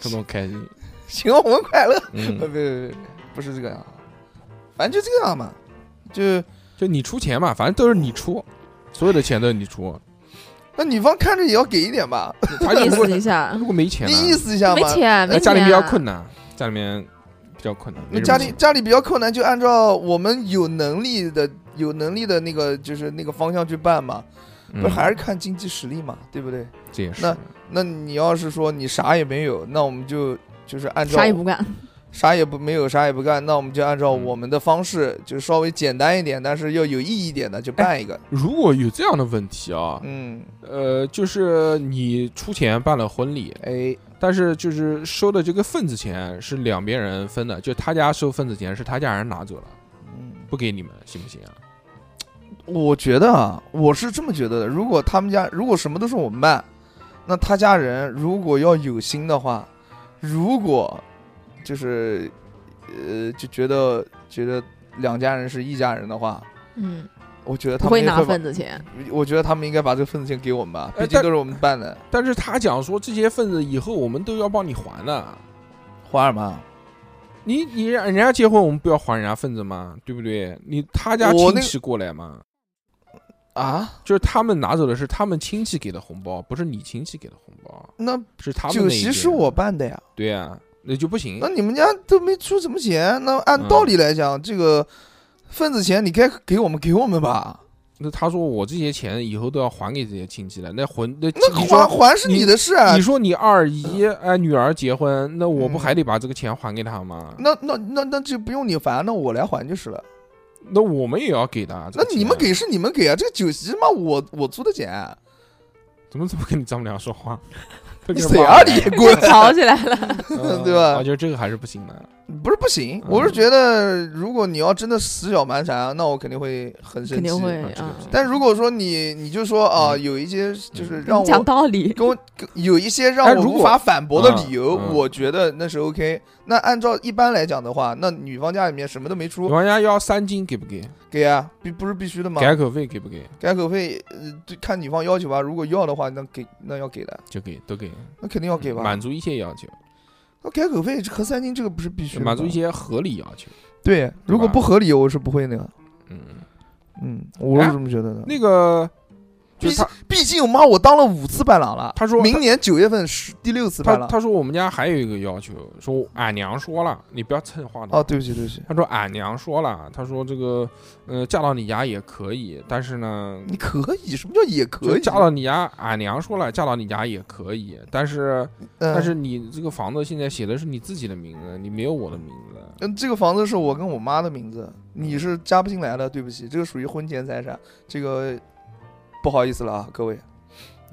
[SPEAKER 2] 这么开心。
[SPEAKER 3] 新婚快乐！别
[SPEAKER 2] 嗯，
[SPEAKER 3] 别别，不是这个样，反正就这样嘛，就
[SPEAKER 2] 就你出钱嘛，反正都是你出，所有的钱都是你 出。
[SPEAKER 3] 那女方看着也要给一点吧，
[SPEAKER 2] 他
[SPEAKER 4] 意
[SPEAKER 2] 如果
[SPEAKER 4] 思一下，
[SPEAKER 2] 如果没钱
[SPEAKER 3] 你
[SPEAKER 2] 呢？
[SPEAKER 3] 意思一下
[SPEAKER 4] 没
[SPEAKER 3] 嘛。
[SPEAKER 4] 钱，没
[SPEAKER 2] 哎
[SPEAKER 4] 钱。
[SPEAKER 2] 家里比较困难，家里面比较困难。
[SPEAKER 3] 那
[SPEAKER 2] 没什么
[SPEAKER 3] 家里
[SPEAKER 2] 钱
[SPEAKER 3] 家里比较困难，就按照我们有能力的、有能力的那个，就是那个方向去办嘛，不是
[SPEAKER 2] 嗯
[SPEAKER 3] 还是看经济实力嘛，对不对？
[SPEAKER 2] 这也是
[SPEAKER 3] 那那你要是说你啥也没有，那我们就就是按照
[SPEAKER 4] 啥也不干，
[SPEAKER 3] 啥也不没有，啥也不干，那我们就按照
[SPEAKER 2] 嗯
[SPEAKER 3] 我们的方式，就稍微简单一点，但是要有意义一点的，就办一个。
[SPEAKER 2] 如果有这样的问题啊，
[SPEAKER 3] 嗯，
[SPEAKER 2] 呃，就是你出钱办了婚礼，
[SPEAKER 3] 哎，
[SPEAKER 2] 但是就是收的这个份子钱是两边人分的，就他家收份子钱是他家人拿走了，
[SPEAKER 3] 嗯，
[SPEAKER 2] 不给你们，行不行啊？
[SPEAKER 3] 我觉得啊，我是这么觉得的。如果他们家如果什么都是我们办，那他家人如果要有心的话，如果就是呃就觉得觉得两家人是一家人的话，
[SPEAKER 4] 嗯，
[SPEAKER 3] 我觉得
[SPEAKER 4] 不
[SPEAKER 3] 他
[SPEAKER 4] 会
[SPEAKER 3] 们应该
[SPEAKER 4] 拿
[SPEAKER 3] 会把
[SPEAKER 4] 份，子钱，
[SPEAKER 3] 我觉得他们应该把这个份子钱给我们吧，
[SPEAKER 2] 哎
[SPEAKER 3] 毕竟
[SPEAKER 2] 但
[SPEAKER 3] 都是我们办的，
[SPEAKER 2] 但是他讲说这些份子以后我们都要帮你还的，
[SPEAKER 3] 花什么？
[SPEAKER 2] 你你让人家结婚我们不要还人家份子吗？对不对？你他家
[SPEAKER 3] 我
[SPEAKER 2] 亲
[SPEAKER 3] 那
[SPEAKER 2] 戚过来嘛，
[SPEAKER 3] 啊，
[SPEAKER 2] 就是他们拿走的是他们亲戚给的红包，不是你亲戚给的红包，啊
[SPEAKER 3] 那
[SPEAKER 2] 是他们那
[SPEAKER 3] 酒
[SPEAKER 2] 一
[SPEAKER 3] 席
[SPEAKER 2] 边
[SPEAKER 3] 是我办的呀，
[SPEAKER 2] 对啊，那就不行
[SPEAKER 3] 那。你们家都没出什么钱，那按道理来讲，这个份子钱你该给我们给我们吧？
[SPEAKER 2] 那他说我这些钱以后都要还给这些亲戚了，那还那
[SPEAKER 3] 那
[SPEAKER 2] 你
[SPEAKER 3] 还
[SPEAKER 2] 说
[SPEAKER 3] 还是你的事啊
[SPEAKER 2] 你。说你二姨哎女儿结婚，那我不
[SPEAKER 3] 嗯
[SPEAKER 2] 还得把这个钱还给他吗？
[SPEAKER 3] 那那那那就不用你烦，那我来还就是了。
[SPEAKER 2] 那我们也要给的啊。这
[SPEAKER 3] 那
[SPEAKER 2] 个
[SPEAKER 3] 你们
[SPEAKER 2] 钱
[SPEAKER 3] 给是你们给啊，这个酒席嘛，我我出的钱，
[SPEAKER 2] 怎么怎么跟你丈母娘说话？
[SPEAKER 3] 你谁啊 你滚！
[SPEAKER 4] 吵起来 了。
[SPEAKER 2] 嗯
[SPEAKER 3] 对吧
[SPEAKER 2] 我觉得这个还是不行的。
[SPEAKER 3] 不是不行
[SPEAKER 2] 嗯，
[SPEAKER 3] 我是觉得如果你要真的死咬蛮缠，啊那我肯定会很生
[SPEAKER 4] 肯定会
[SPEAKER 2] 啊
[SPEAKER 3] 气。
[SPEAKER 2] 这个
[SPEAKER 4] 啊
[SPEAKER 2] 是。
[SPEAKER 3] 但如果说你你就说啊，
[SPEAKER 2] 嗯
[SPEAKER 3] 有一些就是
[SPEAKER 2] 嗯
[SPEAKER 3] 让我
[SPEAKER 4] 讲道理，
[SPEAKER 3] 跟我跟有一些让
[SPEAKER 2] 哎
[SPEAKER 3] 我
[SPEAKER 2] 如果
[SPEAKER 3] 无法反驳的理由，
[SPEAKER 2] 嗯嗯
[SPEAKER 3] 我觉得那是 OK。那按照一般来讲的话，那女方家里面什么都没出，
[SPEAKER 2] 玩家要三金给不给？
[SPEAKER 3] 给啊，必不是必须的吗？
[SPEAKER 2] 改口费啊给不给？
[SPEAKER 3] 改口费，呃，就看女方要求吧。如果要的话，那给那要给的，
[SPEAKER 2] 就给，都给，
[SPEAKER 3] 那肯定要给吧
[SPEAKER 2] 满。足一切要求，
[SPEAKER 3] 那改口费和三金这个不是必须的吗
[SPEAKER 2] 满足一些合理要求。
[SPEAKER 3] 对，如果不合理，我是不会那个。
[SPEAKER 2] 嗯，
[SPEAKER 3] 嗯，我是这么觉得的。
[SPEAKER 2] 那个就
[SPEAKER 3] 毕
[SPEAKER 2] 是他
[SPEAKER 3] 竟毕竟妈，我当了五次伴郎了。
[SPEAKER 2] 他说
[SPEAKER 3] 明年九月份是第六次
[SPEAKER 2] 他
[SPEAKER 3] 伴郎。
[SPEAKER 2] 他说我们家还有一个要求，说俺娘说了，你不要蹭话筒。
[SPEAKER 3] 哦，对不起，对不起，
[SPEAKER 2] 他说俺娘说了，他说这个，呃，嫁到你家也可以，但是呢，
[SPEAKER 3] 你可以？什么叫也可
[SPEAKER 2] 就
[SPEAKER 3] 以？
[SPEAKER 2] 嫁到你家，俺娘说了，嫁到你家也可以，但是
[SPEAKER 3] 嗯，
[SPEAKER 2] 但是你这个房子现在写的是你自己的名字，你没有我的名字。
[SPEAKER 3] 嗯，这个房子是我跟我妈的名字，你是加不进来的，对不起，这个属于婚前财产，这个不好意思了啊，各位，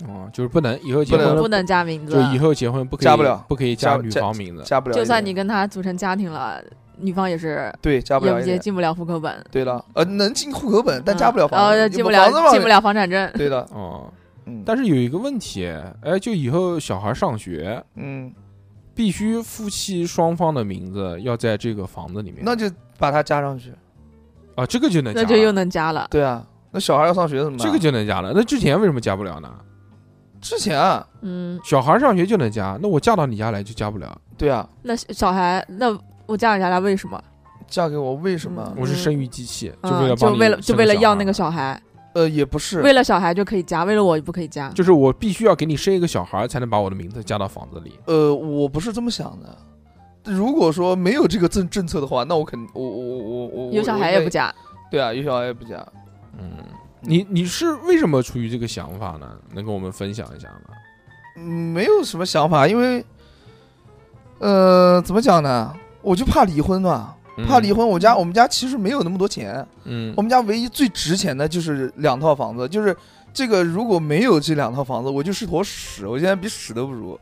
[SPEAKER 2] 哦，就是不能以后结
[SPEAKER 4] 不
[SPEAKER 2] 婚
[SPEAKER 4] 能
[SPEAKER 2] 了
[SPEAKER 4] 不能加名字啊
[SPEAKER 2] 就，以后结婚不可以
[SPEAKER 3] 加不了
[SPEAKER 2] 不可以
[SPEAKER 3] 加
[SPEAKER 2] 加
[SPEAKER 3] 不
[SPEAKER 2] 女
[SPEAKER 3] 加
[SPEAKER 2] 方名字。
[SPEAKER 3] 加不了一点。
[SPEAKER 4] 就算你跟他组成家庭了，女方也是
[SPEAKER 3] 对加不
[SPEAKER 4] 也
[SPEAKER 3] 了
[SPEAKER 4] 不
[SPEAKER 3] 一
[SPEAKER 4] 接
[SPEAKER 3] 点。
[SPEAKER 4] 进不了户口本，
[SPEAKER 3] 对了，呃，能进户口本，但加不了
[SPEAKER 4] 嗯
[SPEAKER 3] 房
[SPEAKER 4] 呃，
[SPEAKER 3] 子，
[SPEAKER 4] 进
[SPEAKER 3] 有
[SPEAKER 4] 不了
[SPEAKER 3] 房子嘛
[SPEAKER 4] 进不。了房产证，
[SPEAKER 3] 对 的，
[SPEAKER 2] 哦，
[SPEAKER 3] 嗯，
[SPEAKER 2] 但是有一个问题，哎，就以后小孩上学，
[SPEAKER 3] 嗯，
[SPEAKER 2] 必须夫妻双方的名字要在这个房子里面。
[SPEAKER 3] 那就把它加上去。
[SPEAKER 2] 啊，这个就能加
[SPEAKER 4] 那就又能加了。
[SPEAKER 3] 对啊，那小孩要上学怎么办？啊
[SPEAKER 2] 这个就能加了。那之前为什么加不了呢？
[SPEAKER 3] 之前啊，
[SPEAKER 4] 嗯，
[SPEAKER 2] 小孩上学就能加，那我嫁到你家来就加不了。
[SPEAKER 3] 对啊，
[SPEAKER 4] 那小孩，那我嫁人家来为什么？
[SPEAKER 3] 嫁给我为什么
[SPEAKER 4] 嗯？
[SPEAKER 2] 我是生育机器，为了
[SPEAKER 4] 嗯，就
[SPEAKER 2] 帮你
[SPEAKER 4] 为了就
[SPEAKER 2] 生
[SPEAKER 4] 为了要那
[SPEAKER 2] 个
[SPEAKER 4] 个
[SPEAKER 2] 小孩。
[SPEAKER 4] 小孩，
[SPEAKER 3] 呃，也不是，
[SPEAKER 4] 为了小孩就可以加，为了我就不可以加。
[SPEAKER 2] 就是我必须要给你生一个小孩，才能把我的名字加到房子
[SPEAKER 4] 嗯
[SPEAKER 2] 里。
[SPEAKER 3] 呃，我不是这么想的。如果说没有这个政政策的话，那我肯我我我我我
[SPEAKER 4] 有小孩也不，加，
[SPEAKER 3] 我对啊，有小孩也不加。
[SPEAKER 2] 嗯，你你是为什么出于这个想法呢？能跟我们分享一下吗？
[SPEAKER 3] 嗯没有什么想法，因为呃，怎么讲呢？我就怕离婚嘛，怕离
[SPEAKER 2] 婚，
[SPEAKER 3] 婚。我家我们家其实没有那么多钱，
[SPEAKER 2] 嗯
[SPEAKER 3] 我们家唯一最值钱的就是两套房子，就是这个如果没有这两套房子，我就是坨屎，我现在比屎都不如，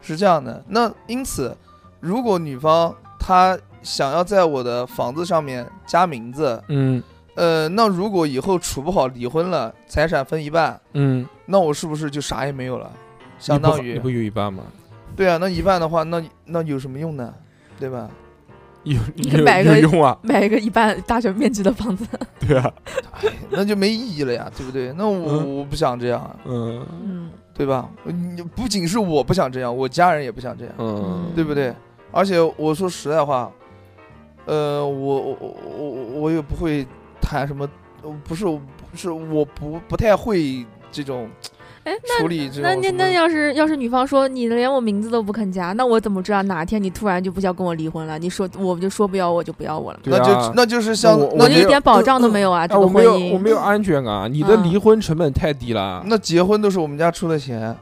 [SPEAKER 3] 是这样的。那因此，如果女方她想要在我的房子上面加名字，
[SPEAKER 2] 嗯
[SPEAKER 3] 呃，那如果以后处不好离婚了，财产分一半，
[SPEAKER 2] 嗯，
[SPEAKER 3] 那我是不是就啥也没有了？
[SPEAKER 2] 你
[SPEAKER 3] 相
[SPEAKER 2] 不
[SPEAKER 3] 当
[SPEAKER 2] 你
[SPEAKER 3] 于
[SPEAKER 2] 不有一半吗？
[SPEAKER 3] 对啊，那一半的话，那那有什么用呢？对吧？
[SPEAKER 2] 有
[SPEAKER 4] 你可以
[SPEAKER 2] 有
[SPEAKER 4] 买
[SPEAKER 2] 有
[SPEAKER 4] 个
[SPEAKER 2] 用啊，
[SPEAKER 4] 买一个一般大小面积的房子，
[SPEAKER 2] 对 啊，
[SPEAKER 3] 那就没意义了呀，对不对？那我、
[SPEAKER 2] 嗯
[SPEAKER 3] 我不想这样，啊
[SPEAKER 2] 嗯
[SPEAKER 4] 嗯，
[SPEAKER 3] 对吧？你不仅是我不想这样，我家人也不想这样，
[SPEAKER 2] 嗯
[SPEAKER 3] 对不对？而且我说实在话，呃，我我我我我也不会谈什么，呃不是我不是我不不太会这种
[SPEAKER 4] 哎，
[SPEAKER 3] 处
[SPEAKER 4] 那
[SPEAKER 3] 理这种
[SPEAKER 4] 那
[SPEAKER 3] 什
[SPEAKER 4] 那
[SPEAKER 3] 么
[SPEAKER 4] 那要是要是女方说你连我名字都不肯加，那我怎么知道哪天你突然就不想跟我离婚了？你说我就说不要我就不要我了，
[SPEAKER 2] 对
[SPEAKER 3] 那
[SPEAKER 2] 啊
[SPEAKER 3] 就那就是像
[SPEAKER 2] 我
[SPEAKER 3] 那
[SPEAKER 4] 我就
[SPEAKER 3] 就
[SPEAKER 4] 一点保障
[SPEAKER 3] 呃
[SPEAKER 4] 都没有啊！这
[SPEAKER 2] 哎，
[SPEAKER 4] 个
[SPEAKER 2] 我没
[SPEAKER 4] 婚
[SPEAKER 2] 有我
[SPEAKER 4] 姻，
[SPEAKER 2] 没有安全感啊，你的
[SPEAKER 4] 嗯
[SPEAKER 2] 离婚成本太低了。
[SPEAKER 3] 那结婚都是我们家出的钱，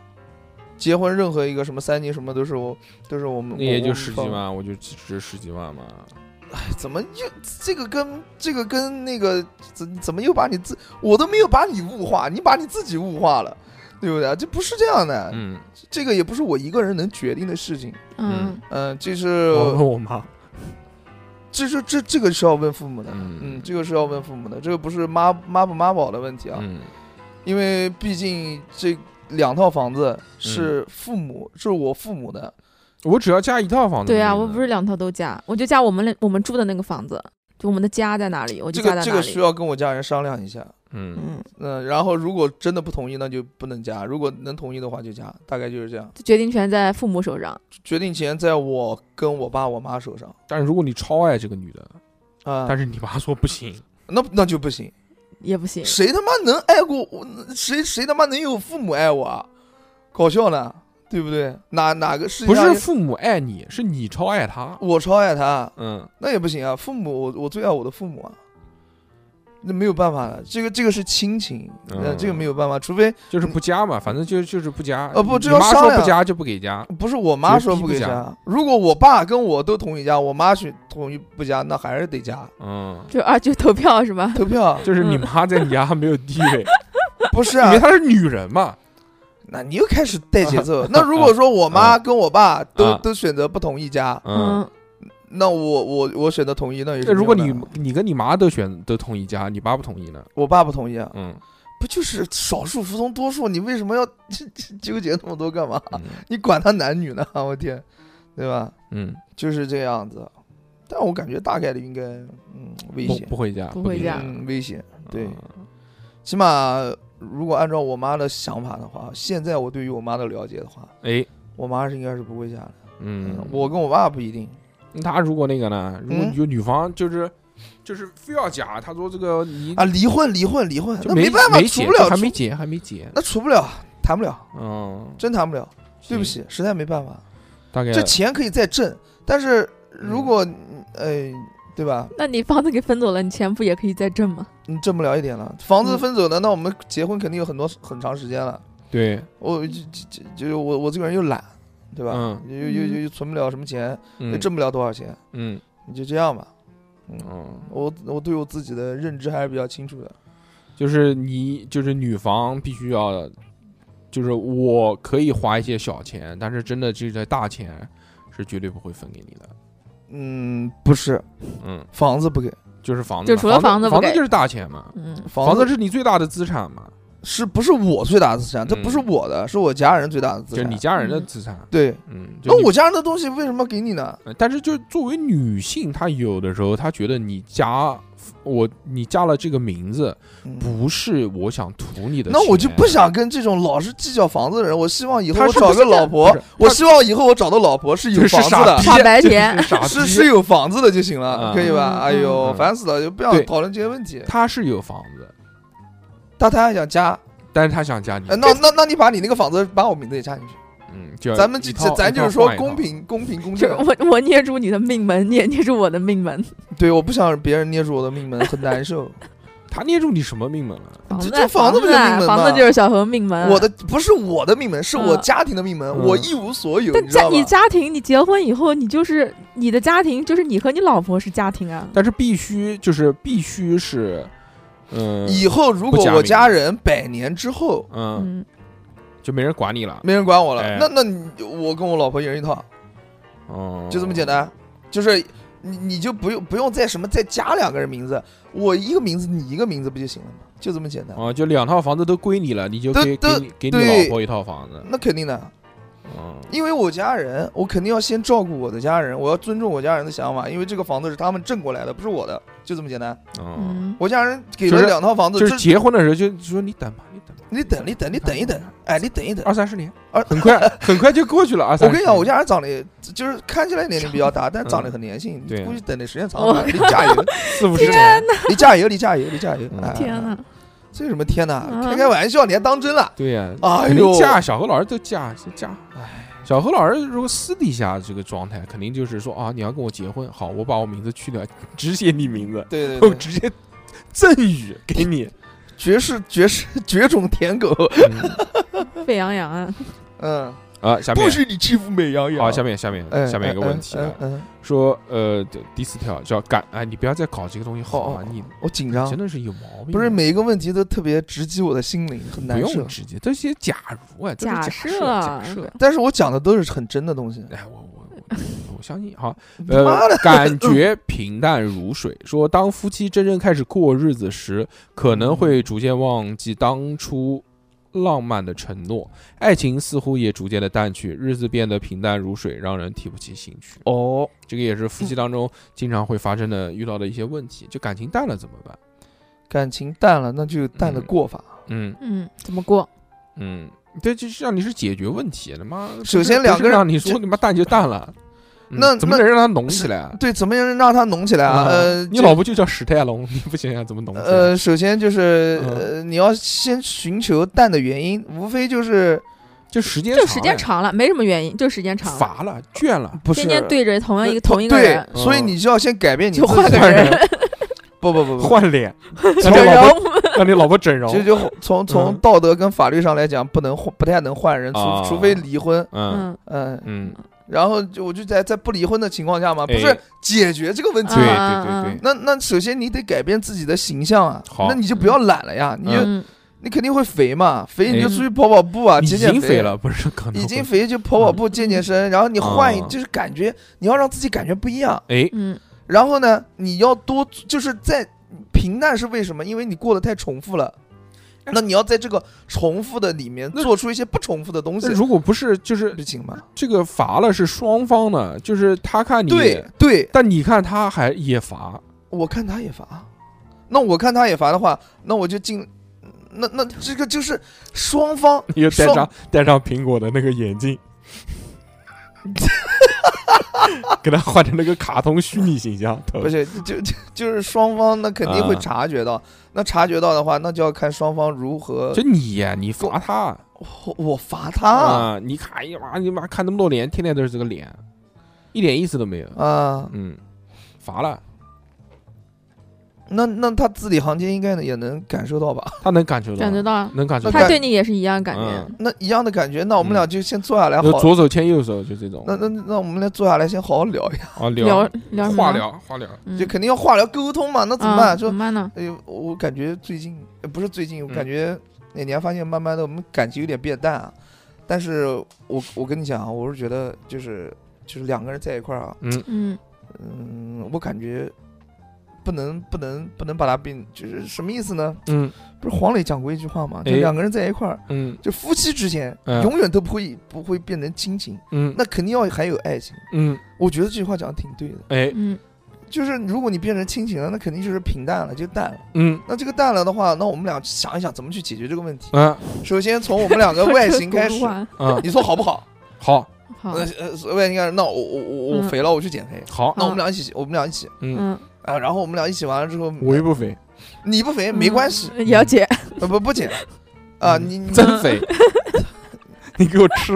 [SPEAKER 3] 结婚任何一个什么三金什么都是我都是我们
[SPEAKER 2] 那也
[SPEAKER 3] 我
[SPEAKER 2] 就
[SPEAKER 3] 们
[SPEAKER 2] 十几
[SPEAKER 3] 放
[SPEAKER 2] 万，我就只值十几万嘛。
[SPEAKER 3] 怎么又这个跟这个跟那个怎怎么又把你自我都没有把你物化，你把你自己物化了，对不对？这不是这样的，
[SPEAKER 2] 嗯，
[SPEAKER 3] 这个也不是我一个人能决定的事情。
[SPEAKER 4] 嗯，
[SPEAKER 3] 嗯、这是
[SPEAKER 2] 我问我妈，
[SPEAKER 3] 这是这这个是要问父母的，
[SPEAKER 2] 嗯
[SPEAKER 3] 嗯，这个是要问父母的，这个不是妈妈不妈宝的问题啊，
[SPEAKER 2] 嗯
[SPEAKER 3] 因为毕竟这两套房子
[SPEAKER 2] 嗯
[SPEAKER 3] 是父母，是我父母的，
[SPEAKER 2] 我只要加一套房子。
[SPEAKER 4] 对啊，我不是两套都加，我就加我们那我们住的那个房子，就我们的家在哪里，我
[SPEAKER 3] 这
[SPEAKER 4] 就加
[SPEAKER 3] 个
[SPEAKER 4] 在
[SPEAKER 3] 这
[SPEAKER 4] 哪
[SPEAKER 3] 个需
[SPEAKER 4] 里。
[SPEAKER 3] 要跟我家人商量一下。
[SPEAKER 2] 嗯，
[SPEAKER 4] 嗯，
[SPEAKER 3] 嗯，然后如果真的不同意，那就不能加；如果能同意的话，就加。大概就是这样。
[SPEAKER 4] 决定权在父母手上。
[SPEAKER 3] 决定权在我跟我爸我妈手上
[SPEAKER 2] 但是如果你超爱这个女的，
[SPEAKER 3] 啊，
[SPEAKER 2] 但是你妈说不行，
[SPEAKER 3] 那那就不行。
[SPEAKER 4] 也不行，
[SPEAKER 3] 谁他妈能爱过我？谁谁他妈能有父母爱我啊？搞笑呢，对不对？哪哪个世界
[SPEAKER 2] 不
[SPEAKER 3] 上
[SPEAKER 2] 是父母爱你，是你超爱她。
[SPEAKER 3] 我超爱他，
[SPEAKER 2] 嗯，
[SPEAKER 3] 那也不行啊。父母，我我最爱我的父母啊。那没有办法了，这个这个是亲情，呃，
[SPEAKER 2] 嗯
[SPEAKER 3] 这个没有办法，除非
[SPEAKER 2] 就是不加嘛，反正就就是不加。
[SPEAKER 3] 呃不
[SPEAKER 2] 你
[SPEAKER 3] 这要
[SPEAKER 2] 妈
[SPEAKER 3] 商
[SPEAKER 2] 说
[SPEAKER 3] 量
[SPEAKER 2] 不加就不给加。
[SPEAKER 3] 不是我妈说不给
[SPEAKER 2] 绝逼不
[SPEAKER 3] 加，如果我爸跟我都同意加，我妈去同意不加，那还是得加
[SPEAKER 2] 嗯，
[SPEAKER 4] 就二就投票是吧？
[SPEAKER 3] 投票啊。
[SPEAKER 2] 就是
[SPEAKER 4] 嗯
[SPEAKER 2] 你妈在你家没有地位，
[SPEAKER 3] 不 是
[SPEAKER 2] 因
[SPEAKER 3] 啊
[SPEAKER 2] 为，她是女人嘛。
[SPEAKER 3] 那你又开始带 节奏。那如果说我妈跟我爸都
[SPEAKER 2] 啊
[SPEAKER 3] 都选择不同意加，
[SPEAKER 2] 嗯，
[SPEAKER 4] 嗯，
[SPEAKER 3] 那我我我选择同意，那也是
[SPEAKER 2] 那
[SPEAKER 3] 没有
[SPEAKER 2] 如果
[SPEAKER 3] 办
[SPEAKER 2] 你
[SPEAKER 3] 法
[SPEAKER 2] 你跟你妈都选都同意加，你爸不同意呢？
[SPEAKER 3] 我爸不同意啊，
[SPEAKER 2] 嗯，
[SPEAKER 3] 不就是少数服从多数？你为什么要 纠结那么多干嘛？
[SPEAKER 2] 嗯
[SPEAKER 3] 你管他男女呢？ 我天，对吧？
[SPEAKER 2] 嗯，
[SPEAKER 3] 就是这样子。但我感觉大概率应该，嗯，危
[SPEAKER 2] 不
[SPEAKER 3] 险，
[SPEAKER 2] 不会加，
[SPEAKER 4] 不
[SPEAKER 2] 给
[SPEAKER 4] 会加
[SPEAKER 2] 加
[SPEAKER 3] 嗯，危险。对
[SPEAKER 2] 嗯
[SPEAKER 3] 起码如果按照我妈的想法的话，现在我对于我妈的了解的话，
[SPEAKER 2] 哎，
[SPEAKER 3] 我妈是应该是不会嫁的。
[SPEAKER 2] 嗯，
[SPEAKER 3] 我跟我爸不一定。
[SPEAKER 2] 他如果那个呢，如果
[SPEAKER 3] 嗯
[SPEAKER 2] 有女方就是就是非要加，他说这个你
[SPEAKER 3] 啊，离婚，离婚，离婚，
[SPEAKER 2] 就
[SPEAKER 3] 那
[SPEAKER 2] 没
[SPEAKER 3] 办法，
[SPEAKER 2] 没
[SPEAKER 3] 处
[SPEAKER 2] 解
[SPEAKER 3] 不了，
[SPEAKER 2] 还没
[SPEAKER 3] 处
[SPEAKER 2] 结，还没结，
[SPEAKER 3] 那处不了，谈不了，
[SPEAKER 2] 嗯，
[SPEAKER 3] 真谈不了，对不
[SPEAKER 2] 行，啊
[SPEAKER 3] 起，实在没办法。
[SPEAKER 2] 大概
[SPEAKER 3] 这钱可以再挣，但是
[SPEAKER 2] 嗯
[SPEAKER 3] 如果呃，对吧？
[SPEAKER 4] 那你房子给分走了，你钱不也可以再挣吗？
[SPEAKER 3] 你挣不了一点了，房子
[SPEAKER 4] 嗯
[SPEAKER 3] 分手了，那我们结婚肯定有很多很长时间了。
[SPEAKER 2] 对，
[SPEAKER 3] 我就就就我我这个人又懒，对吧？
[SPEAKER 2] 嗯
[SPEAKER 3] 又又又又存不了什么钱，又
[SPEAKER 2] 嗯
[SPEAKER 3] 挣不了多少钱，
[SPEAKER 2] 嗯
[SPEAKER 3] 你就这样吧。嗯，
[SPEAKER 2] 嗯，
[SPEAKER 3] 我我对我自己的认知还是比较清楚的。
[SPEAKER 2] 就是你就是女方必须要，就是我可以花一些小钱，但是真的这些大钱是绝对不会分给你的，
[SPEAKER 3] 嗯，不是，
[SPEAKER 2] 嗯，
[SPEAKER 3] 房子不给，
[SPEAKER 2] 就是房子嘛，
[SPEAKER 4] 就除了
[SPEAKER 2] 房
[SPEAKER 4] 房子不
[SPEAKER 2] 房子
[SPEAKER 4] 给
[SPEAKER 2] 就是大钱嘛，
[SPEAKER 4] 嗯，
[SPEAKER 3] 房
[SPEAKER 2] 子
[SPEAKER 3] 子
[SPEAKER 2] 是你最大的资产嘛，
[SPEAKER 3] 是不是我最大的资产？这不是
[SPEAKER 2] 嗯
[SPEAKER 3] 我的，是我家人最大的资
[SPEAKER 2] 就是
[SPEAKER 3] 产。
[SPEAKER 2] 你家人的
[SPEAKER 4] 嗯
[SPEAKER 2] 资产，
[SPEAKER 3] 对，
[SPEAKER 2] 嗯，就
[SPEAKER 3] 那
[SPEAKER 2] 你
[SPEAKER 3] 我家人的东西为什么给你呢？
[SPEAKER 2] 呃但是就作为女性，她有的时候她觉得你加我，你加了这个名字，
[SPEAKER 3] 嗯
[SPEAKER 2] 不是我想图你的钱，
[SPEAKER 3] 那我就不想跟这种老是计较房子的人。我希望以后
[SPEAKER 2] 他
[SPEAKER 3] 我
[SPEAKER 2] 是
[SPEAKER 3] 找
[SPEAKER 2] 不
[SPEAKER 3] 个
[SPEAKER 2] 是
[SPEAKER 3] 老婆
[SPEAKER 2] 不是，
[SPEAKER 3] 我
[SPEAKER 2] 他
[SPEAKER 3] 希望以后我找的老婆是有
[SPEAKER 2] 就是
[SPEAKER 3] 房子
[SPEAKER 2] 傻
[SPEAKER 3] 的
[SPEAKER 2] 逼，
[SPEAKER 4] 傻白甜
[SPEAKER 2] 就是傻
[SPEAKER 3] 是
[SPEAKER 2] 逼
[SPEAKER 3] 是有房子的就行了，
[SPEAKER 2] 嗯
[SPEAKER 3] 可以吧？
[SPEAKER 4] 嗯
[SPEAKER 3] 哎呦，
[SPEAKER 2] 嗯
[SPEAKER 3] 烦死了，就不想
[SPEAKER 2] 对
[SPEAKER 3] 讨论这些问题。
[SPEAKER 2] 她是有房子，
[SPEAKER 3] 但他还想加，
[SPEAKER 2] 但是她想加你
[SPEAKER 3] 呃，那那那你把你那个房子把我名字也加进去，
[SPEAKER 2] 嗯，就要
[SPEAKER 3] 咱们就
[SPEAKER 2] 一套
[SPEAKER 3] 咱
[SPEAKER 2] 一
[SPEAKER 3] 就是
[SPEAKER 2] 套
[SPEAKER 3] 说
[SPEAKER 2] 换一套
[SPEAKER 3] 公平公平 公
[SPEAKER 4] 就
[SPEAKER 3] 正
[SPEAKER 4] 是。我我捏住你的命门，你也捏住我的命门。
[SPEAKER 3] 对，我不想让别人捏住我的命门，很难受。
[SPEAKER 2] 他捏住你什么命门了？
[SPEAKER 4] 房
[SPEAKER 3] 这
[SPEAKER 4] 子
[SPEAKER 3] 这房子不就命门吗
[SPEAKER 4] 房子就是小何命门。啊
[SPEAKER 3] 我的不是我的命门，是我
[SPEAKER 4] 嗯
[SPEAKER 3] 家庭的命门，
[SPEAKER 2] 嗯
[SPEAKER 3] 我一无所有，
[SPEAKER 4] 但
[SPEAKER 3] 你知
[SPEAKER 4] 在
[SPEAKER 3] 道
[SPEAKER 4] 你
[SPEAKER 3] 吧？
[SPEAKER 4] 家庭，你结婚以后，你就是你的家庭，就是你和你老婆是家庭啊。
[SPEAKER 2] 但是必须就是必须是，嗯
[SPEAKER 3] 以后如
[SPEAKER 2] 不
[SPEAKER 3] 果
[SPEAKER 2] 加
[SPEAKER 3] 我
[SPEAKER 2] 命
[SPEAKER 3] 家人百年之后
[SPEAKER 2] 嗯，
[SPEAKER 4] 嗯，
[SPEAKER 2] 就没人管你了，
[SPEAKER 3] 没人管我了，
[SPEAKER 2] 哎
[SPEAKER 3] 那那你我跟我老婆一人一套，
[SPEAKER 2] 哦，
[SPEAKER 3] 嗯就这么简单，就是你你就不用不用再什么再加两个人名字，我一个名字你一个名字不就行了吗？就这么简单，
[SPEAKER 2] 哦，就两套房子都归你了，你就
[SPEAKER 3] 都
[SPEAKER 2] 给给
[SPEAKER 3] 都
[SPEAKER 2] 你给你
[SPEAKER 3] 对
[SPEAKER 2] 老婆一套房子，
[SPEAKER 3] 那肯定的，
[SPEAKER 2] 嗯，
[SPEAKER 3] 因为我家人，我肯定要先照顾我的家人，我要尊重我家人的想法，因为这个房子是他们挣过来的，不是我的，就这么简单。
[SPEAKER 2] 嗯，
[SPEAKER 4] 嗯，
[SPEAKER 3] 我家人给
[SPEAKER 2] 就
[SPEAKER 3] 了
[SPEAKER 2] 是
[SPEAKER 3] 两套房子，
[SPEAKER 2] 就是
[SPEAKER 3] 这
[SPEAKER 2] 结婚的时候就就说你等吧，你等吧，
[SPEAKER 3] 你等你等你等一等，哎，你等一等。
[SPEAKER 2] 二三十年，
[SPEAKER 3] 二
[SPEAKER 2] 很 快很快就过去了。二
[SPEAKER 3] 我
[SPEAKER 2] 啊三十
[SPEAKER 3] 跟你
[SPEAKER 2] 年，嗯
[SPEAKER 3] 讲，我家人长得也就是看起来年龄比较大，但长得很年轻。
[SPEAKER 2] 对啊
[SPEAKER 3] 你估计等的时间长
[SPEAKER 4] 我
[SPEAKER 3] 了，你加油，
[SPEAKER 2] 四五十年，
[SPEAKER 3] 你加油，你加油，你加油！
[SPEAKER 2] 嗯
[SPEAKER 3] 哎
[SPEAKER 4] 天，哪，
[SPEAKER 3] 这有什么天哪？
[SPEAKER 4] 嗯
[SPEAKER 3] 开开玩笑，你还当真了？
[SPEAKER 2] 对呀，
[SPEAKER 3] 哎
[SPEAKER 2] 肯定
[SPEAKER 3] 呦，
[SPEAKER 2] 嫁小何老师都嫁就嫁，哎小何老师如果私底下这个状态，肯定就是说啊，你要跟我结婚，好，我把我名字去掉，只写你名字，
[SPEAKER 3] 对对
[SPEAKER 2] 我
[SPEAKER 3] 对，
[SPEAKER 2] 直接赠予给你。
[SPEAKER 3] 绝世绝世绝种舔狗，
[SPEAKER 2] 嗯
[SPEAKER 3] 哎
[SPEAKER 4] 沸羊羊啊！
[SPEAKER 3] 嗯，
[SPEAKER 2] 啊，下面
[SPEAKER 3] 不许你欺负美羊羊。
[SPEAKER 2] 好，下面下面
[SPEAKER 3] 嗯，
[SPEAKER 2] 下面一个
[SPEAKER 3] 嗯
[SPEAKER 2] 问题
[SPEAKER 3] 嗯
[SPEAKER 2] 啊，
[SPEAKER 3] 嗯，嗯
[SPEAKER 2] 说呃第第四条叫感，哎，你不要再搞这个东西好
[SPEAKER 3] 哦
[SPEAKER 2] 吗？你
[SPEAKER 3] 我紧张
[SPEAKER 2] 真，的啊是有毛病，
[SPEAKER 3] 不是每一个问题都特别直击我的心灵，
[SPEAKER 2] 不
[SPEAKER 3] 很难受
[SPEAKER 2] 用。直接，这些假如啊，都是
[SPEAKER 4] 假
[SPEAKER 2] 设
[SPEAKER 4] 设
[SPEAKER 2] 假设，
[SPEAKER 3] 但是我讲的都是很真的东西。
[SPEAKER 2] 哎，我我我我相信好，
[SPEAKER 3] 妈
[SPEAKER 2] 呃
[SPEAKER 3] 的，，
[SPEAKER 2] 感觉平淡如水。说当夫妻真正开始过日子时，可能会逐渐忘记当初浪漫的承诺，爱情似乎也逐渐的淡去，日子变得平淡如水，让人提不起兴趣。
[SPEAKER 3] 哦，
[SPEAKER 2] 这个也是夫妻当中经常会发生的遇到的一些问题，就感情淡了怎么办？
[SPEAKER 3] 感情淡了，那就淡的过法。
[SPEAKER 2] 嗯
[SPEAKER 4] 嗯，怎么过？
[SPEAKER 2] 嗯。对，就是让你是解决问题，他妈不是
[SPEAKER 3] 首先两个人
[SPEAKER 2] 不是让你说
[SPEAKER 3] 这
[SPEAKER 2] 你妈淡就淡了，嗯
[SPEAKER 3] 那
[SPEAKER 2] 怎么能让它浓起来啊？
[SPEAKER 3] 对，怎么样让它浓起来啊？
[SPEAKER 2] 啊
[SPEAKER 3] 呃，
[SPEAKER 2] 你
[SPEAKER 3] 这
[SPEAKER 2] 老婆就叫史泰龙，你不想想怎么浓起来？
[SPEAKER 3] 呃，首先就是
[SPEAKER 2] 嗯
[SPEAKER 3] 呃，你要先寻求淡的原因，无非就是
[SPEAKER 2] 就时间
[SPEAKER 4] 就
[SPEAKER 2] 长
[SPEAKER 4] 时间
[SPEAKER 2] 了
[SPEAKER 4] 长了，没什么原因，就时间长了，
[SPEAKER 2] 乏了、倦了，
[SPEAKER 3] 不是
[SPEAKER 4] 天天对着同样一个
[SPEAKER 3] 同
[SPEAKER 4] 同一个人，
[SPEAKER 3] 对，所以
[SPEAKER 2] 嗯
[SPEAKER 3] 你就要先改变你
[SPEAKER 4] 就
[SPEAKER 3] 自
[SPEAKER 4] 换
[SPEAKER 3] 己
[SPEAKER 4] 个
[SPEAKER 3] 的
[SPEAKER 4] 人，
[SPEAKER 3] 不不不不，
[SPEAKER 2] 换脸，嗯 让你
[SPEAKER 4] 整
[SPEAKER 2] 老婆
[SPEAKER 4] 容。
[SPEAKER 2] 让你老婆整容
[SPEAKER 3] 其，实就从从
[SPEAKER 2] 嗯
[SPEAKER 3] 道德跟法律上来讲，不能换，不太能换人，除
[SPEAKER 2] 啊
[SPEAKER 3] 除非离婚。
[SPEAKER 2] 嗯
[SPEAKER 4] 嗯，
[SPEAKER 3] 嗯，
[SPEAKER 2] 嗯，
[SPEAKER 3] 然后就我就在在不离婚的情况下嘛，不
[SPEAKER 2] 哎
[SPEAKER 3] 是解决这个问题
[SPEAKER 2] 对
[SPEAKER 4] 嗯
[SPEAKER 3] 嘛。
[SPEAKER 2] 对对对，
[SPEAKER 3] 那那首先你得改变自己的形象啊，
[SPEAKER 2] 好
[SPEAKER 3] 那你就不要懒了呀，你就
[SPEAKER 4] 嗯
[SPEAKER 3] 你肯定会肥嘛，肥你就
[SPEAKER 2] 哎
[SPEAKER 3] 出去跑跑步啊，
[SPEAKER 2] 你
[SPEAKER 3] 减
[SPEAKER 2] 已
[SPEAKER 3] 减
[SPEAKER 2] 经
[SPEAKER 3] 肥
[SPEAKER 2] 肥，了，不是可能
[SPEAKER 3] 已
[SPEAKER 2] 会
[SPEAKER 3] 经肥就跑跑步
[SPEAKER 2] 嗯
[SPEAKER 3] 健健身，然后你换一
[SPEAKER 2] 啊
[SPEAKER 3] 就是感觉你要让自己感觉不一样，
[SPEAKER 2] 哎，
[SPEAKER 4] 嗯，
[SPEAKER 3] 然后呢，你要多就是在平淡是为什么？因为你过得太重复了。那你要在这个重复的里面
[SPEAKER 2] 那
[SPEAKER 3] 做出一些不重复的东西
[SPEAKER 2] 那，如果不是就是
[SPEAKER 3] 不行吗？
[SPEAKER 2] 这个乏了是双方的，就是他看你，
[SPEAKER 3] 对对，
[SPEAKER 2] 但你看他还也乏，
[SPEAKER 3] 我看他也罚，那我看他也罚的话，那我就进，那那这个就是双方
[SPEAKER 2] 你就戴
[SPEAKER 3] 双
[SPEAKER 2] 上戴上苹果的那个眼镜。给他换成那个卡通虚拟形象，头
[SPEAKER 3] 不是就就就是双方那肯定会
[SPEAKER 2] 啊
[SPEAKER 3] 察觉到，那察觉到的话，那就要看双方如何
[SPEAKER 2] 就。你呀，你罚
[SPEAKER 3] 啊
[SPEAKER 2] 他
[SPEAKER 3] 我我罚他啊
[SPEAKER 2] 啊！你看，哎呀妈，你妈看那么多年，天天都是这个脸，一点意思都没有。
[SPEAKER 3] 啊，
[SPEAKER 2] 嗯，乏了，
[SPEAKER 3] 那那他字里行间应该也能感受到吧？
[SPEAKER 2] 他能感受到，
[SPEAKER 4] 感觉到
[SPEAKER 2] 能感受
[SPEAKER 3] 那
[SPEAKER 4] 他
[SPEAKER 2] 到，
[SPEAKER 4] 对你也是一样感觉
[SPEAKER 2] 嗯。
[SPEAKER 3] 那一样的感觉，那我们
[SPEAKER 2] 嗯
[SPEAKER 3] 俩就先坐下来好
[SPEAKER 2] 就。左手牵右手，就这种。
[SPEAKER 3] 那那那我们俩坐下来先好好聊一下，
[SPEAKER 2] 啊，
[SPEAKER 4] 聊聊什么？
[SPEAKER 2] 化疗，化疗，
[SPEAKER 4] 嗯
[SPEAKER 3] 就肯定要话聊沟通嘛。那怎么
[SPEAKER 4] 啊
[SPEAKER 3] 办？
[SPEAKER 4] 怎
[SPEAKER 3] 说
[SPEAKER 4] 么办呢？
[SPEAKER 3] 哎呦，我感觉最近呃不是最近，我
[SPEAKER 2] 嗯
[SPEAKER 3] 感觉那年发现慢慢的我们感情有点变淡啊。但是我我跟你讲啊，我是觉得就是就是两个人在一块儿啊，
[SPEAKER 4] 嗯，
[SPEAKER 3] 嗯，我感觉不能不能不能把它变，就是什么意思呢？
[SPEAKER 2] 嗯
[SPEAKER 3] 不是黄磊讲过一句话吗？就
[SPEAKER 2] 哎
[SPEAKER 3] 两个人在一块儿，
[SPEAKER 2] 嗯
[SPEAKER 3] 就夫妻之间
[SPEAKER 2] 嗯
[SPEAKER 3] 永远都不会不会变成亲情，
[SPEAKER 2] 嗯
[SPEAKER 3] 那肯定要还有爱情。
[SPEAKER 2] 嗯，
[SPEAKER 3] 我觉得这句话讲的挺对的，
[SPEAKER 2] 哎，
[SPEAKER 4] 嗯，
[SPEAKER 3] 就是如果你变成亲情了，那肯定就是平淡了，就淡了。
[SPEAKER 2] 嗯
[SPEAKER 3] 那这个淡了的话，那我们俩想一想怎么去解决这个问题。
[SPEAKER 2] 啊
[SPEAKER 3] 首先从我们两 个外形开始，
[SPEAKER 4] 好
[SPEAKER 2] 啊，
[SPEAKER 3] 你说好不好？
[SPEAKER 2] 好
[SPEAKER 3] 那呃，外形开始，那我我我我
[SPEAKER 4] 嗯
[SPEAKER 3] 肥了，我去减肥。
[SPEAKER 2] 好，
[SPEAKER 3] 那我们俩一起，我们俩一起
[SPEAKER 2] 嗯，
[SPEAKER 4] 嗯，
[SPEAKER 3] 啊，然后我们俩一起完了之后，
[SPEAKER 2] 我又不肥，
[SPEAKER 3] 你不肥哎没关系，
[SPEAKER 4] 嗯了解。
[SPEAKER 3] 呃不不减啊，你你
[SPEAKER 2] 嗯增 肥，你给我吃。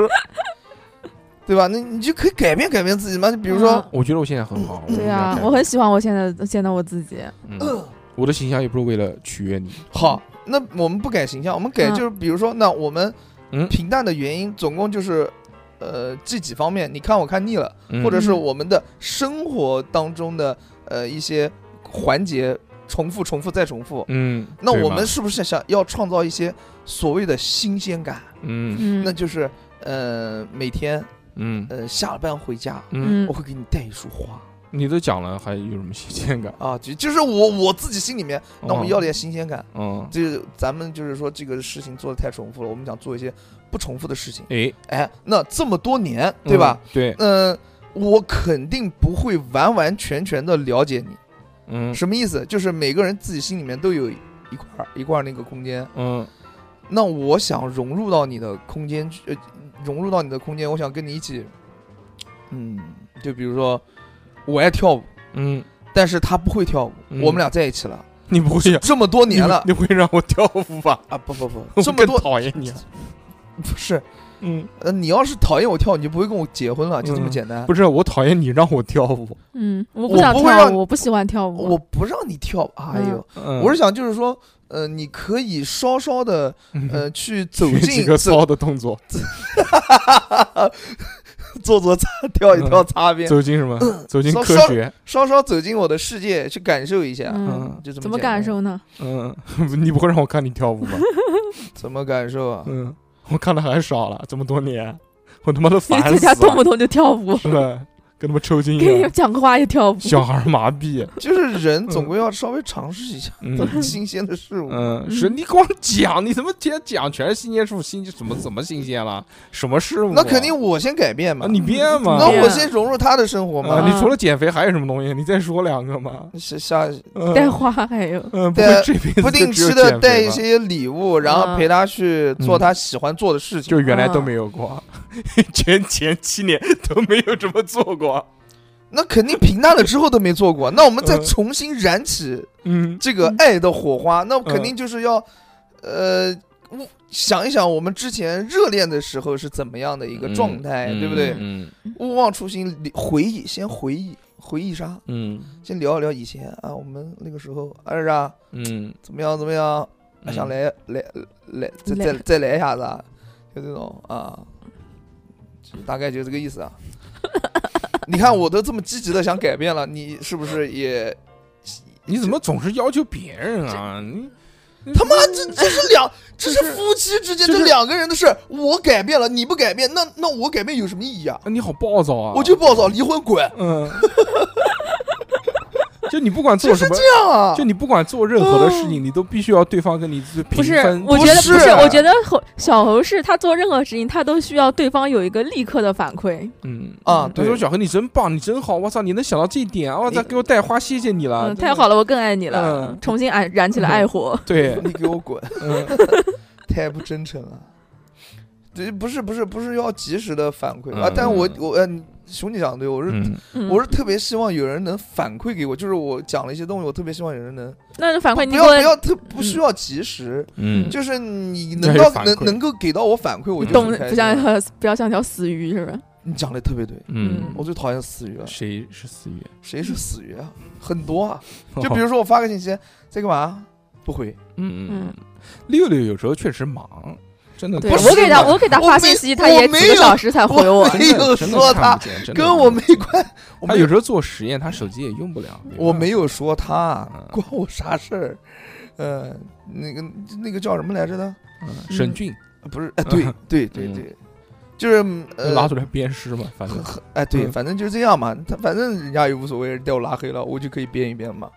[SPEAKER 3] 对吧？那你就可以改变改变自己嘛。就比如说，嗯
[SPEAKER 2] 我觉得我现在很好，
[SPEAKER 4] 嗯对啊，
[SPEAKER 2] 我
[SPEAKER 4] 我很喜欢我现在现在我自己。
[SPEAKER 2] 嗯我的形象也不是为了取悦你，
[SPEAKER 3] 好，那我们不改形象，我们改
[SPEAKER 4] 嗯
[SPEAKER 3] 就是比如说，那我们
[SPEAKER 2] 嗯
[SPEAKER 3] 平淡的原因总共就是。呃，这几方面，你看我看腻了，
[SPEAKER 2] 嗯
[SPEAKER 3] 或者是
[SPEAKER 4] 嗯
[SPEAKER 3] 我们的生活当中的呃一些环节重复、重复再重复，
[SPEAKER 2] 嗯，
[SPEAKER 3] 那
[SPEAKER 2] 对
[SPEAKER 3] 我
[SPEAKER 2] 吧
[SPEAKER 3] 们是不是想要创造一些所谓的新鲜感？
[SPEAKER 2] 嗯
[SPEAKER 4] 嗯，
[SPEAKER 3] 那就是呃每天
[SPEAKER 2] 嗯
[SPEAKER 3] 呃下了班回家，
[SPEAKER 2] 嗯，
[SPEAKER 4] 嗯
[SPEAKER 3] 我会给你带一束花
[SPEAKER 2] 你都讲了，还有什么新鲜感？
[SPEAKER 3] 啊，就就是我我自己心里面，那我们
[SPEAKER 2] 哦
[SPEAKER 3] 要点新鲜感。
[SPEAKER 2] 嗯，
[SPEAKER 3] 就是咱们就是说这个事情做的太重复了，我们想做一些不重复的事情。
[SPEAKER 2] 哎，
[SPEAKER 3] 哎，那这么多年，对吧？
[SPEAKER 2] 嗯？对，
[SPEAKER 3] 嗯、我肯定不会完完全全的了解你，
[SPEAKER 2] 嗯
[SPEAKER 3] 什么意思？就是每个人自己心里面都有一块儿一块儿那个空间，
[SPEAKER 2] 嗯
[SPEAKER 3] 那我想融入到你的空间去，呃，融入到你的空间，我想跟你一起，嗯，就比如说，我爱跳舞，
[SPEAKER 2] 嗯，
[SPEAKER 3] 但是他不会跳舞，
[SPEAKER 2] 嗯
[SPEAKER 3] 我们俩在一起了
[SPEAKER 2] 你不会
[SPEAKER 3] 这么多
[SPEAKER 2] 你
[SPEAKER 3] 年了
[SPEAKER 2] 你会让我跳舞吧？，
[SPEAKER 3] 啊，不不不
[SPEAKER 2] 我
[SPEAKER 3] 这么
[SPEAKER 2] 更
[SPEAKER 3] 多
[SPEAKER 2] 讨厌你啊。
[SPEAKER 3] 不是，
[SPEAKER 2] 嗯，
[SPEAKER 3] 呃，你要是讨厌我跳，你就不会跟我结婚了，就这么
[SPEAKER 2] 嗯
[SPEAKER 3] 简单。
[SPEAKER 2] 不是，我讨厌你让我跳舞。
[SPEAKER 4] 嗯，我
[SPEAKER 3] 我
[SPEAKER 4] 不想
[SPEAKER 3] 不会
[SPEAKER 4] 跳
[SPEAKER 3] 让
[SPEAKER 4] 舞，我不喜欢跳舞，
[SPEAKER 3] 我不让你跳，哎呦，
[SPEAKER 2] 嗯，
[SPEAKER 3] 我是想就是说，呃，你可以稍稍的 呃去走
[SPEAKER 2] 嗯学几
[SPEAKER 3] 进
[SPEAKER 2] 个
[SPEAKER 3] 走
[SPEAKER 2] 骚的动作，
[SPEAKER 3] 做做擦跳一跳擦边，
[SPEAKER 2] 嗯走进什么？走进
[SPEAKER 3] 稍
[SPEAKER 2] 科
[SPEAKER 3] 稍
[SPEAKER 2] 学。
[SPEAKER 3] 稍稍走进我的世界去感受一下，
[SPEAKER 4] 嗯，
[SPEAKER 2] 嗯
[SPEAKER 3] 就这么
[SPEAKER 4] 怎么
[SPEAKER 3] 简单
[SPEAKER 4] 感？受呢？
[SPEAKER 2] 嗯， 你不会让我看你跳舞吧？
[SPEAKER 3] 怎么感受啊？
[SPEAKER 2] 嗯，我看的很少了，这么多年，我他妈都
[SPEAKER 4] 你
[SPEAKER 2] 烦
[SPEAKER 4] 在家
[SPEAKER 2] 死
[SPEAKER 4] 动不
[SPEAKER 2] 了，
[SPEAKER 4] 动就跳 舞，
[SPEAKER 2] 是的，跟他们抽筋一
[SPEAKER 4] 给你
[SPEAKER 2] 样，
[SPEAKER 4] 讲个话就跳舞，
[SPEAKER 2] 小孩麻痹。
[SPEAKER 3] 就是人总归要稍微尝试一下
[SPEAKER 2] 嗯
[SPEAKER 3] 新鲜的事物。
[SPEAKER 2] 嗯，是你光讲，你怎么天讲全是新鲜事物，新怎么怎么新鲜了？什么事物啊？
[SPEAKER 3] 那肯定我先改变嘛
[SPEAKER 2] 啊，，你编嘛。
[SPEAKER 3] 那
[SPEAKER 4] 对
[SPEAKER 3] 我
[SPEAKER 4] 呀
[SPEAKER 3] 先融入他的生活
[SPEAKER 2] 啊
[SPEAKER 3] 嘛。
[SPEAKER 2] 你除了减肥还有什么东西？你再说两个嘛。
[SPEAKER 3] 下下
[SPEAKER 2] 嗯
[SPEAKER 4] 带花还有，
[SPEAKER 2] 嗯，不
[SPEAKER 3] 带
[SPEAKER 2] 会这辈子
[SPEAKER 3] 不定
[SPEAKER 2] 就只有
[SPEAKER 3] 期的
[SPEAKER 2] 减肥
[SPEAKER 3] 带一
[SPEAKER 2] 吧，
[SPEAKER 3] 些礼物，然后
[SPEAKER 4] 嗯
[SPEAKER 3] 陪他去做
[SPEAKER 2] 嗯
[SPEAKER 3] 他喜欢做的事情。
[SPEAKER 2] 就原来都没有过， 前前七年都没有这么做过。
[SPEAKER 3] 那肯定平淡了之后都没做过，那我们再
[SPEAKER 2] 嗯
[SPEAKER 3] 重新燃起
[SPEAKER 2] 嗯
[SPEAKER 3] 这个爱的火花，那肯定就是要，呃，我想一想我们之前热恋的时候是怎么样的一个状态，对不对？
[SPEAKER 2] 嗯
[SPEAKER 3] 勿忘初心，理回忆，先回忆，回忆啥？
[SPEAKER 2] 嗯
[SPEAKER 3] 先聊一聊以前啊，我们那个时候，儿啊，
[SPEAKER 2] 嗯，
[SPEAKER 3] 怎么样怎么样？啊
[SPEAKER 2] 嗯
[SPEAKER 3] 想来来来，再
[SPEAKER 4] 来
[SPEAKER 3] 再再来一下子，啊，就这种啊，就大概就这个意思啊。 你看我都这么积极的想改变了，你是不是也
[SPEAKER 2] 你怎么总是要求别人啊？你
[SPEAKER 3] 他妈，这这是两，这是夫妻之间
[SPEAKER 2] 就是
[SPEAKER 3] 这两个人的事儿。我改变了，你不改变，那那我改变有什么意义啊？
[SPEAKER 2] 你好暴躁啊！
[SPEAKER 3] 我就暴躁，离婚滚！
[SPEAKER 2] 嗯，就你不管做
[SPEAKER 3] 就是
[SPEAKER 2] 什么，
[SPEAKER 3] 这样啊
[SPEAKER 2] 就，你不管做任何的事情，你都必须要对方跟你去
[SPEAKER 4] 不
[SPEAKER 2] 平
[SPEAKER 4] 是
[SPEAKER 2] 分。，
[SPEAKER 4] 我觉得
[SPEAKER 3] 是
[SPEAKER 4] 不是，我觉得侯小侯是他做任何事情，他都需要对方有一个立刻的反馈，
[SPEAKER 2] 嗯
[SPEAKER 3] 啊，
[SPEAKER 2] 他
[SPEAKER 3] 对
[SPEAKER 2] 说：“小何，你真棒，你真好，我操，你能想到这一点，啊我操，
[SPEAKER 3] 你
[SPEAKER 2] 给我带花，谢谢你了，
[SPEAKER 4] 嗯，太好了，我更爱你了
[SPEAKER 2] 啊嗯，
[SPEAKER 4] 重新燃燃起了爱火，
[SPEAKER 2] 对，
[SPEAKER 3] 你给我滚，
[SPEAKER 2] 嗯
[SPEAKER 3] 太不真诚了。对，不是不是不是要及时的反馈啊
[SPEAKER 2] 嗯，
[SPEAKER 3] 但我我呃，你熊姐讲的对，我是
[SPEAKER 2] 嗯
[SPEAKER 4] 嗯
[SPEAKER 3] 我是特别希望有人能反馈给我，就是我讲了一些东西，我特别希望有人能
[SPEAKER 4] 那就反馈你嗯
[SPEAKER 3] 不
[SPEAKER 4] 给
[SPEAKER 3] 要不要
[SPEAKER 4] 我
[SPEAKER 3] 特不需要及时，
[SPEAKER 2] 嗯
[SPEAKER 3] 就是你
[SPEAKER 2] 要
[SPEAKER 3] 能
[SPEAKER 2] 有
[SPEAKER 3] 到
[SPEAKER 2] 反
[SPEAKER 3] 能
[SPEAKER 2] 馈
[SPEAKER 3] 能够给到我反馈，我
[SPEAKER 4] 你
[SPEAKER 3] 就
[SPEAKER 4] 懂
[SPEAKER 3] 很
[SPEAKER 4] 得
[SPEAKER 3] 开
[SPEAKER 4] 不
[SPEAKER 3] 心
[SPEAKER 4] 像
[SPEAKER 3] 了。
[SPEAKER 4] 不要像条死鱼是吧？
[SPEAKER 3] 你讲的特别对，
[SPEAKER 4] 嗯
[SPEAKER 3] 我最讨厌死鱼了。
[SPEAKER 2] 谁是思雨？
[SPEAKER 3] 谁是死鱼 啊？很多啊，
[SPEAKER 2] 哦
[SPEAKER 3] 就比如说我发个信息在干嘛，不回，
[SPEAKER 2] 嗯嗯
[SPEAKER 4] 嗯，
[SPEAKER 2] 六六有时候确实忙，真的
[SPEAKER 4] 对
[SPEAKER 3] 不是
[SPEAKER 4] 我给他
[SPEAKER 3] 嘛
[SPEAKER 4] 我给他
[SPEAKER 3] 我
[SPEAKER 4] 发
[SPEAKER 3] 没
[SPEAKER 4] 信息，他
[SPEAKER 3] 我
[SPEAKER 4] 也
[SPEAKER 3] 没
[SPEAKER 4] 几个
[SPEAKER 3] 有
[SPEAKER 4] 小时才回
[SPEAKER 3] 我
[SPEAKER 4] 我，
[SPEAKER 3] 没有哎说他跟我没。关，我
[SPEAKER 2] 他
[SPEAKER 3] 没
[SPEAKER 2] 有时候做实验，他手机也用不了。
[SPEAKER 3] 我没有说他啊
[SPEAKER 2] 嗯，
[SPEAKER 3] 关我啥事儿？呃，那个那个叫什么来着的？
[SPEAKER 2] 嗯沈俊
[SPEAKER 3] 不是，哎，对 对对
[SPEAKER 2] 嗯
[SPEAKER 3] 对，就是呃，
[SPEAKER 2] 拉出来鞭尸嘛，反 正
[SPEAKER 3] 哎，对，
[SPEAKER 2] 嗯
[SPEAKER 3] 反正就是这样嘛。他反正人家也无所谓，带我拉黑了，我就可以编一编嘛。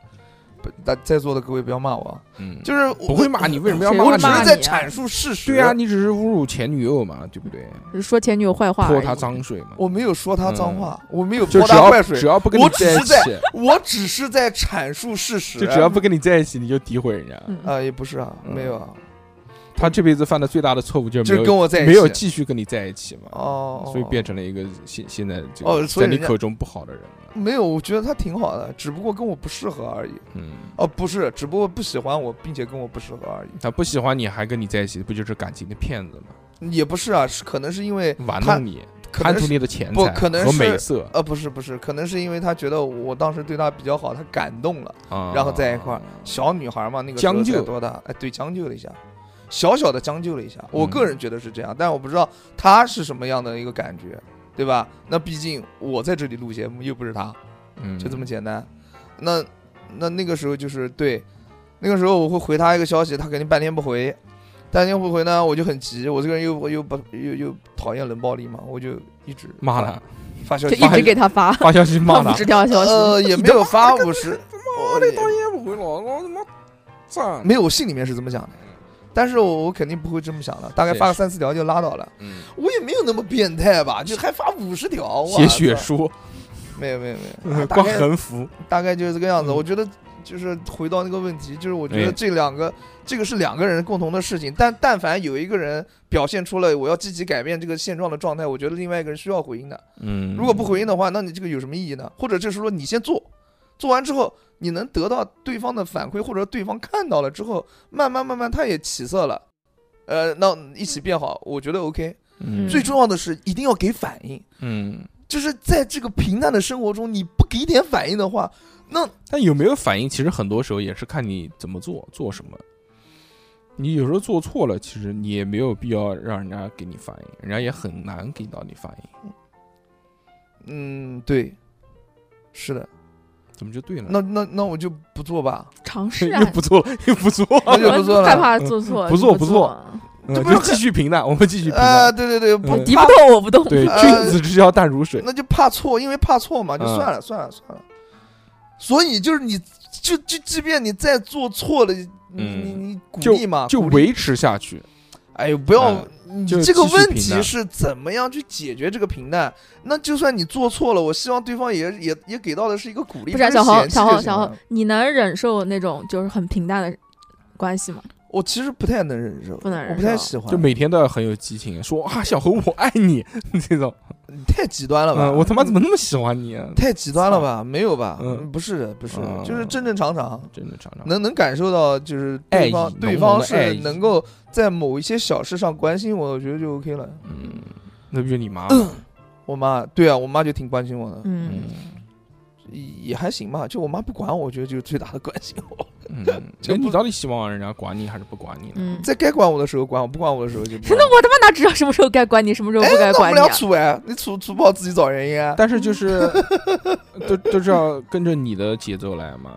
[SPEAKER 3] 不，大在座的各位不要骂我，啊，
[SPEAKER 2] 嗯，
[SPEAKER 3] 就是我
[SPEAKER 2] 不会骂你，为什么要
[SPEAKER 4] 谁
[SPEAKER 2] 骂
[SPEAKER 3] 我
[SPEAKER 4] 会
[SPEAKER 3] 只
[SPEAKER 4] 骂
[SPEAKER 3] 是
[SPEAKER 4] 你
[SPEAKER 3] 在
[SPEAKER 4] 啊
[SPEAKER 3] 阐述事实。
[SPEAKER 2] 对啊，，你只是侮辱前女友嘛，对不对？
[SPEAKER 4] 说前女友坏话而已，
[SPEAKER 2] 泼她脏水嘛，
[SPEAKER 3] 哎我没有说他脏
[SPEAKER 2] 嗯
[SPEAKER 3] 话，我没有
[SPEAKER 2] 就
[SPEAKER 3] 泼
[SPEAKER 2] 只
[SPEAKER 3] 他坏
[SPEAKER 2] 要
[SPEAKER 3] 水
[SPEAKER 2] 只，要不跟你
[SPEAKER 3] 我只
[SPEAKER 2] 在一
[SPEAKER 3] 是在
[SPEAKER 2] 起，
[SPEAKER 3] 我只是在阐述事实。
[SPEAKER 2] 就只要不跟你在一起，你就诋毁人家。
[SPEAKER 4] 嗯
[SPEAKER 3] 啊，也不是啊，
[SPEAKER 2] 嗯
[SPEAKER 3] 没有啊，
[SPEAKER 2] 他这辈子犯的最大的错误就是
[SPEAKER 3] 就
[SPEAKER 2] 没有
[SPEAKER 3] 是跟我在一起啊
[SPEAKER 2] 没有继续跟你在一起嘛，
[SPEAKER 3] 哦，
[SPEAKER 2] 所以变成了一个现现在这
[SPEAKER 3] 哦
[SPEAKER 2] 个
[SPEAKER 3] 所以
[SPEAKER 2] 在你
[SPEAKER 3] 人家
[SPEAKER 2] 口中不好的人嘛。
[SPEAKER 3] 没有，我觉得他挺好的，只不过跟我不适合而已。
[SPEAKER 2] 嗯，
[SPEAKER 3] 哦，不是，只不过不喜欢我，并且跟我不适合而已。
[SPEAKER 2] 他不喜欢你还跟你在一起，不就是感情的骗子吗？
[SPEAKER 3] 也不是啊，是可能是因为
[SPEAKER 2] 玩
[SPEAKER 3] 他
[SPEAKER 2] 弄你。
[SPEAKER 3] 可
[SPEAKER 2] 贪
[SPEAKER 3] 能
[SPEAKER 2] 图
[SPEAKER 3] 是
[SPEAKER 2] 你的钱
[SPEAKER 3] 不
[SPEAKER 2] 财
[SPEAKER 3] 可能
[SPEAKER 2] 和
[SPEAKER 3] 是
[SPEAKER 2] 美色
[SPEAKER 3] 呃不是不是，可能是因为他觉得我当时对他比较好，他感动了，
[SPEAKER 2] 啊，
[SPEAKER 3] 呃然后在一块儿。小女孩嘛，那个时候
[SPEAKER 2] 将就
[SPEAKER 3] 才多大？哎，对，将就了一下，小小的将就了一下。我
[SPEAKER 2] 嗯
[SPEAKER 3] 个人觉得是这样，但我不知道他是什么样的一个感觉，对吧？那毕竟我在这里录节目，又不是他，
[SPEAKER 2] 嗯，
[SPEAKER 3] 就这么简单。那那那个时候就是对，那个时候我会回他一个消息，他肯定半天不回，半天不回呢，我就很急，我这个人又又不又又讨厌冷暴力嘛，我就一直
[SPEAKER 2] 骂他，
[SPEAKER 3] 发消
[SPEAKER 4] 就
[SPEAKER 3] 息，
[SPEAKER 4] 一直给他发
[SPEAKER 2] 发消息骂他
[SPEAKER 4] 五，十条消息。
[SPEAKER 3] 呃也没有发五十，我也
[SPEAKER 2] 夜不回了，我他妈赞
[SPEAKER 3] 没有，我信里面是这么想的，但是我我肯定不会这么想的，大概发
[SPEAKER 2] 也
[SPEAKER 3] 个
[SPEAKER 2] 是
[SPEAKER 3] 三四条就拉倒了。
[SPEAKER 2] 嗯，
[SPEAKER 3] 我也没有那么变态吧，就还发五十条，我
[SPEAKER 2] 写血
[SPEAKER 3] 操
[SPEAKER 2] 书，
[SPEAKER 3] 没有没有没 有，
[SPEAKER 2] 嗯
[SPEAKER 3] 啊大
[SPEAKER 2] 挂
[SPEAKER 3] 概
[SPEAKER 2] 横幅，
[SPEAKER 3] 大概就是这个样子。
[SPEAKER 2] 嗯
[SPEAKER 3] 我觉得就是回到那个问题，就是我觉
[SPEAKER 2] 哎
[SPEAKER 3] 得这两个这个是两个人共同的事情，但但凡有一个人表现出了我要积极改变这个现状的状态，我觉得另外一个人需要回应的。
[SPEAKER 2] 嗯，
[SPEAKER 3] 如果不回应的话，那你这个有什么意义呢？或者就是说你先做，做完之后你能得到对方的反馈，或者对方看到了之后，慢慢慢慢他也起色了，呃，那一起变好，我觉得 OK。
[SPEAKER 2] 嗯，
[SPEAKER 3] 最重要的是一定要给反应，
[SPEAKER 2] 嗯，
[SPEAKER 3] 就是在这个平淡的生活中，你不给点反应的话，
[SPEAKER 2] 但有没有反应，其实很多时候也是看你怎么做，做什么。你有时候做错了，其实你也没有必要让人家给你反应，人家也很难给到你反应。
[SPEAKER 3] 嗯，对，是的，
[SPEAKER 2] 怎么就对了？
[SPEAKER 3] 那那那我就不做吧，
[SPEAKER 4] 尝试啊
[SPEAKER 2] 又，不做，又不做，
[SPEAKER 3] 那就不做
[SPEAKER 4] 害
[SPEAKER 3] 了。
[SPEAKER 4] 怕做错，
[SPEAKER 2] 不做
[SPEAKER 4] 做
[SPEAKER 2] 不
[SPEAKER 4] 做，
[SPEAKER 2] 嗯
[SPEAKER 3] 这不是
[SPEAKER 2] 就继续平淡，我们继续平
[SPEAKER 3] 啊、
[SPEAKER 2] 淡。
[SPEAKER 3] 对对对，不
[SPEAKER 2] 嗯
[SPEAKER 4] 敌
[SPEAKER 3] 怕
[SPEAKER 4] 不动我 不动。
[SPEAKER 2] 对，
[SPEAKER 3] 呃
[SPEAKER 2] 君子之交淡如水。
[SPEAKER 3] 那就怕错，因为怕错嘛，就
[SPEAKER 2] 嗯
[SPEAKER 3] 算了，算了，算了。所以就是你，就就即便你再做错了，你
[SPEAKER 2] 嗯
[SPEAKER 3] 你你鼓励嘛，
[SPEAKER 2] 就
[SPEAKER 3] 鼓励。
[SPEAKER 2] 维持下去。
[SPEAKER 3] 哎呦，不要
[SPEAKER 2] 嗯，
[SPEAKER 3] 你
[SPEAKER 2] 就
[SPEAKER 3] 这个
[SPEAKER 2] 继续
[SPEAKER 3] 问
[SPEAKER 2] 平
[SPEAKER 3] 题
[SPEAKER 2] 淡
[SPEAKER 3] 是怎么样去解决这个平淡？那就算你做错了，我希望对方也也也给到的是一个鼓励，是
[SPEAKER 4] 不是啊小
[SPEAKER 3] 嫌
[SPEAKER 4] 红，
[SPEAKER 3] 弃
[SPEAKER 4] 小
[SPEAKER 3] 就
[SPEAKER 4] 红，
[SPEAKER 3] 行
[SPEAKER 4] 小
[SPEAKER 3] 了
[SPEAKER 4] 红，你能忍受那种就是很平淡的关系吗？
[SPEAKER 3] 我其实不太能忍受，
[SPEAKER 4] 不能忍
[SPEAKER 3] 我不太
[SPEAKER 4] 受
[SPEAKER 3] 喜欢，
[SPEAKER 2] 就每天都要很有激情，说啊，小猴我爱你 这种。
[SPEAKER 3] 你太极端了吧？
[SPEAKER 2] 嗯，我他妈怎么那么喜欢你啊？
[SPEAKER 3] 太极端了吧？没有吧？
[SPEAKER 2] 嗯
[SPEAKER 3] 不是的，不是的，
[SPEAKER 2] 嗯
[SPEAKER 3] 就是正正常常。
[SPEAKER 2] 真的常常
[SPEAKER 3] 能能感受到，就是
[SPEAKER 2] 爱
[SPEAKER 3] 对
[SPEAKER 2] 意
[SPEAKER 3] 方对
[SPEAKER 2] 浓浓
[SPEAKER 3] 方
[SPEAKER 2] 的爱
[SPEAKER 3] 是
[SPEAKER 2] 意
[SPEAKER 3] 能够在某一些小事上关心我，我觉得就 OK 了。
[SPEAKER 2] 嗯，那不就你妈吗？
[SPEAKER 3] 嗯我妈对啊，我妈就挺关心我的，
[SPEAKER 4] 嗯，
[SPEAKER 2] 嗯
[SPEAKER 3] 也也还行吧。就我妈不管我，我觉得就是最大的关心我。
[SPEAKER 2] 嗯，
[SPEAKER 3] 就
[SPEAKER 2] 那你
[SPEAKER 3] 不
[SPEAKER 2] 到底希望人家管你还是不管你呢？
[SPEAKER 4] 嗯，
[SPEAKER 3] 在该管我的时候管我，不管我的时候就不管
[SPEAKER 4] 那我他妈哪知道什么时候该管你，什么时候
[SPEAKER 3] 哎
[SPEAKER 4] 不，该
[SPEAKER 3] 那我
[SPEAKER 4] 管
[SPEAKER 3] 们
[SPEAKER 4] 你、
[SPEAKER 3] 俩
[SPEAKER 4] 啊？
[SPEAKER 3] 处哎，你处处不好自己找原因啊。
[SPEAKER 2] 但是就是 都都是要跟着你的节奏来嘛，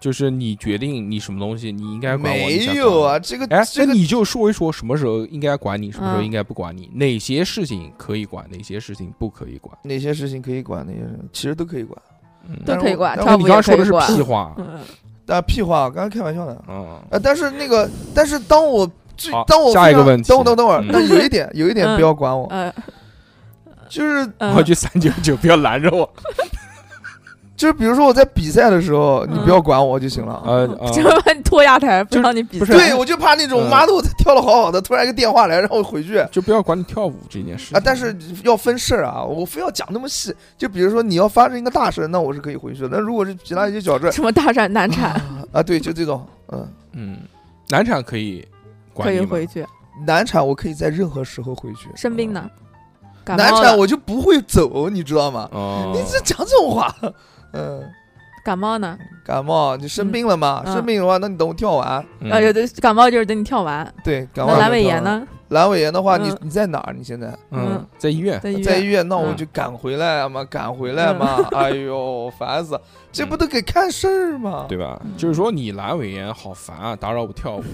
[SPEAKER 2] 就是你决定你什么东西，你应该管我，你
[SPEAKER 3] 没
[SPEAKER 2] 才管
[SPEAKER 3] 有
[SPEAKER 2] 我
[SPEAKER 3] 啊，。这个
[SPEAKER 2] 哎，
[SPEAKER 3] 这
[SPEAKER 2] 那
[SPEAKER 3] 个
[SPEAKER 2] 你就说一说什么时候应该管你，什么时候
[SPEAKER 4] 嗯
[SPEAKER 2] 应该不管你，哪些事情可以管，哪些事情不可以管。
[SPEAKER 3] 哪些事情可以管，哪些事情其实都可以管。
[SPEAKER 2] 嗯，
[SPEAKER 4] 都可以管，
[SPEAKER 3] 但
[SPEAKER 2] 那
[SPEAKER 4] 跳
[SPEAKER 2] 你
[SPEAKER 4] 舞
[SPEAKER 2] 刚
[SPEAKER 4] 也
[SPEAKER 2] 刚
[SPEAKER 4] 可
[SPEAKER 2] 说的
[SPEAKER 4] 以
[SPEAKER 2] 是屁
[SPEAKER 4] 管。
[SPEAKER 2] 话，
[SPEAKER 4] 嗯，
[SPEAKER 3] 但屁话，我刚刚开玩笑的。
[SPEAKER 2] 嗯，
[SPEAKER 3] 呃，但是那个，但是当我最
[SPEAKER 2] 好
[SPEAKER 3] 当我
[SPEAKER 2] 下
[SPEAKER 3] 非
[SPEAKER 2] 一个
[SPEAKER 3] 常
[SPEAKER 2] 问题
[SPEAKER 3] 等我等我等会儿
[SPEAKER 2] 嗯，
[SPEAKER 3] 但有一点，有一点
[SPEAKER 4] 嗯
[SPEAKER 3] 不要管我，
[SPEAKER 4] 呃，
[SPEAKER 3] 就是
[SPEAKER 2] 我要
[SPEAKER 4] 嗯
[SPEAKER 2] 去三九九，不要拦着我。
[SPEAKER 3] 就是比如说我在比赛的时候，你不要管我就行
[SPEAKER 4] 嗯
[SPEAKER 3] 了。啊
[SPEAKER 2] 呃，
[SPEAKER 4] 就
[SPEAKER 2] 呃
[SPEAKER 4] 是把你拖下台，不
[SPEAKER 2] 就是
[SPEAKER 4] 让你比
[SPEAKER 2] 不是
[SPEAKER 4] 赛。
[SPEAKER 3] 对，我就怕那种
[SPEAKER 2] 嗯
[SPEAKER 3] 妈的，我跳的好好的，突然一个电话来让我回去啊！
[SPEAKER 2] 就不要管你跳舞这件事情
[SPEAKER 3] 但是要分事儿啊，我非要讲那么细。就比如说你要发生一个大事，那我是可以回去的。那如果是其他一些小事
[SPEAKER 4] 什么大产难产
[SPEAKER 3] 啊，对，就这种，嗯，
[SPEAKER 2] 嗯，难产可以管
[SPEAKER 4] 可以
[SPEAKER 2] 你吗
[SPEAKER 4] 回去，
[SPEAKER 3] 难产我可以在任何时候回去，
[SPEAKER 4] 生病呢，
[SPEAKER 2] 嗯
[SPEAKER 4] 感
[SPEAKER 3] 难
[SPEAKER 4] 冒
[SPEAKER 3] 产
[SPEAKER 4] 了，
[SPEAKER 3] 我就不会走，你知道吗？
[SPEAKER 2] 哦，
[SPEAKER 3] 你这讲这种话， 嗯。
[SPEAKER 4] 感冒呢，
[SPEAKER 3] 感冒，你生病了嘛？
[SPEAKER 4] 嗯
[SPEAKER 3] 生病的话，那你等我跳完。
[SPEAKER 2] 嗯
[SPEAKER 4] 呃，对，感冒就是等你跳完。
[SPEAKER 3] 对，感冒。
[SPEAKER 4] 那阑尾炎？呢？
[SPEAKER 3] 阑尾炎的话，你
[SPEAKER 4] 嗯
[SPEAKER 3] 你在哪儿？你现在
[SPEAKER 2] 嗯
[SPEAKER 4] 嗯，
[SPEAKER 2] 在医院，
[SPEAKER 4] 在医
[SPEAKER 3] 哎在医
[SPEAKER 4] 院。
[SPEAKER 3] 院？那我
[SPEAKER 4] 嗯
[SPEAKER 3] 就赶回来嘛，赶回来嘛。哎呦，烦死！了，这不都给看事儿吗？
[SPEAKER 2] 对，吧？
[SPEAKER 4] 嗯
[SPEAKER 2] 就是说你阑尾炎好烦啊，打扰我跳舞了。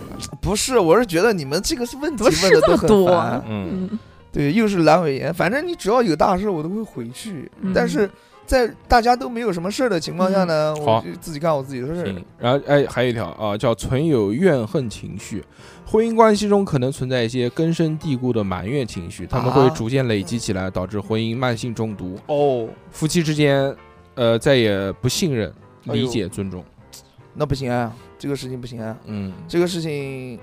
[SPEAKER 3] 不是，我是觉得你们这个是问题
[SPEAKER 4] 怎么事
[SPEAKER 3] 问的
[SPEAKER 4] 这
[SPEAKER 3] 都
[SPEAKER 4] 么
[SPEAKER 3] 很
[SPEAKER 4] 多
[SPEAKER 3] 烦。
[SPEAKER 2] 嗯，
[SPEAKER 4] 嗯，
[SPEAKER 3] 对，又是阑尾炎，反正你只要有大事，我都会回去。
[SPEAKER 4] 嗯
[SPEAKER 3] 但是在大家都没有什么事儿的情况下呢，
[SPEAKER 2] 好
[SPEAKER 3] 我就自己干我自己的事儿
[SPEAKER 2] 行。。然后哎，还有一条啊，叫存有怨恨情绪。婚姻关系中可能存在一些根深蒂固的埋怨情绪，他们会
[SPEAKER 3] 啊
[SPEAKER 2] 逐渐累积起来，导致婚姻慢性中毒。
[SPEAKER 3] 哦，
[SPEAKER 2] 夫妻之间，呃，再也不信任、
[SPEAKER 3] 哎呦
[SPEAKER 2] 理解、尊重。
[SPEAKER 3] 那不行啊，这个事情不行啊，
[SPEAKER 2] 嗯，
[SPEAKER 3] 这个事情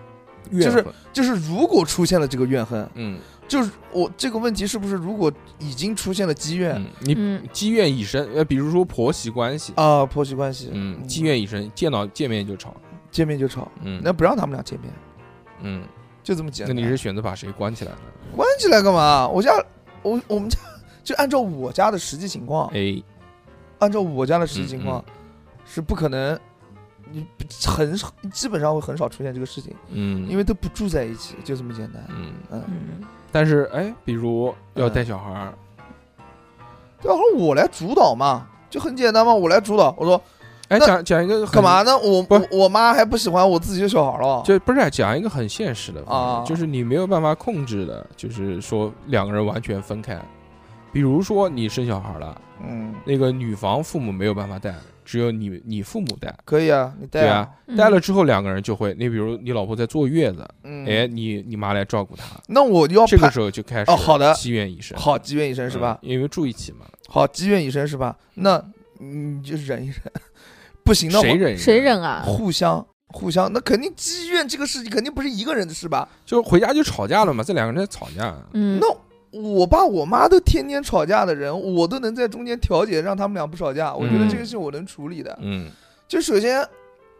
[SPEAKER 2] 怨
[SPEAKER 3] 是
[SPEAKER 2] 恨
[SPEAKER 3] 就是如果出现了这个怨恨，
[SPEAKER 2] 嗯
[SPEAKER 3] 就是我这个问题是不是如果已经出现了积怨
[SPEAKER 2] 嗯，你
[SPEAKER 4] 嗯
[SPEAKER 2] 积怨已深，呃，比如说婆媳关系，
[SPEAKER 3] 啊，婆媳关系，
[SPEAKER 2] 嗯，积怨已深，见到见面就吵。
[SPEAKER 3] 见面就吵，
[SPEAKER 2] 嗯，
[SPEAKER 3] 那不让他们俩见面，
[SPEAKER 2] 嗯，
[SPEAKER 3] 就这么简
[SPEAKER 2] 那
[SPEAKER 3] 单。
[SPEAKER 2] 你是选择把谁关起来呢？
[SPEAKER 3] 关起来干嘛？我家我我们家就按照我家的实际情况，
[SPEAKER 2] 哎，嗯
[SPEAKER 3] 按照我家的实际情况，是不可能，你很少基本上会很少出现这个事情，
[SPEAKER 2] 嗯，
[SPEAKER 3] 因为都不住在一起，就这么简单。
[SPEAKER 2] 嗯，
[SPEAKER 3] 嗯，
[SPEAKER 4] 嗯，
[SPEAKER 2] 但是哎，比如要带小孩儿，
[SPEAKER 3] 对啊，我说我来主导嘛，就很简单嘛，我来主导。我说
[SPEAKER 2] 哎，
[SPEAKER 3] 那
[SPEAKER 2] 讲讲一个很
[SPEAKER 3] 干嘛？呢？我
[SPEAKER 2] 不是
[SPEAKER 3] 我我妈还不喜欢我自己的小孩了，
[SPEAKER 2] 就不是啊讲一个很现实的
[SPEAKER 3] 啊
[SPEAKER 2] 就是你没有办法控制的，就是说两个人完全分开。比如说你生小孩了，
[SPEAKER 3] 嗯，
[SPEAKER 2] 那个女方父母没有办法带，只有你你父母带，
[SPEAKER 3] 可以啊，你带
[SPEAKER 2] 对啊，
[SPEAKER 4] 嗯
[SPEAKER 2] 带了之后两个人就会，你比如你老婆在坐月子，
[SPEAKER 3] 嗯，
[SPEAKER 2] 哎，，你你妈来照顾她，
[SPEAKER 3] 那我就要
[SPEAKER 2] 这个
[SPEAKER 3] 判
[SPEAKER 2] 时候就开始
[SPEAKER 3] 哦好的
[SPEAKER 2] 积怨已深，
[SPEAKER 3] 好积怨已深是吧？
[SPEAKER 2] 嗯？因为住一起嘛，
[SPEAKER 3] 好积怨已深是吧？那你就忍一忍， 不行的话
[SPEAKER 2] 谁忍
[SPEAKER 4] 谁？忍啊？
[SPEAKER 3] 互相互相，那肯定积怨这个事情肯定不是一个人的事吧？
[SPEAKER 2] 就回家就吵架了嘛，这两个人在吵架，
[SPEAKER 4] 嗯，
[SPEAKER 3] 那我爸我妈都天天吵架的人，我都能在中间调解，让他们俩不吵架，我觉得
[SPEAKER 2] 嗯
[SPEAKER 3] 这个是我能处理的。
[SPEAKER 2] 嗯，
[SPEAKER 3] 就首先，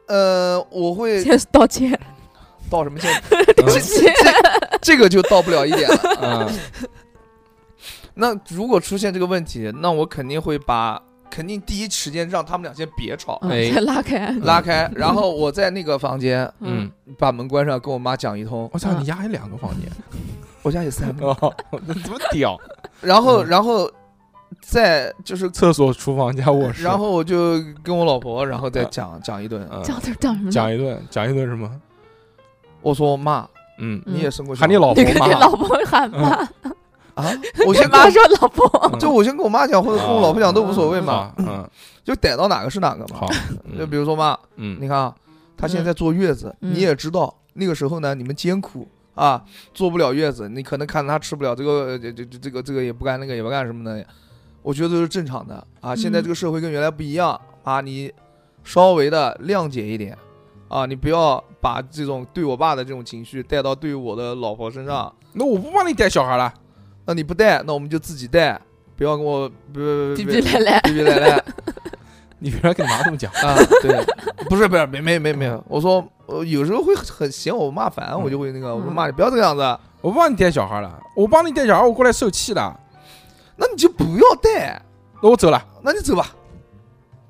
[SPEAKER 3] 呃，我哎会
[SPEAKER 4] 先道歉，
[SPEAKER 3] 道什么歉？
[SPEAKER 2] 嗯
[SPEAKER 4] 对不起，
[SPEAKER 3] 这个就到不了一点了。
[SPEAKER 4] 嗯
[SPEAKER 2] 啊，
[SPEAKER 3] 那如果出现这个问题，那我肯定会把，肯定第一时间让他们俩先别吵，
[SPEAKER 4] 嗯
[SPEAKER 2] 哎
[SPEAKER 4] 先拉开，
[SPEAKER 3] 拉开，然后我在那个房间
[SPEAKER 2] 嗯，
[SPEAKER 3] 把门关上，跟我妈讲一通。
[SPEAKER 2] 我操，
[SPEAKER 4] 嗯
[SPEAKER 2] 你家还两个房 间，
[SPEAKER 3] 我家有三个，
[SPEAKER 2] 哦，那怎么屌？
[SPEAKER 3] 然后
[SPEAKER 2] 嗯
[SPEAKER 3] 然后再就是，
[SPEAKER 2] 厕所、厨房加卧室，
[SPEAKER 3] 然后我就跟我老婆，然后再
[SPEAKER 2] 嗯
[SPEAKER 3] 讲讲一顿。
[SPEAKER 2] 嗯
[SPEAKER 4] 讲这讲什么呢？
[SPEAKER 2] 讲一顿，讲一顿什么？
[SPEAKER 3] 我说妈，
[SPEAKER 2] 嗯，
[SPEAKER 4] 嗯
[SPEAKER 3] 你也生过小
[SPEAKER 2] 喊你
[SPEAKER 3] 孩
[SPEAKER 2] 老婆
[SPEAKER 4] 你跟你
[SPEAKER 2] 妈，
[SPEAKER 4] 老婆喊妈，
[SPEAKER 3] 啊？ 我先跟
[SPEAKER 4] 跟妈
[SPEAKER 3] 我
[SPEAKER 4] 说老婆，
[SPEAKER 2] 嗯
[SPEAKER 3] 就我先跟我妈讲，或者跟我老婆讲都无所谓嘛
[SPEAKER 2] 啊，嗯，
[SPEAKER 3] 就逮到哪个是哪个嘛
[SPEAKER 2] 好。，
[SPEAKER 3] 就比
[SPEAKER 2] 如，
[SPEAKER 3] 如说妈，
[SPEAKER 2] 嗯
[SPEAKER 3] 你看啊，她现在在坐月子，
[SPEAKER 4] 嗯
[SPEAKER 3] 你也知道那个时候呢，你们艰苦啊，坐不了月子，你可能看她吃不了这个，呃这这这这个这个也不干，那个也不干什么的，我觉得都是正常的啊。
[SPEAKER 4] 嗯
[SPEAKER 3] 现在这个社会跟原来不一样啊，你稍微的谅解一点啊，你不要把这种对我爸的这种情绪带到对我的老婆身上。
[SPEAKER 2] 那我不帮你带小孩了，
[SPEAKER 3] 那你不带，那我们就自己带，不要跟我别
[SPEAKER 4] 逼
[SPEAKER 3] 别
[SPEAKER 4] 逼
[SPEAKER 3] 别
[SPEAKER 4] 赖赖，
[SPEAKER 3] 逼逼赖赖。
[SPEAKER 2] 你原来跟你妈这么讲，
[SPEAKER 3] 啊，对， 不是不是，没没没没
[SPEAKER 2] 嗯
[SPEAKER 3] 有，我说我有时候会很嫌我妈烦，我就会那个，我说
[SPEAKER 4] 嗯
[SPEAKER 3] 妈，你不要这个样子，
[SPEAKER 2] 我不帮你带小孩了，我帮你带小孩，我过来受气了，
[SPEAKER 3] 那你就不要带，
[SPEAKER 2] 那我走了。
[SPEAKER 3] 那你走吧，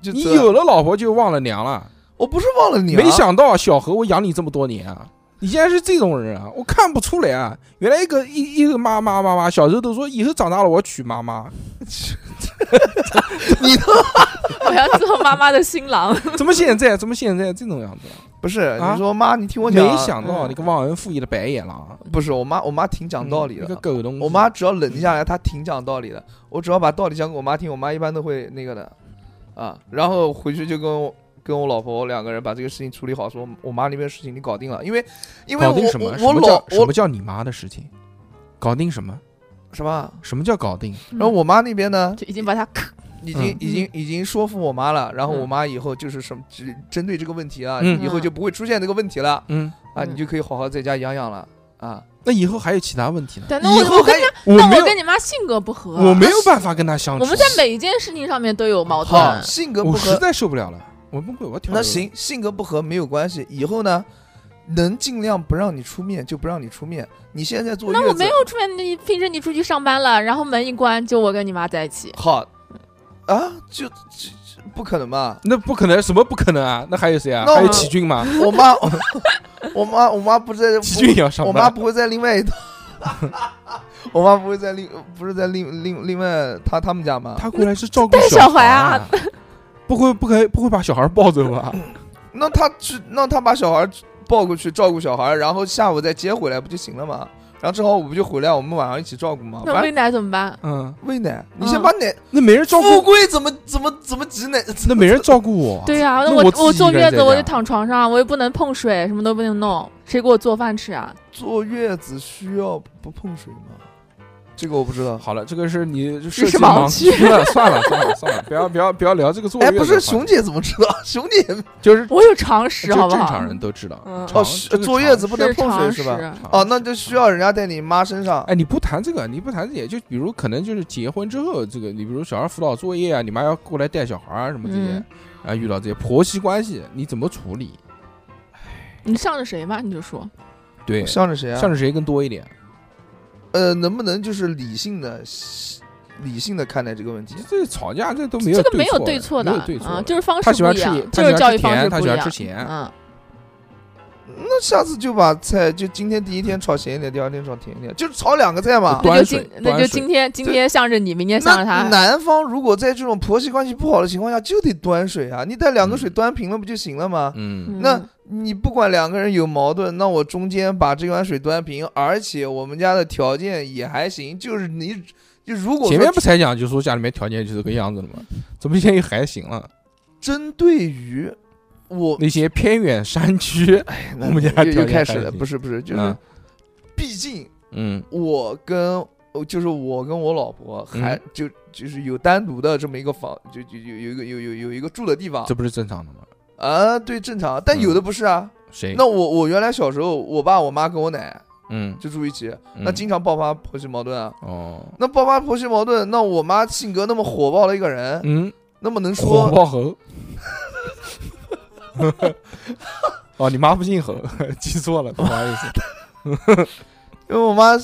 [SPEAKER 3] 就
[SPEAKER 2] 你
[SPEAKER 3] 走
[SPEAKER 2] 有了老婆就忘了娘了，
[SPEAKER 3] 我不是忘了你，啊
[SPEAKER 2] 没，想到小何我养你这么多年啊。你竟然是这种人啊！我看不出来啊！原来一个一一个妈妈妈妈，小时候都说以后长大了我要娶妈妈，
[SPEAKER 3] 你都
[SPEAKER 4] 我要做妈妈的新郎。
[SPEAKER 2] 怎么现在怎么现在这种样子啊？
[SPEAKER 3] 不是，
[SPEAKER 2] 啊
[SPEAKER 3] 你说妈，你听我讲，
[SPEAKER 2] 没想到
[SPEAKER 4] 嗯
[SPEAKER 2] 你个忘恩负义的白眼狼，嗯
[SPEAKER 3] 不是我妈，我妈挺讲道理
[SPEAKER 2] 一个嗯
[SPEAKER 3] 的，
[SPEAKER 2] 狗东西。
[SPEAKER 3] 我妈只要冷静下来，她挺讲道理的，我只要把道理讲给我妈听，我妈一般都会那个的，啊，然后回去就跟我。跟我老婆两个人把这个事情处理好，说我妈那边事情你搞定了，因为，因为
[SPEAKER 2] 搞
[SPEAKER 3] 我
[SPEAKER 2] 定什么？
[SPEAKER 3] 我我
[SPEAKER 2] 什么
[SPEAKER 3] 老
[SPEAKER 2] 叫什
[SPEAKER 3] 我
[SPEAKER 2] 么叫你妈的事情？搞定什么？
[SPEAKER 3] 什么，
[SPEAKER 2] 什么叫搞定？
[SPEAKER 4] 嗯
[SPEAKER 3] 然后我妈那边呢，
[SPEAKER 4] 就已经把他咔
[SPEAKER 3] 已经
[SPEAKER 2] 嗯
[SPEAKER 3] 已经已经说服我妈了，然后我
[SPEAKER 4] 嗯
[SPEAKER 3] 妈以后就是什么只针对这个问题啊，
[SPEAKER 2] 嗯
[SPEAKER 3] 以后就不会出现这个问题了
[SPEAKER 2] 嗯，
[SPEAKER 3] 啊，
[SPEAKER 4] 嗯
[SPEAKER 3] 你就可以好好在家养养了啊。
[SPEAKER 2] 那以后还有其他问题呢？
[SPEAKER 4] 对，那
[SPEAKER 3] 以
[SPEAKER 4] 我
[SPEAKER 3] 后
[SPEAKER 4] 我
[SPEAKER 3] 还
[SPEAKER 4] 跟
[SPEAKER 3] 有
[SPEAKER 2] 我
[SPEAKER 4] 那
[SPEAKER 2] 没
[SPEAKER 4] 我
[SPEAKER 2] 有，
[SPEAKER 4] 跟你妈性格不合，啊
[SPEAKER 2] 我没有办法跟他相处。
[SPEAKER 4] 我们在每一件事情上面都有矛盾。
[SPEAKER 3] 好性格不
[SPEAKER 2] 我实
[SPEAKER 3] 合，
[SPEAKER 2] 在受不了了，我崩溃，我跳楼。
[SPEAKER 3] 那行，性格不合没有关系，以后呢，能尽量不让你出面就不让你出面。你现在坐
[SPEAKER 4] 那
[SPEAKER 3] 月
[SPEAKER 4] 我
[SPEAKER 3] 子
[SPEAKER 4] 没 有出面，你平时你出去上班了，然后门一关，就我跟你妈在一起。
[SPEAKER 3] 好啊，就就就不可能吧？
[SPEAKER 2] 那不可能，什么不可能啊？那还有谁啊？
[SPEAKER 3] 那我
[SPEAKER 2] 还有启俊吗？
[SPEAKER 3] 我妈， 我我妈，我妈不 在，
[SPEAKER 2] 启俊也要上
[SPEAKER 3] 我
[SPEAKER 2] 班。
[SPEAKER 3] 妈不会在另外一套， 我妈不会在另不是在另另另外她他们家吗？
[SPEAKER 2] 他过来是照顾
[SPEAKER 4] 带
[SPEAKER 2] 小
[SPEAKER 4] 小孩啊
[SPEAKER 2] 啊，不会不可以不会把小孩抱走吧？
[SPEAKER 3] 那他去，那他把小孩抱过去照顾小孩，然后下午再接回来不就行了吗？然后正好我不就回来，我们晚上一起照顾吗？
[SPEAKER 4] 那
[SPEAKER 3] 反
[SPEAKER 4] 喂
[SPEAKER 3] 正
[SPEAKER 4] 奶怎么办？
[SPEAKER 2] 嗯，
[SPEAKER 3] 喂奶，你
[SPEAKER 4] 嗯
[SPEAKER 3] 先把奶、
[SPEAKER 2] 那没人照
[SPEAKER 3] 富
[SPEAKER 2] 顾，
[SPEAKER 3] 贵怎么怎么怎么挤奶？
[SPEAKER 2] 那没人照顾我。
[SPEAKER 4] 对呀、
[SPEAKER 2] 那
[SPEAKER 4] 那
[SPEAKER 2] 我自己
[SPEAKER 4] 我
[SPEAKER 2] 一个
[SPEAKER 4] 坐
[SPEAKER 2] 人
[SPEAKER 4] 月
[SPEAKER 2] 在
[SPEAKER 4] 子我
[SPEAKER 2] 家
[SPEAKER 4] 就躺床上，我又不能碰水，什么都不能弄，谁给我做饭吃啊？
[SPEAKER 3] 坐月子需要不碰水吗？这个我不知道。
[SPEAKER 2] 好了，这个是你设
[SPEAKER 4] 是
[SPEAKER 2] 计
[SPEAKER 4] 盲
[SPEAKER 2] 盲
[SPEAKER 4] 区
[SPEAKER 2] 区了，算了算了算了，不要不要不要聊这个坐月
[SPEAKER 3] 哎，
[SPEAKER 2] 子的啊
[SPEAKER 3] 不
[SPEAKER 2] 话题。
[SPEAKER 3] 是熊姐怎么知道？ 熊姐
[SPEAKER 2] 就是
[SPEAKER 4] 我有常识，
[SPEAKER 2] 就
[SPEAKER 4] 好不
[SPEAKER 2] 正
[SPEAKER 4] 好？
[SPEAKER 2] 常人都知道。
[SPEAKER 4] 嗯
[SPEAKER 2] 常
[SPEAKER 3] 哦，
[SPEAKER 2] 这个
[SPEAKER 3] 坐月子
[SPEAKER 2] 常
[SPEAKER 3] 不能碰水是吧？
[SPEAKER 4] 吧？
[SPEAKER 3] 哦，那就需要人家在你妈身上。
[SPEAKER 2] 哎，你不谈这个，你不谈这些，就比如可能就是结婚之后，这个你比如小孩辅导作业啊，你妈要过来带小孩啊什么这些
[SPEAKER 4] 嗯，
[SPEAKER 2] 啊遇到这些婆媳关系，你怎么处理？
[SPEAKER 4] 你向着谁嘛？你就说
[SPEAKER 2] 对，
[SPEAKER 3] 向着谁啊？
[SPEAKER 2] 向着谁更多一点？
[SPEAKER 3] 呃，能不能就是理性的、理性的看待这个问题？
[SPEAKER 2] 这吵架这都没有
[SPEAKER 4] 这个没有
[SPEAKER 2] 对
[SPEAKER 4] 对错的
[SPEAKER 2] 没有对错
[SPEAKER 4] 啊，就是方
[SPEAKER 2] 他
[SPEAKER 4] 式
[SPEAKER 2] 喜
[SPEAKER 4] 不
[SPEAKER 2] 欢
[SPEAKER 4] 一
[SPEAKER 2] 吃
[SPEAKER 4] 样，
[SPEAKER 2] 他
[SPEAKER 4] 就
[SPEAKER 2] 喜
[SPEAKER 4] 是
[SPEAKER 2] 欢
[SPEAKER 4] 教
[SPEAKER 2] 吃
[SPEAKER 4] 育方
[SPEAKER 2] 甜
[SPEAKER 4] 式
[SPEAKER 2] 他
[SPEAKER 4] 不
[SPEAKER 2] 喜
[SPEAKER 4] 一
[SPEAKER 2] 欢
[SPEAKER 4] 样。
[SPEAKER 2] 吃咸
[SPEAKER 4] 嗯，
[SPEAKER 3] 那下次就把菜就今天第一天炒咸一点，第二天炒甜一点，就是炒两个菜嘛。
[SPEAKER 4] 那
[SPEAKER 2] 端
[SPEAKER 4] 就
[SPEAKER 2] 水
[SPEAKER 4] 今那
[SPEAKER 2] 端
[SPEAKER 4] 就
[SPEAKER 2] 水
[SPEAKER 4] 今天今天向着你，明天向着
[SPEAKER 3] 那
[SPEAKER 4] 他。
[SPEAKER 3] 男方如果在这种婆媳关系不好的情况下，就得端水啊！你带两个水端平了不就行了吗？
[SPEAKER 2] 嗯，
[SPEAKER 4] 嗯
[SPEAKER 3] 那你不管两个人有矛盾，那我中间把这碗水端平，而且我们家的条件也还行，就是你就如果
[SPEAKER 2] 前面
[SPEAKER 3] 说
[SPEAKER 2] 不才讲，就说家里面条件就这个样子了嘛，怎么现在还行了？
[SPEAKER 3] 针对于我，
[SPEAKER 2] 那些偏远山区，
[SPEAKER 3] 哎
[SPEAKER 2] 我们家条件
[SPEAKER 3] 又又开始
[SPEAKER 2] 还
[SPEAKER 3] 了，
[SPEAKER 2] 行
[SPEAKER 3] 不是不是，就是
[SPEAKER 2] 嗯
[SPEAKER 3] 毕竟
[SPEAKER 2] 嗯
[SPEAKER 3] 我跟呃就是我跟我老婆还、
[SPEAKER 2] 嗯
[SPEAKER 3] 就就是有单独的这么一个房，就就有有一个有有有一个住的地方
[SPEAKER 2] 这不是正常的吗？
[SPEAKER 3] 啊，对，正常。但
[SPEAKER 2] 嗯
[SPEAKER 3] 有的不是啊。
[SPEAKER 2] 谁？
[SPEAKER 3] 那我我原来小时候，我爸、我妈跟我奶
[SPEAKER 2] 嗯，
[SPEAKER 3] 就住一起，
[SPEAKER 2] 嗯
[SPEAKER 3] 那经常爆发婆媳矛盾啊。
[SPEAKER 2] 哦，
[SPEAKER 3] 那爆发婆媳矛盾，那我妈性格那么火爆的一个人，
[SPEAKER 2] 嗯，
[SPEAKER 3] 那么能
[SPEAKER 2] 火
[SPEAKER 3] 说
[SPEAKER 2] 爆猴。哦，你妈不姓猴，记错 了，不好意思。
[SPEAKER 3] 因为我妈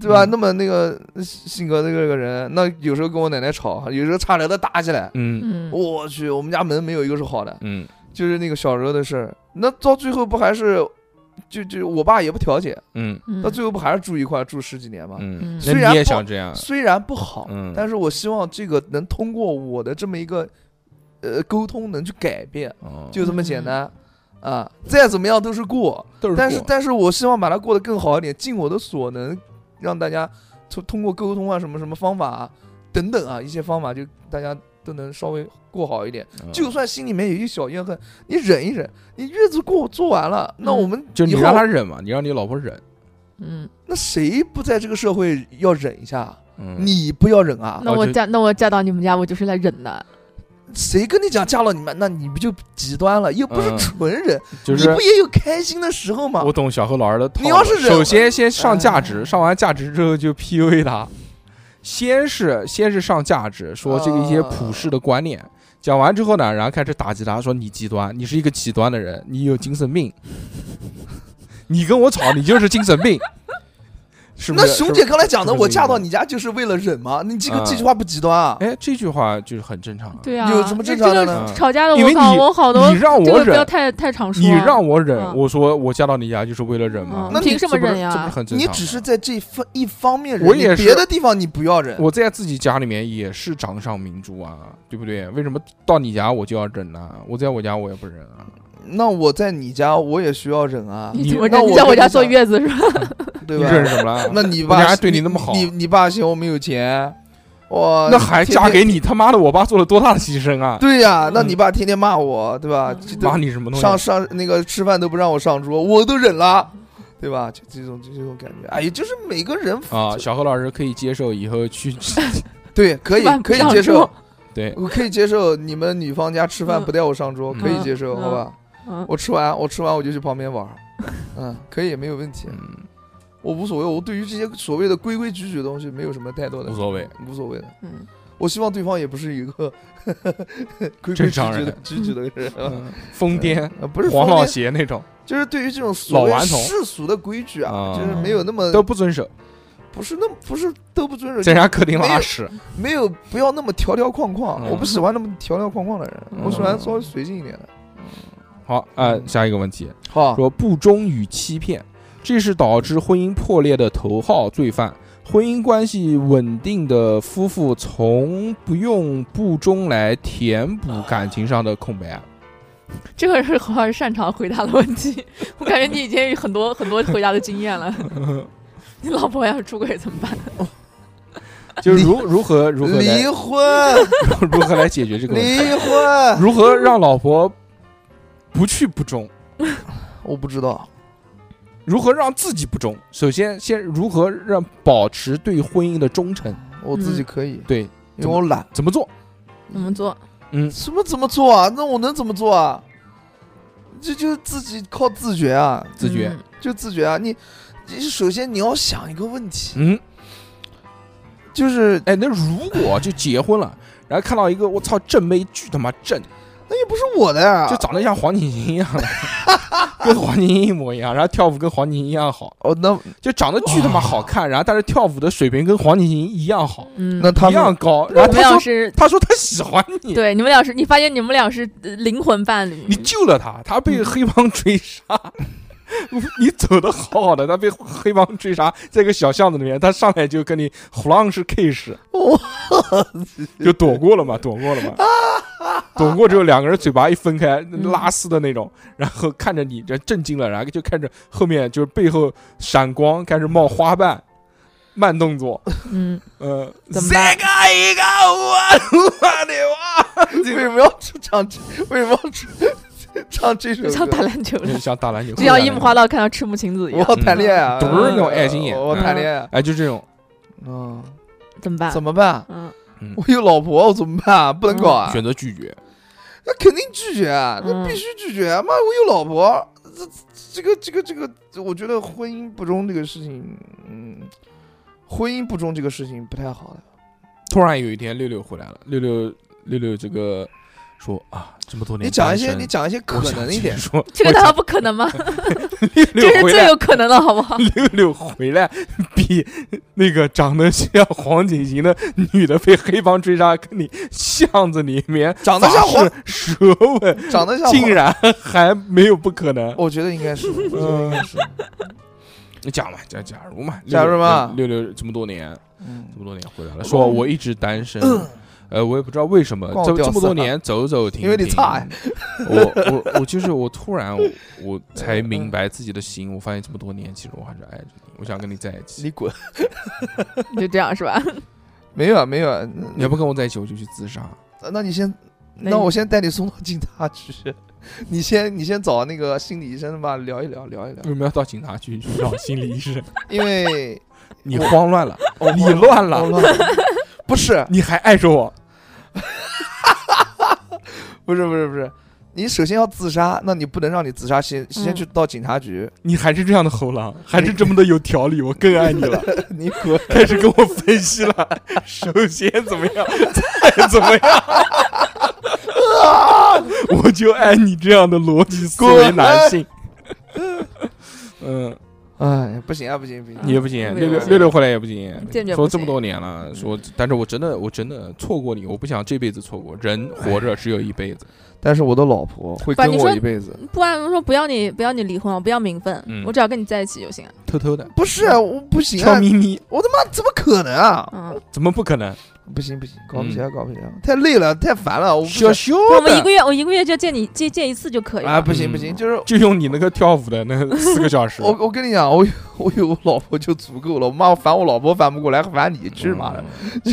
[SPEAKER 3] 对吧？
[SPEAKER 2] 嗯
[SPEAKER 3] 那么那个性格的这个人，那有时候跟我奶奶吵，有时候差点都打起来。
[SPEAKER 2] 嗯
[SPEAKER 4] 嗯，
[SPEAKER 3] 我去，我们家门没有一个是好的，
[SPEAKER 2] 嗯
[SPEAKER 3] 就是那个小时候的事儿。那到最后不还是，就就我爸也不调解，
[SPEAKER 2] 嗯
[SPEAKER 4] 嗯
[SPEAKER 3] 到最后不还是住一块儿住十几年吗？
[SPEAKER 2] 嗯，
[SPEAKER 4] 虽
[SPEAKER 2] 那
[SPEAKER 3] 然
[SPEAKER 2] 你也
[SPEAKER 3] 不
[SPEAKER 2] 想这样？
[SPEAKER 3] 虽然不好，
[SPEAKER 2] 嗯
[SPEAKER 3] 但是我希望这个能通过我的这么一个呃沟通能去改变，
[SPEAKER 2] 哦，
[SPEAKER 3] 就这么简单。啊，再怎么样都是过，
[SPEAKER 2] 都是
[SPEAKER 3] 但是
[SPEAKER 2] 过
[SPEAKER 3] 但是我希望把它过得更好一点，尽我的所能，让大家通通过沟通啊，什么什么方法、啊、等等啊，一些方法，就大家都能稍微过好一点。
[SPEAKER 2] 嗯
[SPEAKER 3] 就算心里面有一小怨恨，你忍一忍，你日子过做完了，那
[SPEAKER 4] 嗯
[SPEAKER 3] 我们
[SPEAKER 2] 就你
[SPEAKER 3] 以后
[SPEAKER 2] 让他忍嘛，你让你老婆忍。
[SPEAKER 4] 嗯，
[SPEAKER 3] 那谁不在这个社会要忍一下？
[SPEAKER 2] 嗯，
[SPEAKER 3] 你不要忍啊！
[SPEAKER 4] 那
[SPEAKER 2] 哦
[SPEAKER 4] 我
[SPEAKER 2] 就
[SPEAKER 4] 嫁那我嫁到你们家，我就是来忍的。
[SPEAKER 3] 谁跟你讲嫁了你们，那你不就极端了？又不是
[SPEAKER 2] 嗯
[SPEAKER 3] 纯忍，
[SPEAKER 2] 就是
[SPEAKER 3] 你不也有开心的时候吗？
[SPEAKER 2] 我懂小何老师的套路。
[SPEAKER 3] 啊你要是忍
[SPEAKER 2] 首先先上价值，
[SPEAKER 3] 哎
[SPEAKER 2] 上完价值之后就 PUA 他，先是先是上价值，说这个一些普世的观
[SPEAKER 3] 啊
[SPEAKER 2] 念。讲完之后呢，然后开始打击他，说你极端，你是一个极端的人，你有精神病， 你跟我吵，你就是精神 病，是不
[SPEAKER 3] 那
[SPEAKER 2] 是？
[SPEAKER 3] 熊
[SPEAKER 2] 是
[SPEAKER 3] 姐刚才讲的，
[SPEAKER 2] 是不
[SPEAKER 3] 我
[SPEAKER 2] 是这个
[SPEAKER 3] 嫁到
[SPEAKER 2] 意思
[SPEAKER 3] 你家就是为了忍吗？你这个
[SPEAKER 2] 嗯
[SPEAKER 3] 这句话不极端啊
[SPEAKER 2] 不？是，哎，这句话就是很正常。
[SPEAKER 4] 对啊，
[SPEAKER 3] 有什么
[SPEAKER 4] 这
[SPEAKER 3] 正常的
[SPEAKER 4] 这
[SPEAKER 3] 呢
[SPEAKER 4] 个吵架的，
[SPEAKER 2] 因
[SPEAKER 4] 我
[SPEAKER 2] 为
[SPEAKER 4] 靠，
[SPEAKER 2] 你
[SPEAKER 4] 我好多
[SPEAKER 2] 你让
[SPEAKER 4] 这
[SPEAKER 2] 我
[SPEAKER 4] 个不要
[SPEAKER 2] 忍，
[SPEAKER 4] 太太常说。
[SPEAKER 2] 你让我忍，
[SPEAKER 4] 嗯
[SPEAKER 2] 我说我嫁到你家就是为了忍吗
[SPEAKER 4] 嗯？
[SPEAKER 3] 那你
[SPEAKER 4] 凭什么
[SPEAKER 2] 这不是
[SPEAKER 4] 忍呀
[SPEAKER 2] 这不是很正
[SPEAKER 3] 你
[SPEAKER 2] 常吗？
[SPEAKER 3] 只是在这方一方面忍，
[SPEAKER 2] 我也
[SPEAKER 3] 你
[SPEAKER 2] 是
[SPEAKER 3] 别的地方你不要忍。
[SPEAKER 2] 我在自己家里面也是掌上明珠啊，对不对？为什么到你家我就要忍呢、我在我家我也不忍啊。
[SPEAKER 3] 那我在你家我也需要忍啊，
[SPEAKER 4] 你怎么
[SPEAKER 3] 那
[SPEAKER 4] 忍？
[SPEAKER 3] 我
[SPEAKER 4] 你在
[SPEAKER 3] 就
[SPEAKER 4] 我家
[SPEAKER 3] 想
[SPEAKER 4] 坐月子是吧？
[SPEAKER 3] 对
[SPEAKER 2] 你
[SPEAKER 3] 吧？
[SPEAKER 2] 忍什么了？
[SPEAKER 3] 那你
[SPEAKER 2] 我家
[SPEAKER 3] 爸
[SPEAKER 2] 还对你那么好
[SPEAKER 3] 你你爸嫌我没有钱，哇，
[SPEAKER 2] 那还
[SPEAKER 3] 天
[SPEAKER 2] 嫁
[SPEAKER 3] 天
[SPEAKER 2] 给你？他妈的，我爸做了多大的牺牲啊！
[SPEAKER 3] 呃对呀、那
[SPEAKER 2] 嗯
[SPEAKER 3] 你爸天天骂我，对吧？
[SPEAKER 4] 嗯
[SPEAKER 3] 都
[SPEAKER 2] 骂你什么东
[SPEAKER 3] 上
[SPEAKER 2] 西？啊
[SPEAKER 3] 上那个吃饭都不让我上桌，我都忍了，对吧？就这种就这种感觉，哎呀，就是每个人
[SPEAKER 2] 啊，小何老师可以接受以后 去，
[SPEAKER 3] 对，可以
[SPEAKER 4] 吃饭不
[SPEAKER 3] 可以
[SPEAKER 4] 让
[SPEAKER 3] 接受
[SPEAKER 4] 桌，
[SPEAKER 2] 对，
[SPEAKER 3] 我可以接受你们女方家吃饭
[SPEAKER 4] 嗯
[SPEAKER 3] 不带我上桌，
[SPEAKER 2] 嗯
[SPEAKER 3] 可以接受，
[SPEAKER 4] 嗯
[SPEAKER 3] 好吧？
[SPEAKER 4] 嗯，
[SPEAKER 3] 我吃完我吃完我就去旁边 玩儿，嗯，可以没有问题，
[SPEAKER 2] 嗯，
[SPEAKER 3] 我无所谓，我对于这些所谓的规规矩矩的东西没有什么太多的
[SPEAKER 2] 无所谓，
[SPEAKER 3] 无所谓的。
[SPEAKER 4] 嗯
[SPEAKER 3] 我希望对方也不是一个 规规矩
[SPEAKER 2] 正常
[SPEAKER 3] 矩的
[SPEAKER 2] 人
[SPEAKER 3] 矩矩的人，
[SPEAKER 2] 嗯疯癫，
[SPEAKER 3] 呃不是
[SPEAKER 2] 黄
[SPEAKER 3] 疯
[SPEAKER 2] 老
[SPEAKER 3] 癫
[SPEAKER 2] 邪那种
[SPEAKER 3] 就是对于这种所谓
[SPEAKER 2] 老顽童
[SPEAKER 3] 世俗的规矩啊，
[SPEAKER 2] 啊
[SPEAKER 3] 就是没有那么
[SPEAKER 2] 都不遵守，
[SPEAKER 3] 不是那么不是都不遵守，
[SPEAKER 2] 在人家客厅
[SPEAKER 3] 没
[SPEAKER 2] 拉
[SPEAKER 3] 有
[SPEAKER 2] 屎，
[SPEAKER 3] 没有不要那么条条框框，
[SPEAKER 2] 嗯
[SPEAKER 3] 我不喜欢那么条条框框的人，
[SPEAKER 2] 嗯
[SPEAKER 3] 我喜欢稍微随性一点的。
[SPEAKER 2] 好，呃，
[SPEAKER 3] 嗯
[SPEAKER 2] 下一个问题，
[SPEAKER 3] 好，
[SPEAKER 2] 说不忠与欺骗，这是导致婚姻破裂的头号罪犯。婚姻关系稳定的夫妇从不用不忠来填补
[SPEAKER 3] 啊
[SPEAKER 2] 感情上的空白。啊
[SPEAKER 4] 这个是何老师擅长回答的问题，我感觉你已经有很多很多回答的经 验了。你老婆要是出轨怎么办？
[SPEAKER 2] 就是 如如何如何来
[SPEAKER 3] 离婚，
[SPEAKER 2] 如何来解决这个问题，
[SPEAKER 3] 离婚，
[SPEAKER 2] 如何让老婆不去不忠，
[SPEAKER 3] 我不知道，
[SPEAKER 2] 如何让自己不忠。首先，先如何让保持对婚姻的忠诚，
[SPEAKER 3] 我自己可以，
[SPEAKER 2] 对，
[SPEAKER 3] 因为我懒。
[SPEAKER 2] 怎么做？ 嗯
[SPEAKER 4] 怎么做？
[SPEAKER 3] 什么怎么做啊？那我能怎么做啊？这就自己靠自觉啊，
[SPEAKER 2] 自觉。
[SPEAKER 4] 嗯
[SPEAKER 3] 就自觉啊。你，你首先你要想一个问题，
[SPEAKER 2] 嗯，
[SPEAKER 3] 就是
[SPEAKER 2] 哎，那如果就结婚了，然后看到一个我操正妹巨他妈正。
[SPEAKER 3] 那又不是我的呀、
[SPEAKER 2] 就长得像黄景行一样的， 跟黄金一模一样，然后跳舞跟黄金一样好，
[SPEAKER 3] 哦，那
[SPEAKER 2] 就长得巨他妈好看，然后但是跳舞的水平跟黄景行一样好，
[SPEAKER 4] 嗯，
[SPEAKER 3] 那他
[SPEAKER 2] 一样
[SPEAKER 3] 们
[SPEAKER 2] 高。然
[SPEAKER 4] 我
[SPEAKER 2] 后
[SPEAKER 4] 们
[SPEAKER 2] 他
[SPEAKER 4] 俩
[SPEAKER 2] 说
[SPEAKER 4] 是，
[SPEAKER 2] 他说他喜欢你，
[SPEAKER 4] 对，你们俩是，你发现你们俩是呃灵魂伴侣，
[SPEAKER 2] 你救了他，他被
[SPEAKER 4] 嗯
[SPEAKER 2] 黑帮追杀。 你走的好好的，他被黑帮追杀，在一个小巷子里面，他上来就跟你胡浪是 K 式，
[SPEAKER 3] 哇
[SPEAKER 2] 就躲过了嘛，躲过了嘛， 躲过之后两个人嘴巴一分开，
[SPEAKER 4] 嗯
[SPEAKER 2] 拉丝的那种，然后看着你这震惊了，然后就看着后面就是背后闪光，开始冒花瓣，慢动作，
[SPEAKER 4] 嗯，
[SPEAKER 2] 呃，
[SPEAKER 4] 怎么
[SPEAKER 2] 这
[SPEAKER 4] 办
[SPEAKER 2] 个一个我我的哇！
[SPEAKER 3] 为什么要唱这？为什么要唱唱这首
[SPEAKER 4] 就像打
[SPEAKER 3] 歌？
[SPEAKER 4] 篮球
[SPEAKER 2] 就
[SPEAKER 4] 了，
[SPEAKER 2] 想打篮球，
[SPEAKER 4] 就像樱木花道看到赤木晴子一
[SPEAKER 3] 我
[SPEAKER 4] 样，
[SPEAKER 3] 要谈恋爱啊，
[SPEAKER 2] 懂嗯那种爱心眼
[SPEAKER 3] 我我谈恋爱，
[SPEAKER 2] 哎，就这种，
[SPEAKER 3] 嗯，
[SPEAKER 4] 怎么办？
[SPEAKER 3] 怎么办？
[SPEAKER 4] 嗯，
[SPEAKER 2] 嗯
[SPEAKER 3] 我有老婆，我怎么办啊？不能搞啊！
[SPEAKER 2] 选择拒绝，
[SPEAKER 3] 那肯定拒绝啊，那
[SPEAKER 4] 嗯
[SPEAKER 3] 必须拒绝啊！妈，我有老婆，这这个这个这个，我觉得婚姻不忠这个事情，嗯，婚姻不忠这个事情不太好的。
[SPEAKER 2] 突然有一天，六六回来了，六六六六这个说啊，这么多年
[SPEAKER 3] 你讲一些，
[SPEAKER 2] 单身
[SPEAKER 3] 你讲一些可能一点
[SPEAKER 2] 我想继续。说
[SPEAKER 4] 这个难道不可 能吗？
[SPEAKER 2] 六
[SPEAKER 4] 这是
[SPEAKER 2] 六回
[SPEAKER 4] 最
[SPEAKER 2] 来，
[SPEAKER 4] 有可能的，好不好？
[SPEAKER 2] 六六回来比那个长得像黄景行的女的被黑帮追杀，跟你巷子里面
[SPEAKER 3] 长得 像黄
[SPEAKER 2] 法式舌吻，
[SPEAKER 3] 长得像
[SPEAKER 2] 竟
[SPEAKER 3] 黄，
[SPEAKER 2] 然还没有不可能。嗯
[SPEAKER 3] 我觉得应 该是，嗯我觉得应该是，
[SPEAKER 2] 你讲吧，假假如嘛，
[SPEAKER 3] 假如嘛
[SPEAKER 2] 六六六这么多年，
[SPEAKER 3] 嗯
[SPEAKER 2] 这么多年回来了，说我一直单身，呃，我也不知道为什么
[SPEAKER 3] 光，
[SPEAKER 2] 这
[SPEAKER 3] 屌
[SPEAKER 2] 这么
[SPEAKER 3] 丝
[SPEAKER 2] 多
[SPEAKER 3] 啊
[SPEAKER 2] 年走走停停，
[SPEAKER 3] 因为你差呀，
[SPEAKER 2] 我我我就是我突然我 我才
[SPEAKER 3] 嗯
[SPEAKER 2] 明白自己的心，我发现这么多年其实我还是爱着你，我想跟你在一起。
[SPEAKER 3] 你滚！
[SPEAKER 4] 就这样是吧？
[SPEAKER 3] 没有啊，没有啊，
[SPEAKER 2] 你要不跟我在一起，我就去自杀。
[SPEAKER 3] 那那你先，
[SPEAKER 4] 那
[SPEAKER 3] 那
[SPEAKER 4] 你
[SPEAKER 3] 我先带你送到警察局，你先你先找那个心理医生吧，聊一聊，聊一聊
[SPEAKER 2] 为，什么要到警察局去 找心理医生？
[SPEAKER 3] 因为
[SPEAKER 2] 你
[SPEAKER 3] 我
[SPEAKER 2] 慌乱了，你乱
[SPEAKER 3] 我
[SPEAKER 2] 了，
[SPEAKER 3] 乱了， 不是，
[SPEAKER 2] 你还爱着我？
[SPEAKER 3] 不是不是不是，你首先要自杀，那你不能让你自杀先先
[SPEAKER 4] 嗯
[SPEAKER 3] 去到警察局，
[SPEAKER 2] 你还是这样的猴狼，还是这么的有条理，我更爱你了。
[SPEAKER 3] 你滚！
[SPEAKER 2] 开始跟我分析了，首先怎么样，再怎么样，我就爱你这样的逻辑思维男性。嗯，
[SPEAKER 3] 哎，不行啊，不行不行，
[SPEAKER 2] 你也不行，
[SPEAKER 4] 嗯
[SPEAKER 2] 六
[SPEAKER 4] 不
[SPEAKER 2] 六
[SPEAKER 4] 行
[SPEAKER 2] 六六回来也不行，
[SPEAKER 4] 坚决不
[SPEAKER 2] 说这么
[SPEAKER 4] 行
[SPEAKER 2] 多年了，说，但是我真的，我真的错过你，我不想这辈子错过。人活着只有一辈子，
[SPEAKER 3] 但是我的老婆会
[SPEAKER 4] 不
[SPEAKER 3] 跟
[SPEAKER 4] 你
[SPEAKER 3] 我
[SPEAKER 4] 说
[SPEAKER 3] 一辈子。
[SPEAKER 4] 不然我说不要你不要你离婚，我不要名分，
[SPEAKER 2] 嗯
[SPEAKER 4] 我只要跟你在一起就行啊。
[SPEAKER 2] 偷偷的
[SPEAKER 3] 不是啊，我不行
[SPEAKER 2] 悄
[SPEAKER 3] 啊！
[SPEAKER 2] 咪咪，
[SPEAKER 3] 我他妈怎么可能啊？
[SPEAKER 4] 嗯，
[SPEAKER 2] 怎么不可能？
[SPEAKER 3] 不行不行，搞不起来，搞不起来，太累了，太烦了，我不
[SPEAKER 2] 羞
[SPEAKER 3] 想
[SPEAKER 2] 羞
[SPEAKER 4] 不然我们一
[SPEAKER 2] 的，
[SPEAKER 4] 个月我一个月就见你见见一次就可以了。
[SPEAKER 3] 啊，不行不行，
[SPEAKER 2] 嗯
[SPEAKER 3] 就是，
[SPEAKER 2] 就用你那个跳舞的那四个小时
[SPEAKER 3] 我我跟你讲，我有 我有我老婆就足够了，我妈烦我老婆烦不过来，烦你去妈的！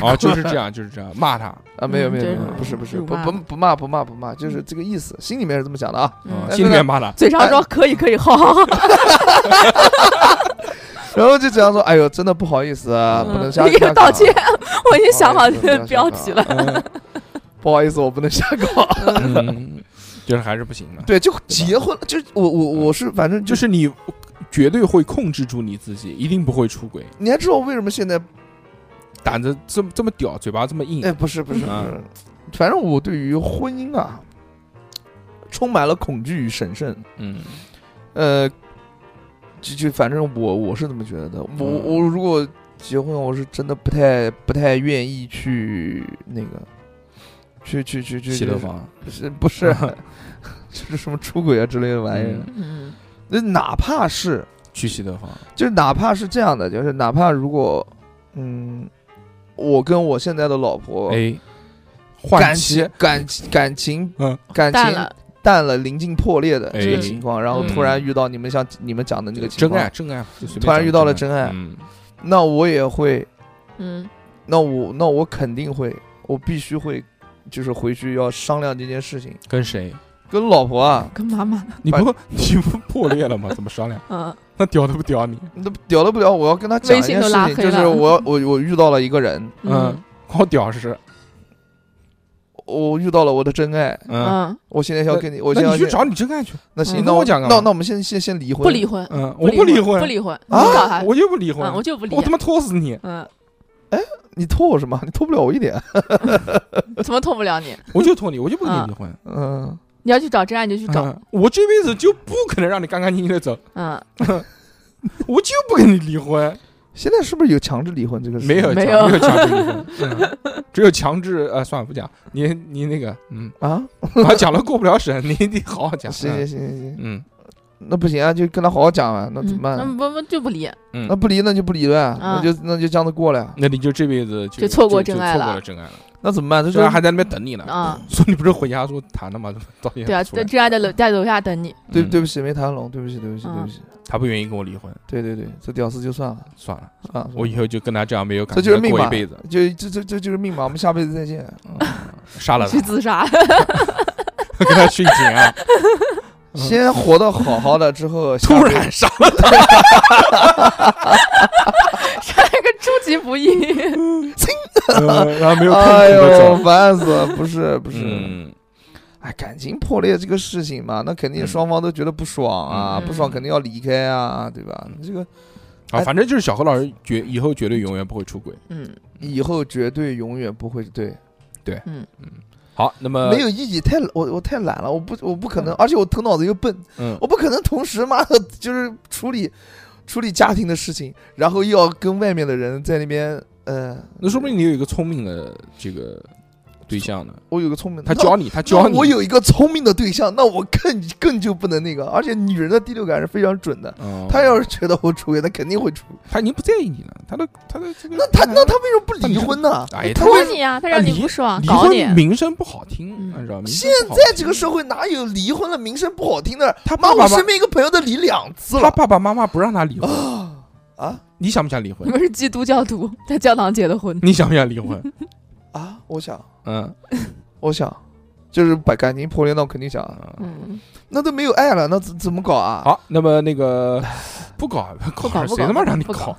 [SPEAKER 2] 哦，就是这样，就是这样，骂他。
[SPEAKER 3] 啊，没有没有
[SPEAKER 4] 嗯
[SPEAKER 3] 没有，
[SPEAKER 4] 对
[SPEAKER 3] 不是不是，
[SPEAKER 4] 辱
[SPEAKER 3] 不
[SPEAKER 4] 骂
[SPEAKER 3] 不不骂不骂不骂，就是这个意思，心里面是这么想的啊。
[SPEAKER 4] 嗯
[SPEAKER 3] 哎
[SPEAKER 2] 心里面骂 他，
[SPEAKER 4] 嘴上说可以可以，好好好，
[SPEAKER 3] 然后就这样说，哎呦，真的不好意思啊，不能
[SPEAKER 4] 嗯
[SPEAKER 3] 下
[SPEAKER 4] 一个
[SPEAKER 3] 下
[SPEAKER 4] 道
[SPEAKER 3] 岗
[SPEAKER 4] 歉，我已经想好
[SPEAKER 3] 啊不好意思
[SPEAKER 4] 这个标题了。
[SPEAKER 2] 嗯
[SPEAKER 3] 不好意思，我不能下 岗。
[SPEAKER 2] 嗯， 就是还是不行的。
[SPEAKER 3] 对，就结婚了，就是我我我是反正
[SPEAKER 2] 就
[SPEAKER 3] 就是，
[SPEAKER 2] 是你绝对会控制住你自己，一定不会出轨。
[SPEAKER 3] 你还知道为什么现在？
[SPEAKER 2] 胆子这么这么屌，嘴巴这么硬
[SPEAKER 3] 哎，，不是不是不
[SPEAKER 2] 嗯
[SPEAKER 3] 是，反正我对于婚姻啊，充满了恐惧与审慎。
[SPEAKER 2] 嗯，
[SPEAKER 3] 呃，就就反正我我是这么觉得的。我
[SPEAKER 2] 嗯
[SPEAKER 3] 我如果结婚，我是真的不太不太愿意去那个，去去去去
[SPEAKER 2] 洗头，房，
[SPEAKER 3] 是不是？ 就是什么出轨啊之类的玩意儿
[SPEAKER 2] 嗯，
[SPEAKER 4] 嗯，
[SPEAKER 3] 那、哪怕是
[SPEAKER 2] 去洗头房，
[SPEAKER 3] 就是哪怕是这样的，就是哪怕如果，嗯，我跟我现在的老婆
[SPEAKER 2] 哎，
[SPEAKER 3] 感
[SPEAKER 2] 换妻
[SPEAKER 3] 情，感情感情
[SPEAKER 2] 嗯
[SPEAKER 3] 感
[SPEAKER 4] 淡
[SPEAKER 3] 情
[SPEAKER 4] 了，
[SPEAKER 3] 淡了，临近破裂的
[SPEAKER 2] 哎
[SPEAKER 3] 呃这个情况，然后突然遇到你们像你们讲的那个情
[SPEAKER 2] 真爱，
[SPEAKER 3] 况，
[SPEAKER 2] 真爱，就随便
[SPEAKER 3] 突然
[SPEAKER 2] 讲
[SPEAKER 3] 遇到了
[SPEAKER 2] 真
[SPEAKER 3] 真爱
[SPEAKER 2] 嗯，
[SPEAKER 3] 那我也会，
[SPEAKER 4] 嗯，
[SPEAKER 3] 那我那我肯定会，我必须会，就是回去要商量这件事情，
[SPEAKER 2] 跟谁？
[SPEAKER 3] 跟老婆啊，
[SPEAKER 4] 跟妈妈，
[SPEAKER 2] 你不 你不破裂了吗？怎么商量？
[SPEAKER 4] 嗯
[SPEAKER 2] 那屌都不屌你，
[SPEAKER 3] 那屌了不了，我要跟她讲一
[SPEAKER 4] 微信
[SPEAKER 3] 件
[SPEAKER 4] 都
[SPEAKER 3] 事
[SPEAKER 4] 拉
[SPEAKER 3] 情，
[SPEAKER 4] 黑
[SPEAKER 3] 就是
[SPEAKER 4] 了
[SPEAKER 3] 我我我遇到了一个人，
[SPEAKER 2] 嗯好屌是，
[SPEAKER 3] 我遇到了我的真爱，
[SPEAKER 2] 嗯，
[SPEAKER 4] 嗯，
[SPEAKER 3] 我现在要跟你，啊我现在
[SPEAKER 2] 那
[SPEAKER 3] 要
[SPEAKER 2] 你去
[SPEAKER 3] 跟
[SPEAKER 2] 找你真爱去，
[SPEAKER 3] 那行，
[SPEAKER 4] 嗯
[SPEAKER 3] 那
[SPEAKER 2] 跟我讲干嘛
[SPEAKER 3] 那那我们先先先离婚，
[SPEAKER 4] 不离婚，
[SPEAKER 2] 嗯，我
[SPEAKER 4] 不
[SPEAKER 2] 离
[SPEAKER 4] 婚，不
[SPEAKER 2] 婚，
[SPEAKER 4] 离婚，你
[SPEAKER 3] 啊
[SPEAKER 4] 搞他，
[SPEAKER 2] 我就不离婚
[SPEAKER 4] 嗯，，我就不离
[SPEAKER 2] 我，他妈拖死你，
[SPEAKER 4] 嗯，
[SPEAKER 3] 你拖我什么？你拖不了我一点。
[SPEAKER 4] 怎么痛不了你？
[SPEAKER 2] 我就拖你，我就不跟你离婚，
[SPEAKER 3] 嗯，
[SPEAKER 4] 你要去找真爱你就去找，
[SPEAKER 2] 嗯我这辈子就不可能让你干干净净的走，
[SPEAKER 4] 嗯，
[SPEAKER 2] 我就不跟你离婚。
[SPEAKER 3] 现在是不是有强制离婚这个事？
[SPEAKER 2] 没有，
[SPEAKER 4] 没
[SPEAKER 2] 强
[SPEAKER 4] 有
[SPEAKER 2] 没有强制离婚， 嗯只有强制呃，算了，不讲。你你那个，嗯，
[SPEAKER 3] 啊，
[SPEAKER 2] 我讲了过不了审， 你你好好讲。
[SPEAKER 3] 行行行行行，
[SPEAKER 2] 嗯
[SPEAKER 3] 那不行啊，就跟他好好讲啊，那怎么办
[SPEAKER 4] 嗯
[SPEAKER 3] 啊？
[SPEAKER 4] 不不就不离，
[SPEAKER 2] 嗯
[SPEAKER 3] 那
[SPEAKER 2] 嗯，
[SPEAKER 3] 不离那就不离呗，那就那就这样子过了呀。
[SPEAKER 2] 那你就这辈子
[SPEAKER 4] 就
[SPEAKER 2] 就
[SPEAKER 4] 错过
[SPEAKER 2] 就
[SPEAKER 4] 真爱
[SPEAKER 2] 错过
[SPEAKER 4] 了
[SPEAKER 2] 了真爱了。
[SPEAKER 3] 那怎么办？他
[SPEAKER 2] 这
[SPEAKER 3] 说
[SPEAKER 2] 还在那边等你呢。
[SPEAKER 4] 啊
[SPEAKER 2] 说你不是回家说谈了吗？早点
[SPEAKER 4] 对啊，
[SPEAKER 2] 出来
[SPEAKER 4] 真真爱在楼在楼下等你，
[SPEAKER 3] 对
[SPEAKER 2] 嗯
[SPEAKER 3] 对不起，没谈拢，对不起，对不起，
[SPEAKER 4] 嗯
[SPEAKER 3] 对不起，
[SPEAKER 2] 他不愿意跟我离婚，
[SPEAKER 3] 对对对，这屌丝就算了
[SPEAKER 2] 算了，
[SPEAKER 3] 啊，
[SPEAKER 4] 嗯
[SPEAKER 2] 我以后就跟他这样没有感
[SPEAKER 3] 这
[SPEAKER 2] 情
[SPEAKER 3] 就是
[SPEAKER 2] 地
[SPEAKER 3] 命
[SPEAKER 2] 过
[SPEAKER 3] 吧
[SPEAKER 2] 一辈子，
[SPEAKER 3] 就这这这就是命吧，我们下辈子再见。
[SPEAKER 2] 嗯杀了他
[SPEAKER 4] 去， 自杀，
[SPEAKER 2] 跟他殉情 啊！嗯
[SPEAKER 3] 先活得好好的，之后下
[SPEAKER 2] 突
[SPEAKER 3] 辈子
[SPEAKER 2] 然杀了，
[SPEAKER 4] 这个出其不意，
[SPEAKER 2] 呃然后没有痛
[SPEAKER 3] 哎
[SPEAKER 2] 苦的
[SPEAKER 3] 呦，
[SPEAKER 2] 走。
[SPEAKER 3] 烦死了！不是不是，
[SPEAKER 2] 嗯，
[SPEAKER 3] 哎，感情破裂这个事情嘛，那肯定
[SPEAKER 2] 嗯
[SPEAKER 3] 双方都觉得不爽啊，
[SPEAKER 4] 嗯
[SPEAKER 3] 不爽肯定要离开啊，对吧
[SPEAKER 2] 嗯？
[SPEAKER 3] 这个
[SPEAKER 2] 好，
[SPEAKER 3] 哎
[SPEAKER 2] 反正就是小何老师绝以后绝对永远不会出轨。
[SPEAKER 4] 嗯，
[SPEAKER 3] 以后绝对永远不会对，
[SPEAKER 4] 嗯
[SPEAKER 2] 好，那么
[SPEAKER 3] 没有意义，太我我太懒了，我不我不可能，而且我头脑子又笨，
[SPEAKER 2] 嗯，
[SPEAKER 3] 我不可能同时妈的就是处理处理家庭的事情，然后又要跟外面的人在那边，呃，
[SPEAKER 2] 那说不定你有一个聪明的这个对象呢，
[SPEAKER 3] 我有个聪明的，
[SPEAKER 2] 他
[SPEAKER 3] 那
[SPEAKER 2] 教你，他教你，
[SPEAKER 3] 那我有一个聪明的对象，那我更更就不能那个，而且女人的第六感是非常准的。
[SPEAKER 2] 嗯，
[SPEAKER 3] 她要是觉得我出轨，她肯定会出轨。
[SPEAKER 2] 他已经不在意你了，他的他的这个，
[SPEAKER 3] 那她那她为什么不
[SPEAKER 2] 那
[SPEAKER 3] 离
[SPEAKER 2] 你
[SPEAKER 3] 婚呢？
[SPEAKER 2] 哎呀
[SPEAKER 3] 她
[SPEAKER 4] 拖
[SPEAKER 3] 为
[SPEAKER 4] 你啊，他让
[SPEAKER 2] 离
[SPEAKER 4] 你不爽，
[SPEAKER 2] 离
[SPEAKER 4] 搞你，
[SPEAKER 2] 婚名声不好听，
[SPEAKER 4] 嗯
[SPEAKER 2] 你知道吗？
[SPEAKER 3] 现在这个社会哪有离婚了名声不好听的？
[SPEAKER 2] 他
[SPEAKER 3] 妈，
[SPEAKER 2] 爸爸
[SPEAKER 3] 我
[SPEAKER 2] 妈
[SPEAKER 3] 身边一个朋友都离两次
[SPEAKER 2] 他
[SPEAKER 3] 了
[SPEAKER 2] 爸爸妈妈不让他离婚，
[SPEAKER 3] 啊啊
[SPEAKER 2] 你想不想离
[SPEAKER 4] 你
[SPEAKER 2] 婚？
[SPEAKER 4] 们是基督教徒，在教堂结的婚，
[SPEAKER 2] 你想不想离婚？
[SPEAKER 3] 啊！我想，
[SPEAKER 2] 嗯，
[SPEAKER 3] 我想，就是把感情破裂，那我肯定想，
[SPEAKER 4] 嗯，
[SPEAKER 3] 那都没有爱了，那怎怎么搞啊？
[SPEAKER 2] 啊好，那么那个不搞不
[SPEAKER 4] 搞不
[SPEAKER 2] 谁
[SPEAKER 4] 搞
[SPEAKER 2] 他妈让你
[SPEAKER 4] 不
[SPEAKER 2] 搞
[SPEAKER 4] 搞？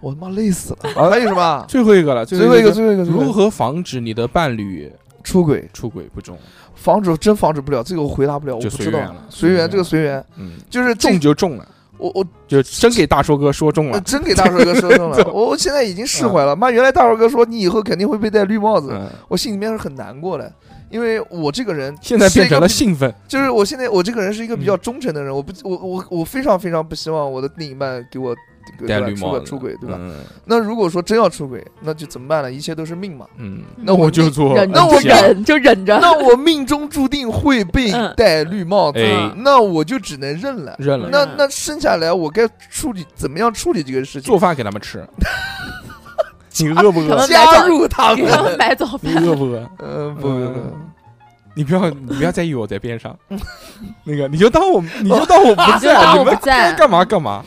[SPEAKER 3] 我他妈累死了！还有什么？
[SPEAKER 2] 最后一个了，最
[SPEAKER 3] 最后一个，
[SPEAKER 2] 是
[SPEAKER 3] 最后一个，最后一
[SPEAKER 2] 如
[SPEAKER 3] 个
[SPEAKER 2] 何防止你的伴侣
[SPEAKER 3] 出轨？
[SPEAKER 2] 出轨不忠？
[SPEAKER 3] 防止真防止不了，这个我回答不了，我
[SPEAKER 2] 就
[SPEAKER 3] 不
[SPEAKER 2] 随
[SPEAKER 3] 知道
[SPEAKER 2] 缘了。
[SPEAKER 3] 随
[SPEAKER 2] 缘
[SPEAKER 3] 缘，这个随缘，
[SPEAKER 2] 嗯，
[SPEAKER 3] 就是这
[SPEAKER 2] 中就中了，
[SPEAKER 3] 我我
[SPEAKER 2] 就真给大硕哥说中
[SPEAKER 3] 我
[SPEAKER 2] 了。
[SPEAKER 3] 真给大帅哥说中 了，我我现在已经释怀了。妈，原来大帅哥说你以后肯定会被戴绿帽子，
[SPEAKER 2] 嗯，
[SPEAKER 3] 我心里面是很难过的，因为我这个人
[SPEAKER 2] 现在
[SPEAKER 3] 是一
[SPEAKER 2] 变成
[SPEAKER 3] 个
[SPEAKER 2] 了嗯
[SPEAKER 3] 比，
[SPEAKER 2] 兴奋，
[SPEAKER 3] 就是我现在我这个人是一个比较忠诚的人，我不我我我非常非常不希望我的另一半给我给我
[SPEAKER 2] 戴
[SPEAKER 3] 对吧
[SPEAKER 2] 绿
[SPEAKER 3] 出
[SPEAKER 2] 帽
[SPEAKER 3] 轨
[SPEAKER 2] 子
[SPEAKER 3] 出轨，对吧？
[SPEAKER 2] 嗯
[SPEAKER 3] 那如果说真要出轨，那就怎么办呢？一切都是命 嘛。
[SPEAKER 2] 嗯，
[SPEAKER 3] 那我
[SPEAKER 2] 就做
[SPEAKER 4] 忍，
[SPEAKER 3] 那我
[SPEAKER 2] 假
[SPEAKER 4] 忍就忍着，
[SPEAKER 3] 那我命中注定会被
[SPEAKER 4] 嗯
[SPEAKER 3] 戴绿帽子，
[SPEAKER 2] 哎
[SPEAKER 3] 那我就只能认了。
[SPEAKER 2] 认了，
[SPEAKER 3] 那那剩下来我该处理怎么样处理这个事情
[SPEAKER 2] 做？饭给他们 吃。你饿不
[SPEAKER 4] 他
[SPEAKER 2] 饿
[SPEAKER 4] 们？
[SPEAKER 3] 加入 他
[SPEAKER 4] 给他们
[SPEAKER 3] 们。
[SPEAKER 4] 买早
[SPEAKER 2] 你
[SPEAKER 4] 饭，
[SPEAKER 2] 饿不饿？
[SPEAKER 3] 嗯， 不不不，
[SPEAKER 2] 嗯，你 不要你不要在意我在边上，那个你就当我你就当我不
[SPEAKER 4] 你就当
[SPEAKER 2] 在，
[SPEAKER 4] 我
[SPEAKER 2] 啊你们
[SPEAKER 4] 不在
[SPEAKER 2] 该干嘛干 嘛。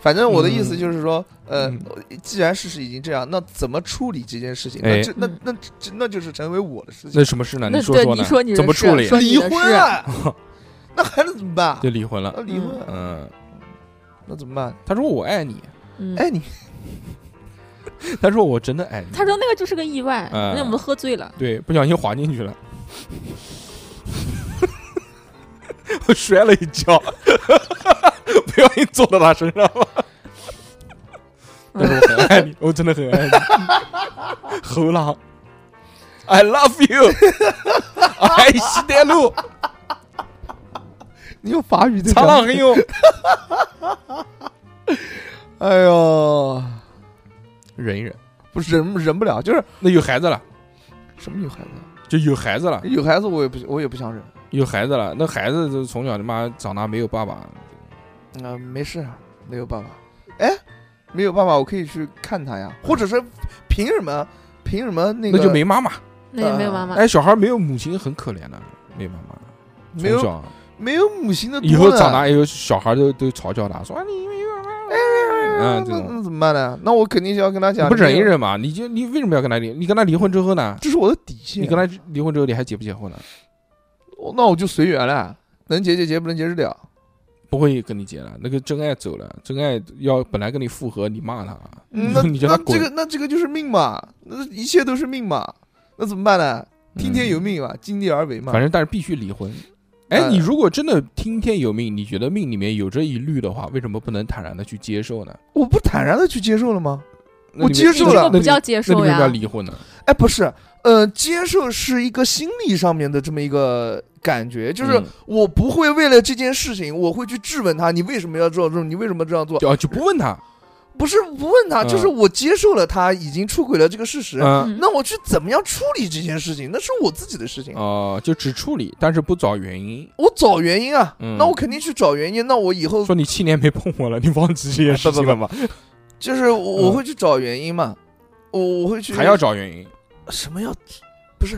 [SPEAKER 3] 反正我的意思就是说，呃
[SPEAKER 2] 嗯，
[SPEAKER 3] 既然事实已经这样，那怎么处理这件事情？
[SPEAKER 2] 哎
[SPEAKER 3] 那这那那这那就是成为我的事
[SPEAKER 2] 那
[SPEAKER 3] 情。
[SPEAKER 2] 什么事呢？
[SPEAKER 4] 那
[SPEAKER 2] 说
[SPEAKER 4] 对
[SPEAKER 2] 说
[SPEAKER 4] 你
[SPEAKER 2] 呢？
[SPEAKER 4] 说你的
[SPEAKER 2] 怎么
[SPEAKER 4] 事
[SPEAKER 2] 处理？
[SPEAKER 4] 说你
[SPEAKER 3] 离
[SPEAKER 4] 的
[SPEAKER 3] 婚
[SPEAKER 4] 事
[SPEAKER 3] 啊？ 那还能怎么办？
[SPEAKER 2] 就离婚了。
[SPEAKER 3] 那离婚啊，
[SPEAKER 2] 嗯，
[SPEAKER 3] 那怎么办？
[SPEAKER 2] 他说我爱你，
[SPEAKER 4] 嗯，
[SPEAKER 3] 哎，你
[SPEAKER 2] 他说我真的 爱你。
[SPEAKER 4] 他说那个就是个意外，
[SPEAKER 2] 嗯
[SPEAKER 4] 那我们喝醉了，
[SPEAKER 2] 对，不小心滑进去了， 我摔了一跤， 不小心坐到他身上了。但是我很爱你，我真的很爱你，猴狼，I love you，爱西带 路，
[SPEAKER 3] 你有法语的
[SPEAKER 2] 长浪很 有。
[SPEAKER 3] 哎呦，
[SPEAKER 2] 忍一忍，
[SPEAKER 3] 不是忍忍不了，就是
[SPEAKER 2] 那有孩子了，
[SPEAKER 3] 什么有孩子？
[SPEAKER 2] 就有孩子了，
[SPEAKER 3] 有孩子我也不我也不想忍。
[SPEAKER 2] 有孩子了。那孩子就从小他妈长大没有爸爸，
[SPEAKER 3] 啊、没事，啊，没有办法。哎，没有办法，我可以去看他呀，或者是凭什么？凭什么那个啊
[SPEAKER 2] 那就没妈妈。
[SPEAKER 4] 那也没有妈妈，
[SPEAKER 2] 哎，小孩没有母亲很可怜的，没妈妈。
[SPEAKER 3] 没
[SPEAKER 2] 从
[SPEAKER 3] 有
[SPEAKER 2] 小
[SPEAKER 3] 没有母亲的多
[SPEAKER 2] 以后
[SPEAKER 3] 呢
[SPEAKER 2] 长大以后，小孩都都嘲笑他，说啊你没有妈妈。
[SPEAKER 3] 哎
[SPEAKER 2] 嗯这
[SPEAKER 3] 那
[SPEAKER 2] 种
[SPEAKER 3] 那怎么办呢？那我肯定就要跟他
[SPEAKER 2] 你
[SPEAKER 3] 讲，
[SPEAKER 2] 不忍
[SPEAKER 3] 没
[SPEAKER 2] 一
[SPEAKER 3] 有，
[SPEAKER 2] 忍嘛？你就你为什么要跟他离？你跟他离婚之后呢？
[SPEAKER 3] 这是我的底线。
[SPEAKER 2] 你跟他离婚之后，你还结不结婚了？
[SPEAKER 3] 我，那我就随缘了，能结就结，不能结就了。
[SPEAKER 2] 不会跟你结了，那个真爱走了，真爱要本来跟你复合，你骂他，
[SPEAKER 3] 嗯 那
[SPEAKER 2] 你叫
[SPEAKER 3] 那
[SPEAKER 2] 他
[SPEAKER 3] 这
[SPEAKER 2] 滚
[SPEAKER 3] 个，那这个就是命嘛，那一切都是命嘛，那怎么办呢？听天由命嘛，尽力而为嘛。
[SPEAKER 2] 嗯
[SPEAKER 3] 呃
[SPEAKER 2] 反正但是必须离婚。哎，
[SPEAKER 3] 那
[SPEAKER 2] 你如果真的听天由命，你觉得命里面有这一律的话，为什么不能坦然的去接受呢？
[SPEAKER 3] 我不坦然的去接受了吗？
[SPEAKER 2] 那
[SPEAKER 3] 我
[SPEAKER 2] 你
[SPEAKER 3] 接
[SPEAKER 2] 为
[SPEAKER 3] 受
[SPEAKER 2] 那
[SPEAKER 3] 了
[SPEAKER 2] 你
[SPEAKER 4] 不叫接
[SPEAKER 2] 那你
[SPEAKER 4] 受
[SPEAKER 2] 为什么要
[SPEAKER 4] 呀，
[SPEAKER 2] 离婚呢？
[SPEAKER 3] 哎，不是，呃，接受是一个心理上面的这么一个感觉，
[SPEAKER 2] 嗯
[SPEAKER 3] 就是我不会为了这件事情，我会去质问他，你为什么要这样做？你为什么这样做？
[SPEAKER 2] 就就不问他，
[SPEAKER 3] 不是不问他，
[SPEAKER 2] 嗯
[SPEAKER 3] 就是我接受了他已经出轨了这个事实，
[SPEAKER 2] 嗯，
[SPEAKER 4] 嗯
[SPEAKER 3] 那我去怎么样处理这件事情，那是我自己的事情，
[SPEAKER 2] 哦，就只处理，但是不找原因。
[SPEAKER 3] 我找原因啊，
[SPEAKER 2] 嗯
[SPEAKER 3] 那我肯定去找原因，那我以后
[SPEAKER 2] 说你七年没碰我了，你忘记这件事情 了吗？
[SPEAKER 3] 就是我我
[SPEAKER 2] 嗯
[SPEAKER 3] 会去找原因嘛，我我会去
[SPEAKER 2] 还要找原因？
[SPEAKER 3] 什么要不是，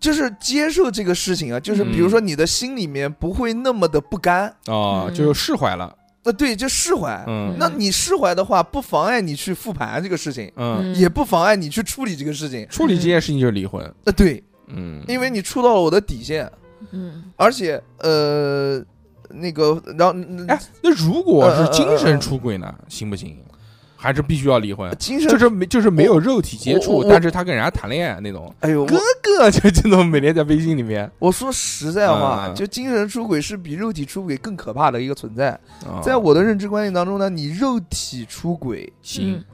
[SPEAKER 3] 就是接受这个事情啊，就是
[SPEAKER 2] 嗯
[SPEAKER 3] 比如说你的心里面不会那么的不甘，
[SPEAKER 2] 哦，
[SPEAKER 4] 嗯
[SPEAKER 2] 就释怀了。
[SPEAKER 3] 那对，就释怀。
[SPEAKER 2] 嗯
[SPEAKER 3] 那你释怀的话，不妨碍你去复盘这个事情，
[SPEAKER 2] 嗯，
[SPEAKER 4] 嗯
[SPEAKER 3] 也不妨碍你去处理这个事情。
[SPEAKER 2] 处理这件事情就是离婚。
[SPEAKER 3] 那对，
[SPEAKER 2] 嗯，
[SPEAKER 3] 因为你触到了我的底线，
[SPEAKER 4] 嗯
[SPEAKER 3] 而且呃，那个，然后嗯
[SPEAKER 2] 哎，那如果是精
[SPEAKER 3] 嗯嗯嗯
[SPEAKER 2] 神
[SPEAKER 3] 嗯
[SPEAKER 2] 出轨呢，行不行？还是必须要离婚？
[SPEAKER 3] 精神，
[SPEAKER 2] 就是没就是没有肉体接
[SPEAKER 3] 我
[SPEAKER 2] 触
[SPEAKER 3] 我，我
[SPEAKER 2] 但是他跟人家谈恋爱那种。
[SPEAKER 3] 哎呦，我
[SPEAKER 2] 哥哥就这种每天在微信里面，
[SPEAKER 3] 我说实在话，
[SPEAKER 2] 嗯嗯
[SPEAKER 3] 就精神出轨是比肉体出轨更可怕的一个存在。
[SPEAKER 2] 哦
[SPEAKER 3] 在我的认知观念当中呢，你肉体出轨，
[SPEAKER 2] 行，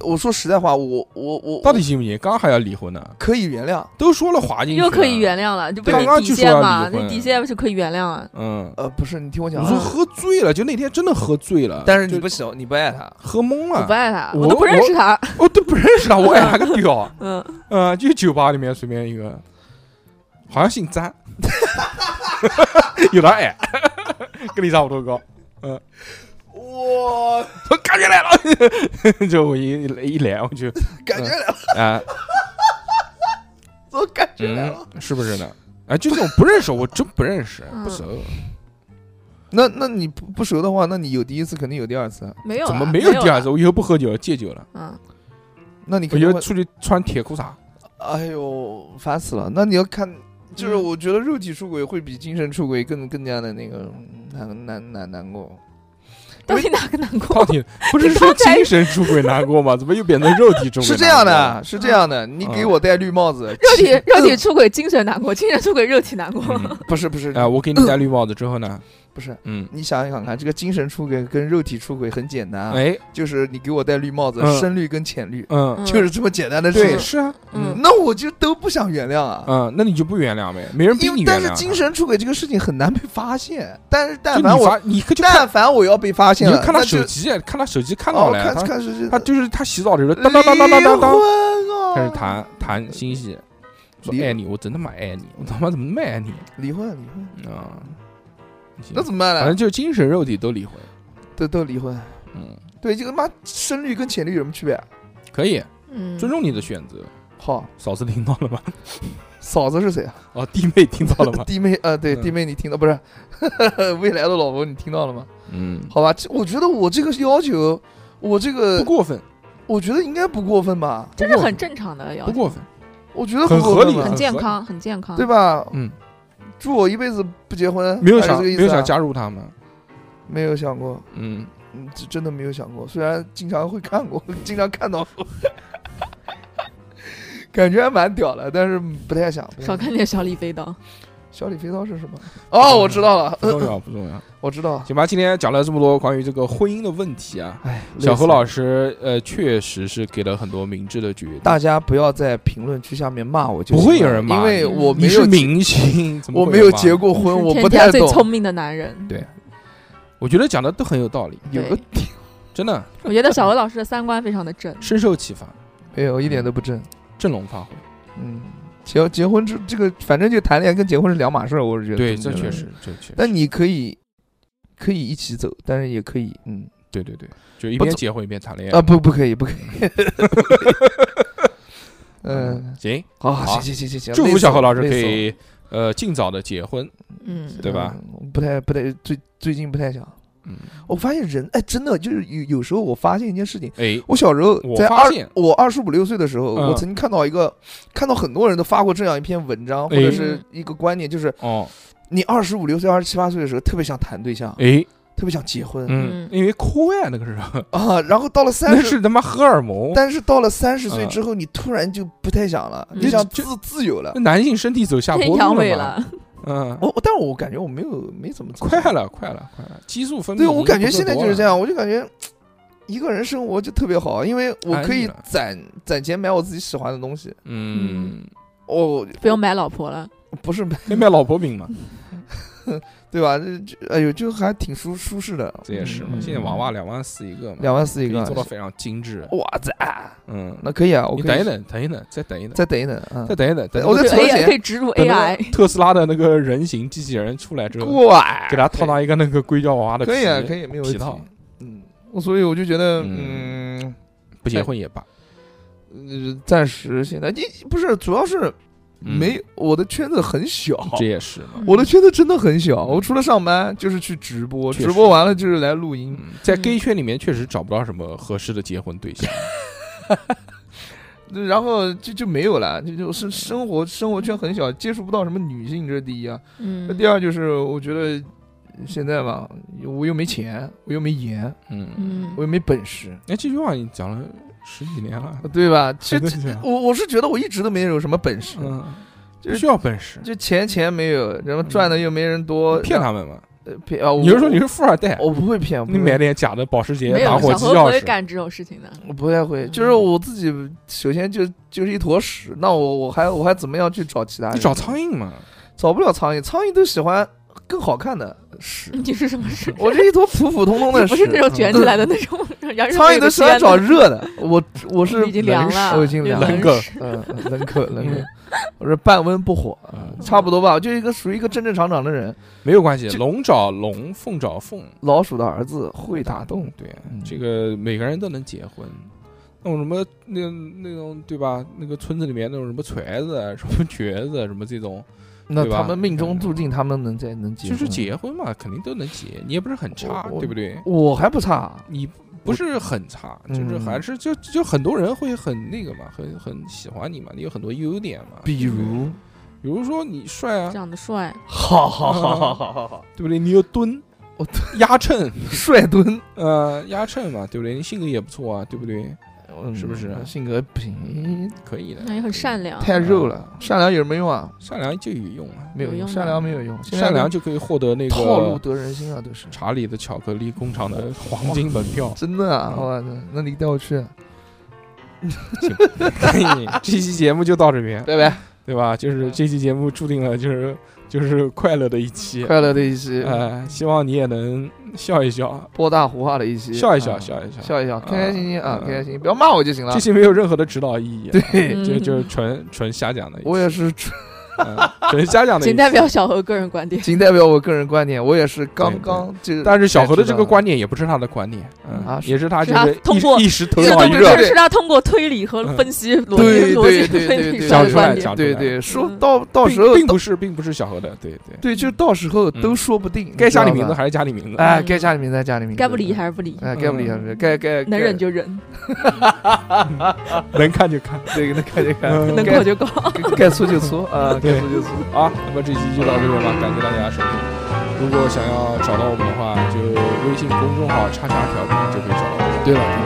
[SPEAKER 3] 我说实在话，我我我
[SPEAKER 2] 到底行不行？刚还要离婚呢，
[SPEAKER 3] 可以原谅，
[SPEAKER 2] 都说了滑进去了
[SPEAKER 4] 又可以。原谅了，就不
[SPEAKER 2] 对
[SPEAKER 4] 是
[SPEAKER 2] 啊刚刚
[SPEAKER 4] 底
[SPEAKER 2] 就说
[SPEAKER 4] 线
[SPEAKER 2] 要
[SPEAKER 4] 嘛？
[SPEAKER 2] 离婚
[SPEAKER 4] 那底线是可以原谅啊。
[SPEAKER 2] 嗯，
[SPEAKER 3] 呃，不是，你听我讲
[SPEAKER 2] 我说
[SPEAKER 3] 啊，
[SPEAKER 2] 喝醉了，就那天真的喝醉了，
[SPEAKER 3] 但是你
[SPEAKER 2] 就
[SPEAKER 3] 不喜欢，你不爱他，
[SPEAKER 2] 喝懵
[SPEAKER 4] 我不
[SPEAKER 2] 了，
[SPEAKER 4] 爱他，
[SPEAKER 2] 啊我
[SPEAKER 4] 我都不认识他。
[SPEAKER 2] 我哦都不认识他，我爱他个屌。
[SPEAKER 4] 嗯，
[SPEAKER 2] 嗯，就酒吧里面随便一个，好像姓詹， 有点矮，跟你差不多高。
[SPEAKER 3] 哇，
[SPEAKER 2] 我感觉来了， 就我一一来我就
[SPEAKER 3] 感觉来了，
[SPEAKER 2] 啊，
[SPEAKER 3] 我感觉来
[SPEAKER 2] 嗯
[SPEAKER 3] 了。，
[SPEAKER 2] 是不是呢？哎，就这种不认识，我真不认识，
[SPEAKER 4] 嗯
[SPEAKER 2] 不熟，
[SPEAKER 3] 那那你不不熟的话，那你有第一次肯定有第二次，
[SPEAKER 4] 没有啊，
[SPEAKER 2] 怎么
[SPEAKER 4] 没
[SPEAKER 2] 有第二
[SPEAKER 4] 了
[SPEAKER 2] 次？？我以后不喝酒了，戒酒了，
[SPEAKER 4] 嗯，
[SPEAKER 3] 那你
[SPEAKER 2] 我
[SPEAKER 3] 肯
[SPEAKER 2] 以
[SPEAKER 3] 定
[SPEAKER 2] 后
[SPEAKER 3] 会，
[SPEAKER 2] 出去穿铁裤衩。
[SPEAKER 3] 哎呦，烦死了。那你要看，就是
[SPEAKER 4] 嗯
[SPEAKER 3] 我觉得肉体出轨会比精神出轨更更加的那个嗯难难难难过。
[SPEAKER 4] 到底哪个难
[SPEAKER 2] 到
[SPEAKER 4] 过？
[SPEAKER 2] 底不是
[SPEAKER 4] 你
[SPEAKER 2] 说
[SPEAKER 4] 刚才
[SPEAKER 2] 精神出轨难过吗？怎么又变成肉体出轨？
[SPEAKER 3] 是这样的，，是这样的，你
[SPEAKER 2] 嗯
[SPEAKER 3] 给我戴绿帽子，
[SPEAKER 4] 肉体
[SPEAKER 3] 其嗯
[SPEAKER 4] 肉体出轨，精神难过； 精神出轨，肉体难过。
[SPEAKER 2] 嗯
[SPEAKER 3] 不是不是
[SPEAKER 2] 哎，我给你戴绿帽子之后呢，
[SPEAKER 3] 不是。
[SPEAKER 2] 嗯，
[SPEAKER 3] 你想一想看，这个精神出轨跟肉体出轨很简单啊，
[SPEAKER 2] 哎，
[SPEAKER 3] 就是你给我戴绿帽子，
[SPEAKER 2] 嗯
[SPEAKER 3] 深绿跟浅绿，
[SPEAKER 2] 嗯，
[SPEAKER 3] 就是这么简单的事
[SPEAKER 2] 对，
[SPEAKER 3] 情。
[SPEAKER 2] 是啊，
[SPEAKER 4] 嗯
[SPEAKER 3] 那我就都不想原谅啊，
[SPEAKER 2] 嗯，那你就不原谅呗，没人逼
[SPEAKER 3] 因
[SPEAKER 2] 你
[SPEAKER 3] 为
[SPEAKER 2] 原谅
[SPEAKER 3] 但
[SPEAKER 2] 他。
[SPEAKER 3] 是精神出轨这个事情很难被发现，但是
[SPEAKER 2] 就
[SPEAKER 3] 但
[SPEAKER 2] 你
[SPEAKER 3] 凡我
[SPEAKER 2] 发，你可就看，
[SPEAKER 3] 但凡我要被发
[SPEAKER 2] 你
[SPEAKER 3] 现
[SPEAKER 2] 就
[SPEAKER 3] 了，
[SPEAKER 2] 看
[SPEAKER 3] 那
[SPEAKER 2] 他
[SPEAKER 3] 就
[SPEAKER 2] 手机，看他手机看到
[SPEAKER 3] 哦，
[SPEAKER 2] 了，
[SPEAKER 3] 看
[SPEAKER 2] 他
[SPEAKER 3] 看是
[SPEAKER 2] 他就是他洗澡的时候，
[SPEAKER 3] 离
[SPEAKER 2] 当当当当当当当，
[SPEAKER 3] 婚啊，
[SPEAKER 2] 开始谈谈心事，说
[SPEAKER 3] 离
[SPEAKER 2] 爱你，我真他妈爱你，我他妈怎么那么爱你
[SPEAKER 3] 离婚离婚，
[SPEAKER 2] 啊？行
[SPEAKER 3] 那怎么办
[SPEAKER 2] 反
[SPEAKER 3] 呢
[SPEAKER 2] 正？就是精神肉体都离婚，
[SPEAKER 3] 都都离婚，
[SPEAKER 2] 嗯，
[SPEAKER 3] 对，这个妈深绿跟浅绿有什么区别啊？
[SPEAKER 2] 可以
[SPEAKER 4] 嗯，
[SPEAKER 2] 尊重你的选择。
[SPEAKER 3] 好，
[SPEAKER 2] 嫂子听到了 吗？
[SPEAKER 3] 嫂子是谁啊？
[SPEAKER 2] 哦，弟妹听到了 吗？
[SPEAKER 3] 弟妹啊，对，
[SPEAKER 2] 嗯
[SPEAKER 3] 弟妹你听到不是？ 未来的老婆你听到了吗？
[SPEAKER 2] 嗯，
[SPEAKER 3] 好吧，这我觉得我这个要求，我这
[SPEAKER 2] 不
[SPEAKER 3] 个
[SPEAKER 2] 过分，
[SPEAKER 3] 我觉得应该不过分吧？
[SPEAKER 4] 这是很正常的要
[SPEAKER 2] 不
[SPEAKER 4] 求，
[SPEAKER 2] 过分，
[SPEAKER 3] 我觉得
[SPEAKER 2] 很
[SPEAKER 3] 过
[SPEAKER 2] 合
[SPEAKER 3] 分
[SPEAKER 2] 理
[SPEAKER 3] 吧
[SPEAKER 4] 很
[SPEAKER 2] 很
[SPEAKER 4] 健
[SPEAKER 2] 合
[SPEAKER 4] 康，很健康。
[SPEAKER 3] 对吧？
[SPEAKER 2] 嗯，
[SPEAKER 3] 祝我一辈子不结婚，
[SPEAKER 2] 没有
[SPEAKER 3] 大概
[SPEAKER 2] 想
[SPEAKER 3] 这个意
[SPEAKER 2] 没
[SPEAKER 3] 思
[SPEAKER 2] 有
[SPEAKER 3] 啊
[SPEAKER 2] 想加入他们，
[SPEAKER 3] 没有想过，
[SPEAKER 2] 嗯，
[SPEAKER 3] 嗯，这真的没有想过。虽然经常会看过， 经常看到 过，感觉还蛮屌的，但是不太想。不嗯太
[SPEAKER 4] 少
[SPEAKER 3] 想
[SPEAKER 4] 看点小李飞刀。
[SPEAKER 3] 小李飞刀是什么？哦，我知道了，
[SPEAKER 2] 不重要不重要。
[SPEAKER 3] 我知道。
[SPEAKER 2] 行吧，今天讲了这么多关于这个婚姻的问题啊，
[SPEAKER 3] 哎，
[SPEAKER 2] 小何老
[SPEAKER 3] 师，
[SPEAKER 2] 师，呃，确实是给了很多明智的决定。
[SPEAKER 3] 大家不要在评论区下面骂我就
[SPEAKER 2] 不
[SPEAKER 3] 行了，
[SPEAKER 2] 会有人骂
[SPEAKER 3] 因为
[SPEAKER 4] 你
[SPEAKER 3] 我
[SPEAKER 2] 你
[SPEAKER 3] 没
[SPEAKER 2] 是
[SPEAKER 3] 有结
[SPEAKER 2] 明星，怎么
[SPEAKER 3] 我
[SPEAKER 2] 会
[SPEAKER 3] 没有
[SPEAKER 2] 骂
[SPEAKER 3] 结过婚， 我
[SPEAKER 4] 天
[SPEAKER 3] 不
[SPEAKER 4] 下
[SPEAKER 3] 太
[SPEAKER 4] 最聪
[SPEAKER 3] 懂。
[SPEAKER 4] 明的男人，
[SPEAKER 2] 对我觉得讲的都很有道理，
[SPEAKER 3] 有个
[SPEAKER 4] 对
[SPEAKER 3] 点
[SPEAKER 2] 真的
[SPEAKER 4] 我觉得小何老师的三观非常的正。
[SPEAKER 2] 深受启发，
[SPEAKER 3] 没有，一点都不正。
[SPEAKER 2] 振聋发聿。
[SPEAKER 3] 嗯，结结婚之这个，反正就谈恋爱跟结婚是两码事儿，我是觉得。
[SPEAKER 2] 对，这
[SPEAKER 3] 这么觉
[SPEAKER 2] 确
[SPEAKER 3] 得
[SPEAKER 2] 实，这确实，
[SPEAKER 3] 但你可以可以一起走，但是也可以，嗯
[SPEAKER 2] 对对对，就一
[SPEAKER 3] 不
[SPEAKER 2] 边
[SPEAKER 3] 走
[SPEAKER 2] 结婚一边谈恋
[SPEAKER 3] 啊，
[SPEAKER 2] 爱。
[SPEAKER 3] 不不可以，不 可以。 嗯，，
[SPEAKER 2] 行，
[SPEAKER 3] 好，
[SPEAKER 2] 好
[SPEAKER 3] 行行行行行，
[SPEAKER 2] 祝
[SPEAKER 3] 呃累死
[SPEAKER 2] 福小何
[SPEAKER 3] 我
[SPEAKER 2] 老师
[SPEAKER 3] 累
[SPEAKER 2] 可
[SPEAKER 3] 死我
[SPEAKER 2] 以呃尽早的结婚。
[SPEAKER 4] 嗯，
[SPEAKER 2] 对吧
[SPEAKER 3] 嗯不太不太最最近不太想。
[SPEAKER 2] 嗯，
[SPEAKER 3] 我发现人哎，真的就是有有时候我发现一件事情，
[SPEAKER 2] 哎，
[SPEAKER 3] 我小时候
[SPEAKER 2] 我
[SPEAKER 3] 在
[SPEAKER 2] 发
[SPEAKER 3] 二
[SPEAKER 2] 现
[SPEAKER 3] 我二十五六岁的时候，
[SPEAKER 2] 嗯
[SPEAKER 3] 我曾经看到一个看到很多人都发过这样一篇文章或
[SPEAKER 2] 哎
[SPEAKER 3] 者是一个观念，就是
[SPEAKER 2] 哦，
[SPEAKER 3] 你二十五六岁、二十七八岁的时候特别想谈对象，
[SPEAKER 2] 哎，
[SPEAKER 3] 特别想结婚
[SPEAKER 2] 嗯
[SPEAKER 4] 嗯，
[SPEAKER 2] 因为哭呀，那个时候，
[SPEAKER 3] 啊，然后到了三
[SPEAKER 2] 那
[SPEAKER 3] 十。
[SPEAKER 2] 是他妈荷尔蒙。
[SPEAKER 3] 但是到了三十岁
[SPEAKER 2] 嗯
[SPEAKER 3] 之后，你突然就不太想了，
[SPEAKER 4] 嗯
[SPEAKER 3] 你想
[SPEAKER 2] 就
[SPEAKER 3] 自自由了
[SPEAKER 2] 那。男性身体走下
[SPEAKER 4] 太
[SPEAKER 2] 坡路
[SPEAKER 4] 阳痿
[SPEAKER 2] 了嘛，
[SPEAKER 4] 了，
[SPEAKER 2] 嗯，
[SPEAKER 3] 我，我但我感觉我没有没怎么自由
[SPEAKER 2] 快了，快了，快了，激素分泌已
[SPEAKER 3] 对，
[SPEAKER 2] 经不够多了。啊
[SPEAKER 3] 我感觉现在就是这样，我就感觉一个人生活就特别好，因为我可
[SPEAKER 2] 安逸
[SPEAKER 3] 以
[SPEAKER 2] 了
[SPEAKER 3] 攒攒钱买我自己喜欢的东西。
[SPEAKER 2] 嗯，
[SPEAKER 3] 哦，
[SPEAKER 4] 不用买老婆了。
[SPEAKER 3] 不是
[SPEAKER 2] 可以卖老婆饼嘛，
[SPEAKER 3] 嗯对吧？这这哎呦，就还挺舒舒适的，
[SPEAKER 2] 这也是嘛。
[SPEAKER 3] 嗯
[SPEAKER 2] 现在娃娃两万四一个嘛，
[SPEAKER 3] 两万四一
[SPEAKER 2] 可
[SPEAKER 3] 个
[SPEAKER 2] 以，做到非常精致。
[SPEAKER 3] 哇塞，
[SPEAKER 2] 嗯，
[SPEAKER 3] 那可以啊，我
[SPEAKER 2] 你
[SPEAKER 3] 可以
[SPEAKER 2] 等一等，等一等，再等一等，
[SPEAKER 3] 再等一等啊
[SPEAKER 2] 再，等一等，等
[SPEAKER 3] 我
[SPEAKER 2] 那个
[SPEAKER 3] 在 存
[SPEAKER 4] ，AI
[SPEAKER 3] 钱
[SPEAKER 4] 可以植入
[SPEAKER 2] 等那
[SPEAKER 4] AI，
[SPEAKER 2] 个特斯拉的那个人形机器人出来之后，
[SPEAKER 3] 哇
[SPEAKER 2] 给它套到一个那个硅胶娃娃的
[SPEAKER 3] 啊可以啊，
[SPEAKER 2] 皮
[SPEAKER 3] 可以，没有问
[SPEAKER 2] 皮
[SPEAKER 3] 题。
[SPEAKER 2] 套，
[SPEAKER 3] 嗯，所以我就觉得，
[SPEAKER 2] 嗯
[SPEAKER 3] 嗯，
[SPEAKER 2] 不结婚也罢。
[SPEAKER 3] 呃暂时现在你不是，主要是
[SPEAKER 2] 嗯
[SPEAKER 3] 没我的圈子很小，
[SPEAKER 2] 这也是嘛。
[SPEAKER 3] 我的圈子真的很小。我除了上班就是去直播，
[SPEAKER 2] 确
[SPEAKER 3] 直播完了就是来录音。
[SPEAKER 2] 嗯在
[SPEAKER 4] 嗯
[SPEAKER 2] gay 圈里面确实找不到什么合适的结婚对 象，
[SPEAKER 3] 然后就就没有了，就就是生活生活圈很小，接触不到什么女性，这是第一啊。那
[SPEAKER 4] 嗯，
[SPEAKER 3] 第二就是我觉得现在吧，我又没钱，我又没颜，
[SPEAKER 2] 嗯，
[SPEAKER 4] 嗯
[SPEAKER 3] 我又没本事，
[SPEAKER 2] 哎，这句话你讲了十几年了，
[SPEAKER 3] 对吧？其
[SPEAKER 2] 谁
[SPEAKER 3] 实
[SPEAKER 2] 跟你讲
[SPEAKER 3] 我我是觉得我一直都没有什么本事，
[SPEAKER 2] 嗯，
[SPEAKER 3] 就
[SPEAKER 2] 不需
[SPEAKER 3] 是
[SPEAKER 2] 要本事，
[SPEAKER 3] 就钱钱没有，然后赚的又没人多，
[SPEAKER 2] 骗
[SPEAKER 3] 然
[SPEAKER 2] 他们嘛。
[SPEAKER 3] 呃骗啊！
[SPEAKER 2] 你是说你
[SPEAKER 3] 是
[SPEAKER 2] 是富二代，
[SPEAKER 3] 我不会骗，我不
[SPEAKER 2] 你
[SPEAKER 3] 会
[SPEAKER 2] 买点假的保时捷、
[SPEAKER 4] 没
[SPEAKER 2] 打
[SPEAKER 4] 有，
[SPEAKER 2] 火
[SPEAKER 4] 小
[SPEAKER 2] 机
[SPEAKER 4] 何不
[SPEAKER 2] 钥
[SPEAKER 4] 会
[SPEAKER 2] 匙，
[SPEAKER 4] 干这种事情的。
[SPEAKER 3] 我不太会，就是
[SPEAKER 2] 嗯
[SPEAKER 3] 我自己首先就就是一坨屎，那我我还我还怎么样去找其他人？
[SPEAKER 2] 你找苍，蝇嘛？
[SPEAKER 3] 找不了苍蝇，苍蝇都喜欢更好看的屎，
[SPEAKER 4] 你是什么事？
[SPEAKER 3] 我这一坨普普通通的
[SPEAKER 4] 嗯你
[SPEAKER 3] 屎，嗯
[SPEAKER 4] 不是那种卷起来的那种，然后
[SPEAKER 3] 苍蝇都喜欢找
[SPEAKER 4] 热
[SPEAKER 3] 热的，我我是
[SPEAKER 4] 已经凉
[SPEAKER 3] 冷
[SPEAKER 4] 了，
[SPEAKER 3] 屎我已经凉
[SPEAKER 2] 冷
[SPEAKER 3] 了，
[SPEAKER 2] 梗
[SPEAKER 3] 嗯，嗯冷可冷可
[SPEAKER 2] 嗯，
[SPEAKER 3] 我是半温不火，
[SPEAKER 2] 啊，
[SPEAKER 3] 差不多吧，我就一个属于一个正正常常的人。
[SPEAKER 2] 没有关系，
[SPEAKER 3] 就
[SPEAKER 2] 龙找龙，凤找凤，
[SPEAKER 3] 老鼠的儿子会打洞，
[SPEAKER 2] 对
[SPEAKER 3] 嗯，
[SPEAKER 2] 这个每个人都能结婚。那种什么那那种对吧？那个村子里面那种什么锤子、啊什么橛子、什么这种，
[SPEAKER 3] 那
[SPEAKER 2] 对吧嗯
[SPEAKER 3] 他们命中注定他们能在能结，
[SPEAKER 2] 就是。结婚嘛，肯定都能结。你也不是很差，
[SPEAKER 3] 我
[SPEAKER 2] 对不对？
[SPEAKER 3] 我还不差，啊
[SPEAKER 2] 你不是很差，就是
[SPEAKER 3] 嗯
[SPEAKER 2] 还是就就很多人会很那个嘛，很很喜欢你嘛，你有很多优点嘛，
[SPEAKER 3] 比如，
[SPEAKER 2] 比如说你帅啊，
[SPEAKER 4] 长得帅，
[SPEAKER 3] 好好好好好好好，
[SPEAKER 2] 对不对？你又蹲，
[SPEAKER 3] 我
[SPEAKER 2] 压秤，
[SPEAKER 3] 帅墩，
[SPEAKER 2] 呃，压秤嘛，对不对？你性格也不错啊，对不对？是不是
[SPEAKER 3] 嗯性格不行，
[SPEAKER 2] 可以的，
[SPEAKER 4] 那也很善良。
[SPEAKER 3] 太肉了，嗯善良有什么用啊？
[SPEAKER 2] 善良就有用啊，
[SPEAKER 3] 没有
[SPEAKER 4] 有用
[SPEAKER 3] 用，
[SPEAKER 4] 吗
[SPEAKER 3] 善良没有用，
[SPEAKER 2] 善良就可以获得那
[SPEAKER 3] 套路
[SPEAKER 2] 个
[SPEAKER 3] 得人心啊，都是。
[SPEAKER 2] 查理的巧克力工厂的黄金门票
[SPEAKER 3] 真的啊！
[SPEAKER 2] 嗯
[SPEAKER 3] 我操，那你带我去，
[SPEAKER 2] 嘿哎这期节目就到这边，
[SPEAKER 3] 拜拜，
[SPEAKER 2] 对吧？就是
[SPEAKER 3] 嗯
[SPEAKER 2] 这期节目注定了就是就是快乐的一期，
[SPEAKER 3] 快乐的一期，
[SPEAKER 2] 呃，希望你也能笑一笑，
[SPEAKER 3] 波大胡话的一期，
[SPEAKER 2] 笑一笑，
[SPEAKER 3] 啊
[SPEAKER 2] 笑一笑。
[SPEAKER 3] 笑一笑，开开心心啊
[SPEAKER 2] 嗯，
[SPEAKER 3] 开开心心，不要骂我就行了
[SPEAKER 2] 这。期没有任何的指导意义，
[SPEAKER 3] 对，
[SPEAKER 2] 就就是
[SPEAKER 4] 嗯
[SPEAKER 2] 纯纯瞎讲的一期，
[SPEAKER 3] 我也是，
[SPEAKER 2] 嗯纯瞎 讲的一期，
[SPEAKER 4] 仅代表小何个人观 点。
[SPEAKER 3] 仅代表我个人观点，我也是
[SPEAKER 2] 对
[SPEAKER 3] 刚刚这个，
[SPEAKER 2] 但是小何的这个
[SPEAKER 3] 才知道
[SPEAKER 2] 观点也不是他的观点，嗯，
[SPEAKER 3] 啊是
[SPEAKER 2] 也是他
[SPEAKER 4] 是
[SPEAKER 2] 就
[SPEAKER 4] 他
[SPEAKER 2] 是
[SPEAKER 4] 通
[SPEAKER 2] 一
[SPEAKER 4] 过
[SPEAKER 2] 一时头
[SPEAKER 3] 这
[SPEAKER 2] 脑
[SPEAKER 3] 个
[SPEAKER 2] 一
[SPEAKER 3] 东西
[SPEAKER 2] 热
[SPEAKER 3] 对
[SPEAKER 4] 是他嗯通过推理和分析逻辑
[SPEAKER 3] 对
[SPEAKER 4] 逻
[SPEAKER 3] 对
[SPEAKER 4] 辑
[SPEAKER 3] 对
[SPEAKER 4] 分
[SPEAKER 3] 对
[SPEAKER 4] 析
[SPEAKER 3] 对，
[SPEAKER 4] 出
[SPEAKER 2] 讲
[SPEAKER 4] 的
[SPEAKER 2] 出来
[SPEAKER 4] 观点
[SPEAKER 2] 讲。
[SPEAKER 3] 对
[SPEAKER 2] 出来
[SPEAKER 3] 对，说
[SPEAKER 4] 嗯
[SPEAKER 3] 到到时
[SPEAKER 2] 并
[SPEAKER 3] 候
[SPEAKER 2] 并不是并不是小何的，对对，
[SPEAKER 3] 对，就到时候
[SPEAKER 2] 嗯
[SPEAKER 3] 都说不定。
[SPEAKER 2] 该加
[SPEAKER 3] 你
[SPEAKER 2] 你
[SPEAKER 3] 知道
[SPEAKER 2] 名字
[SPEAKER 3] 吧
[SPEAKER 2] 还是加你名字，
[SPEAKER 3] 哎，该加你名字还加你名字，
[SPEAKER 4] 嗯该不理还是不理，
[SPEAKER 3] 哎，该不理还是该该
[SPEAKER 4] 能忍
[SPEAKER 3] 就
[SPEAKER 4] 就忍，
[SPEAKER 2] 能看就看
[SPEAKER 3] 对，能看就看，
[SPEAKER 2] 嗯
[SPEAKER 4] 能
[SPEAKER 3] 该
[SPEAKER 4] 过就过。
[SPEAKER 3] 该该粗就粗啊，
[SPEAKER 2] 对
[SPEAKER 3] 该粗就粗。
[SPEAKER 2] 啊。那么这期就到这边吧，感谢大家收听。如果想要找到我们的话，就微信公众号“叉叉调频”就可以找到我们。
[SPEAKER 3] 对了。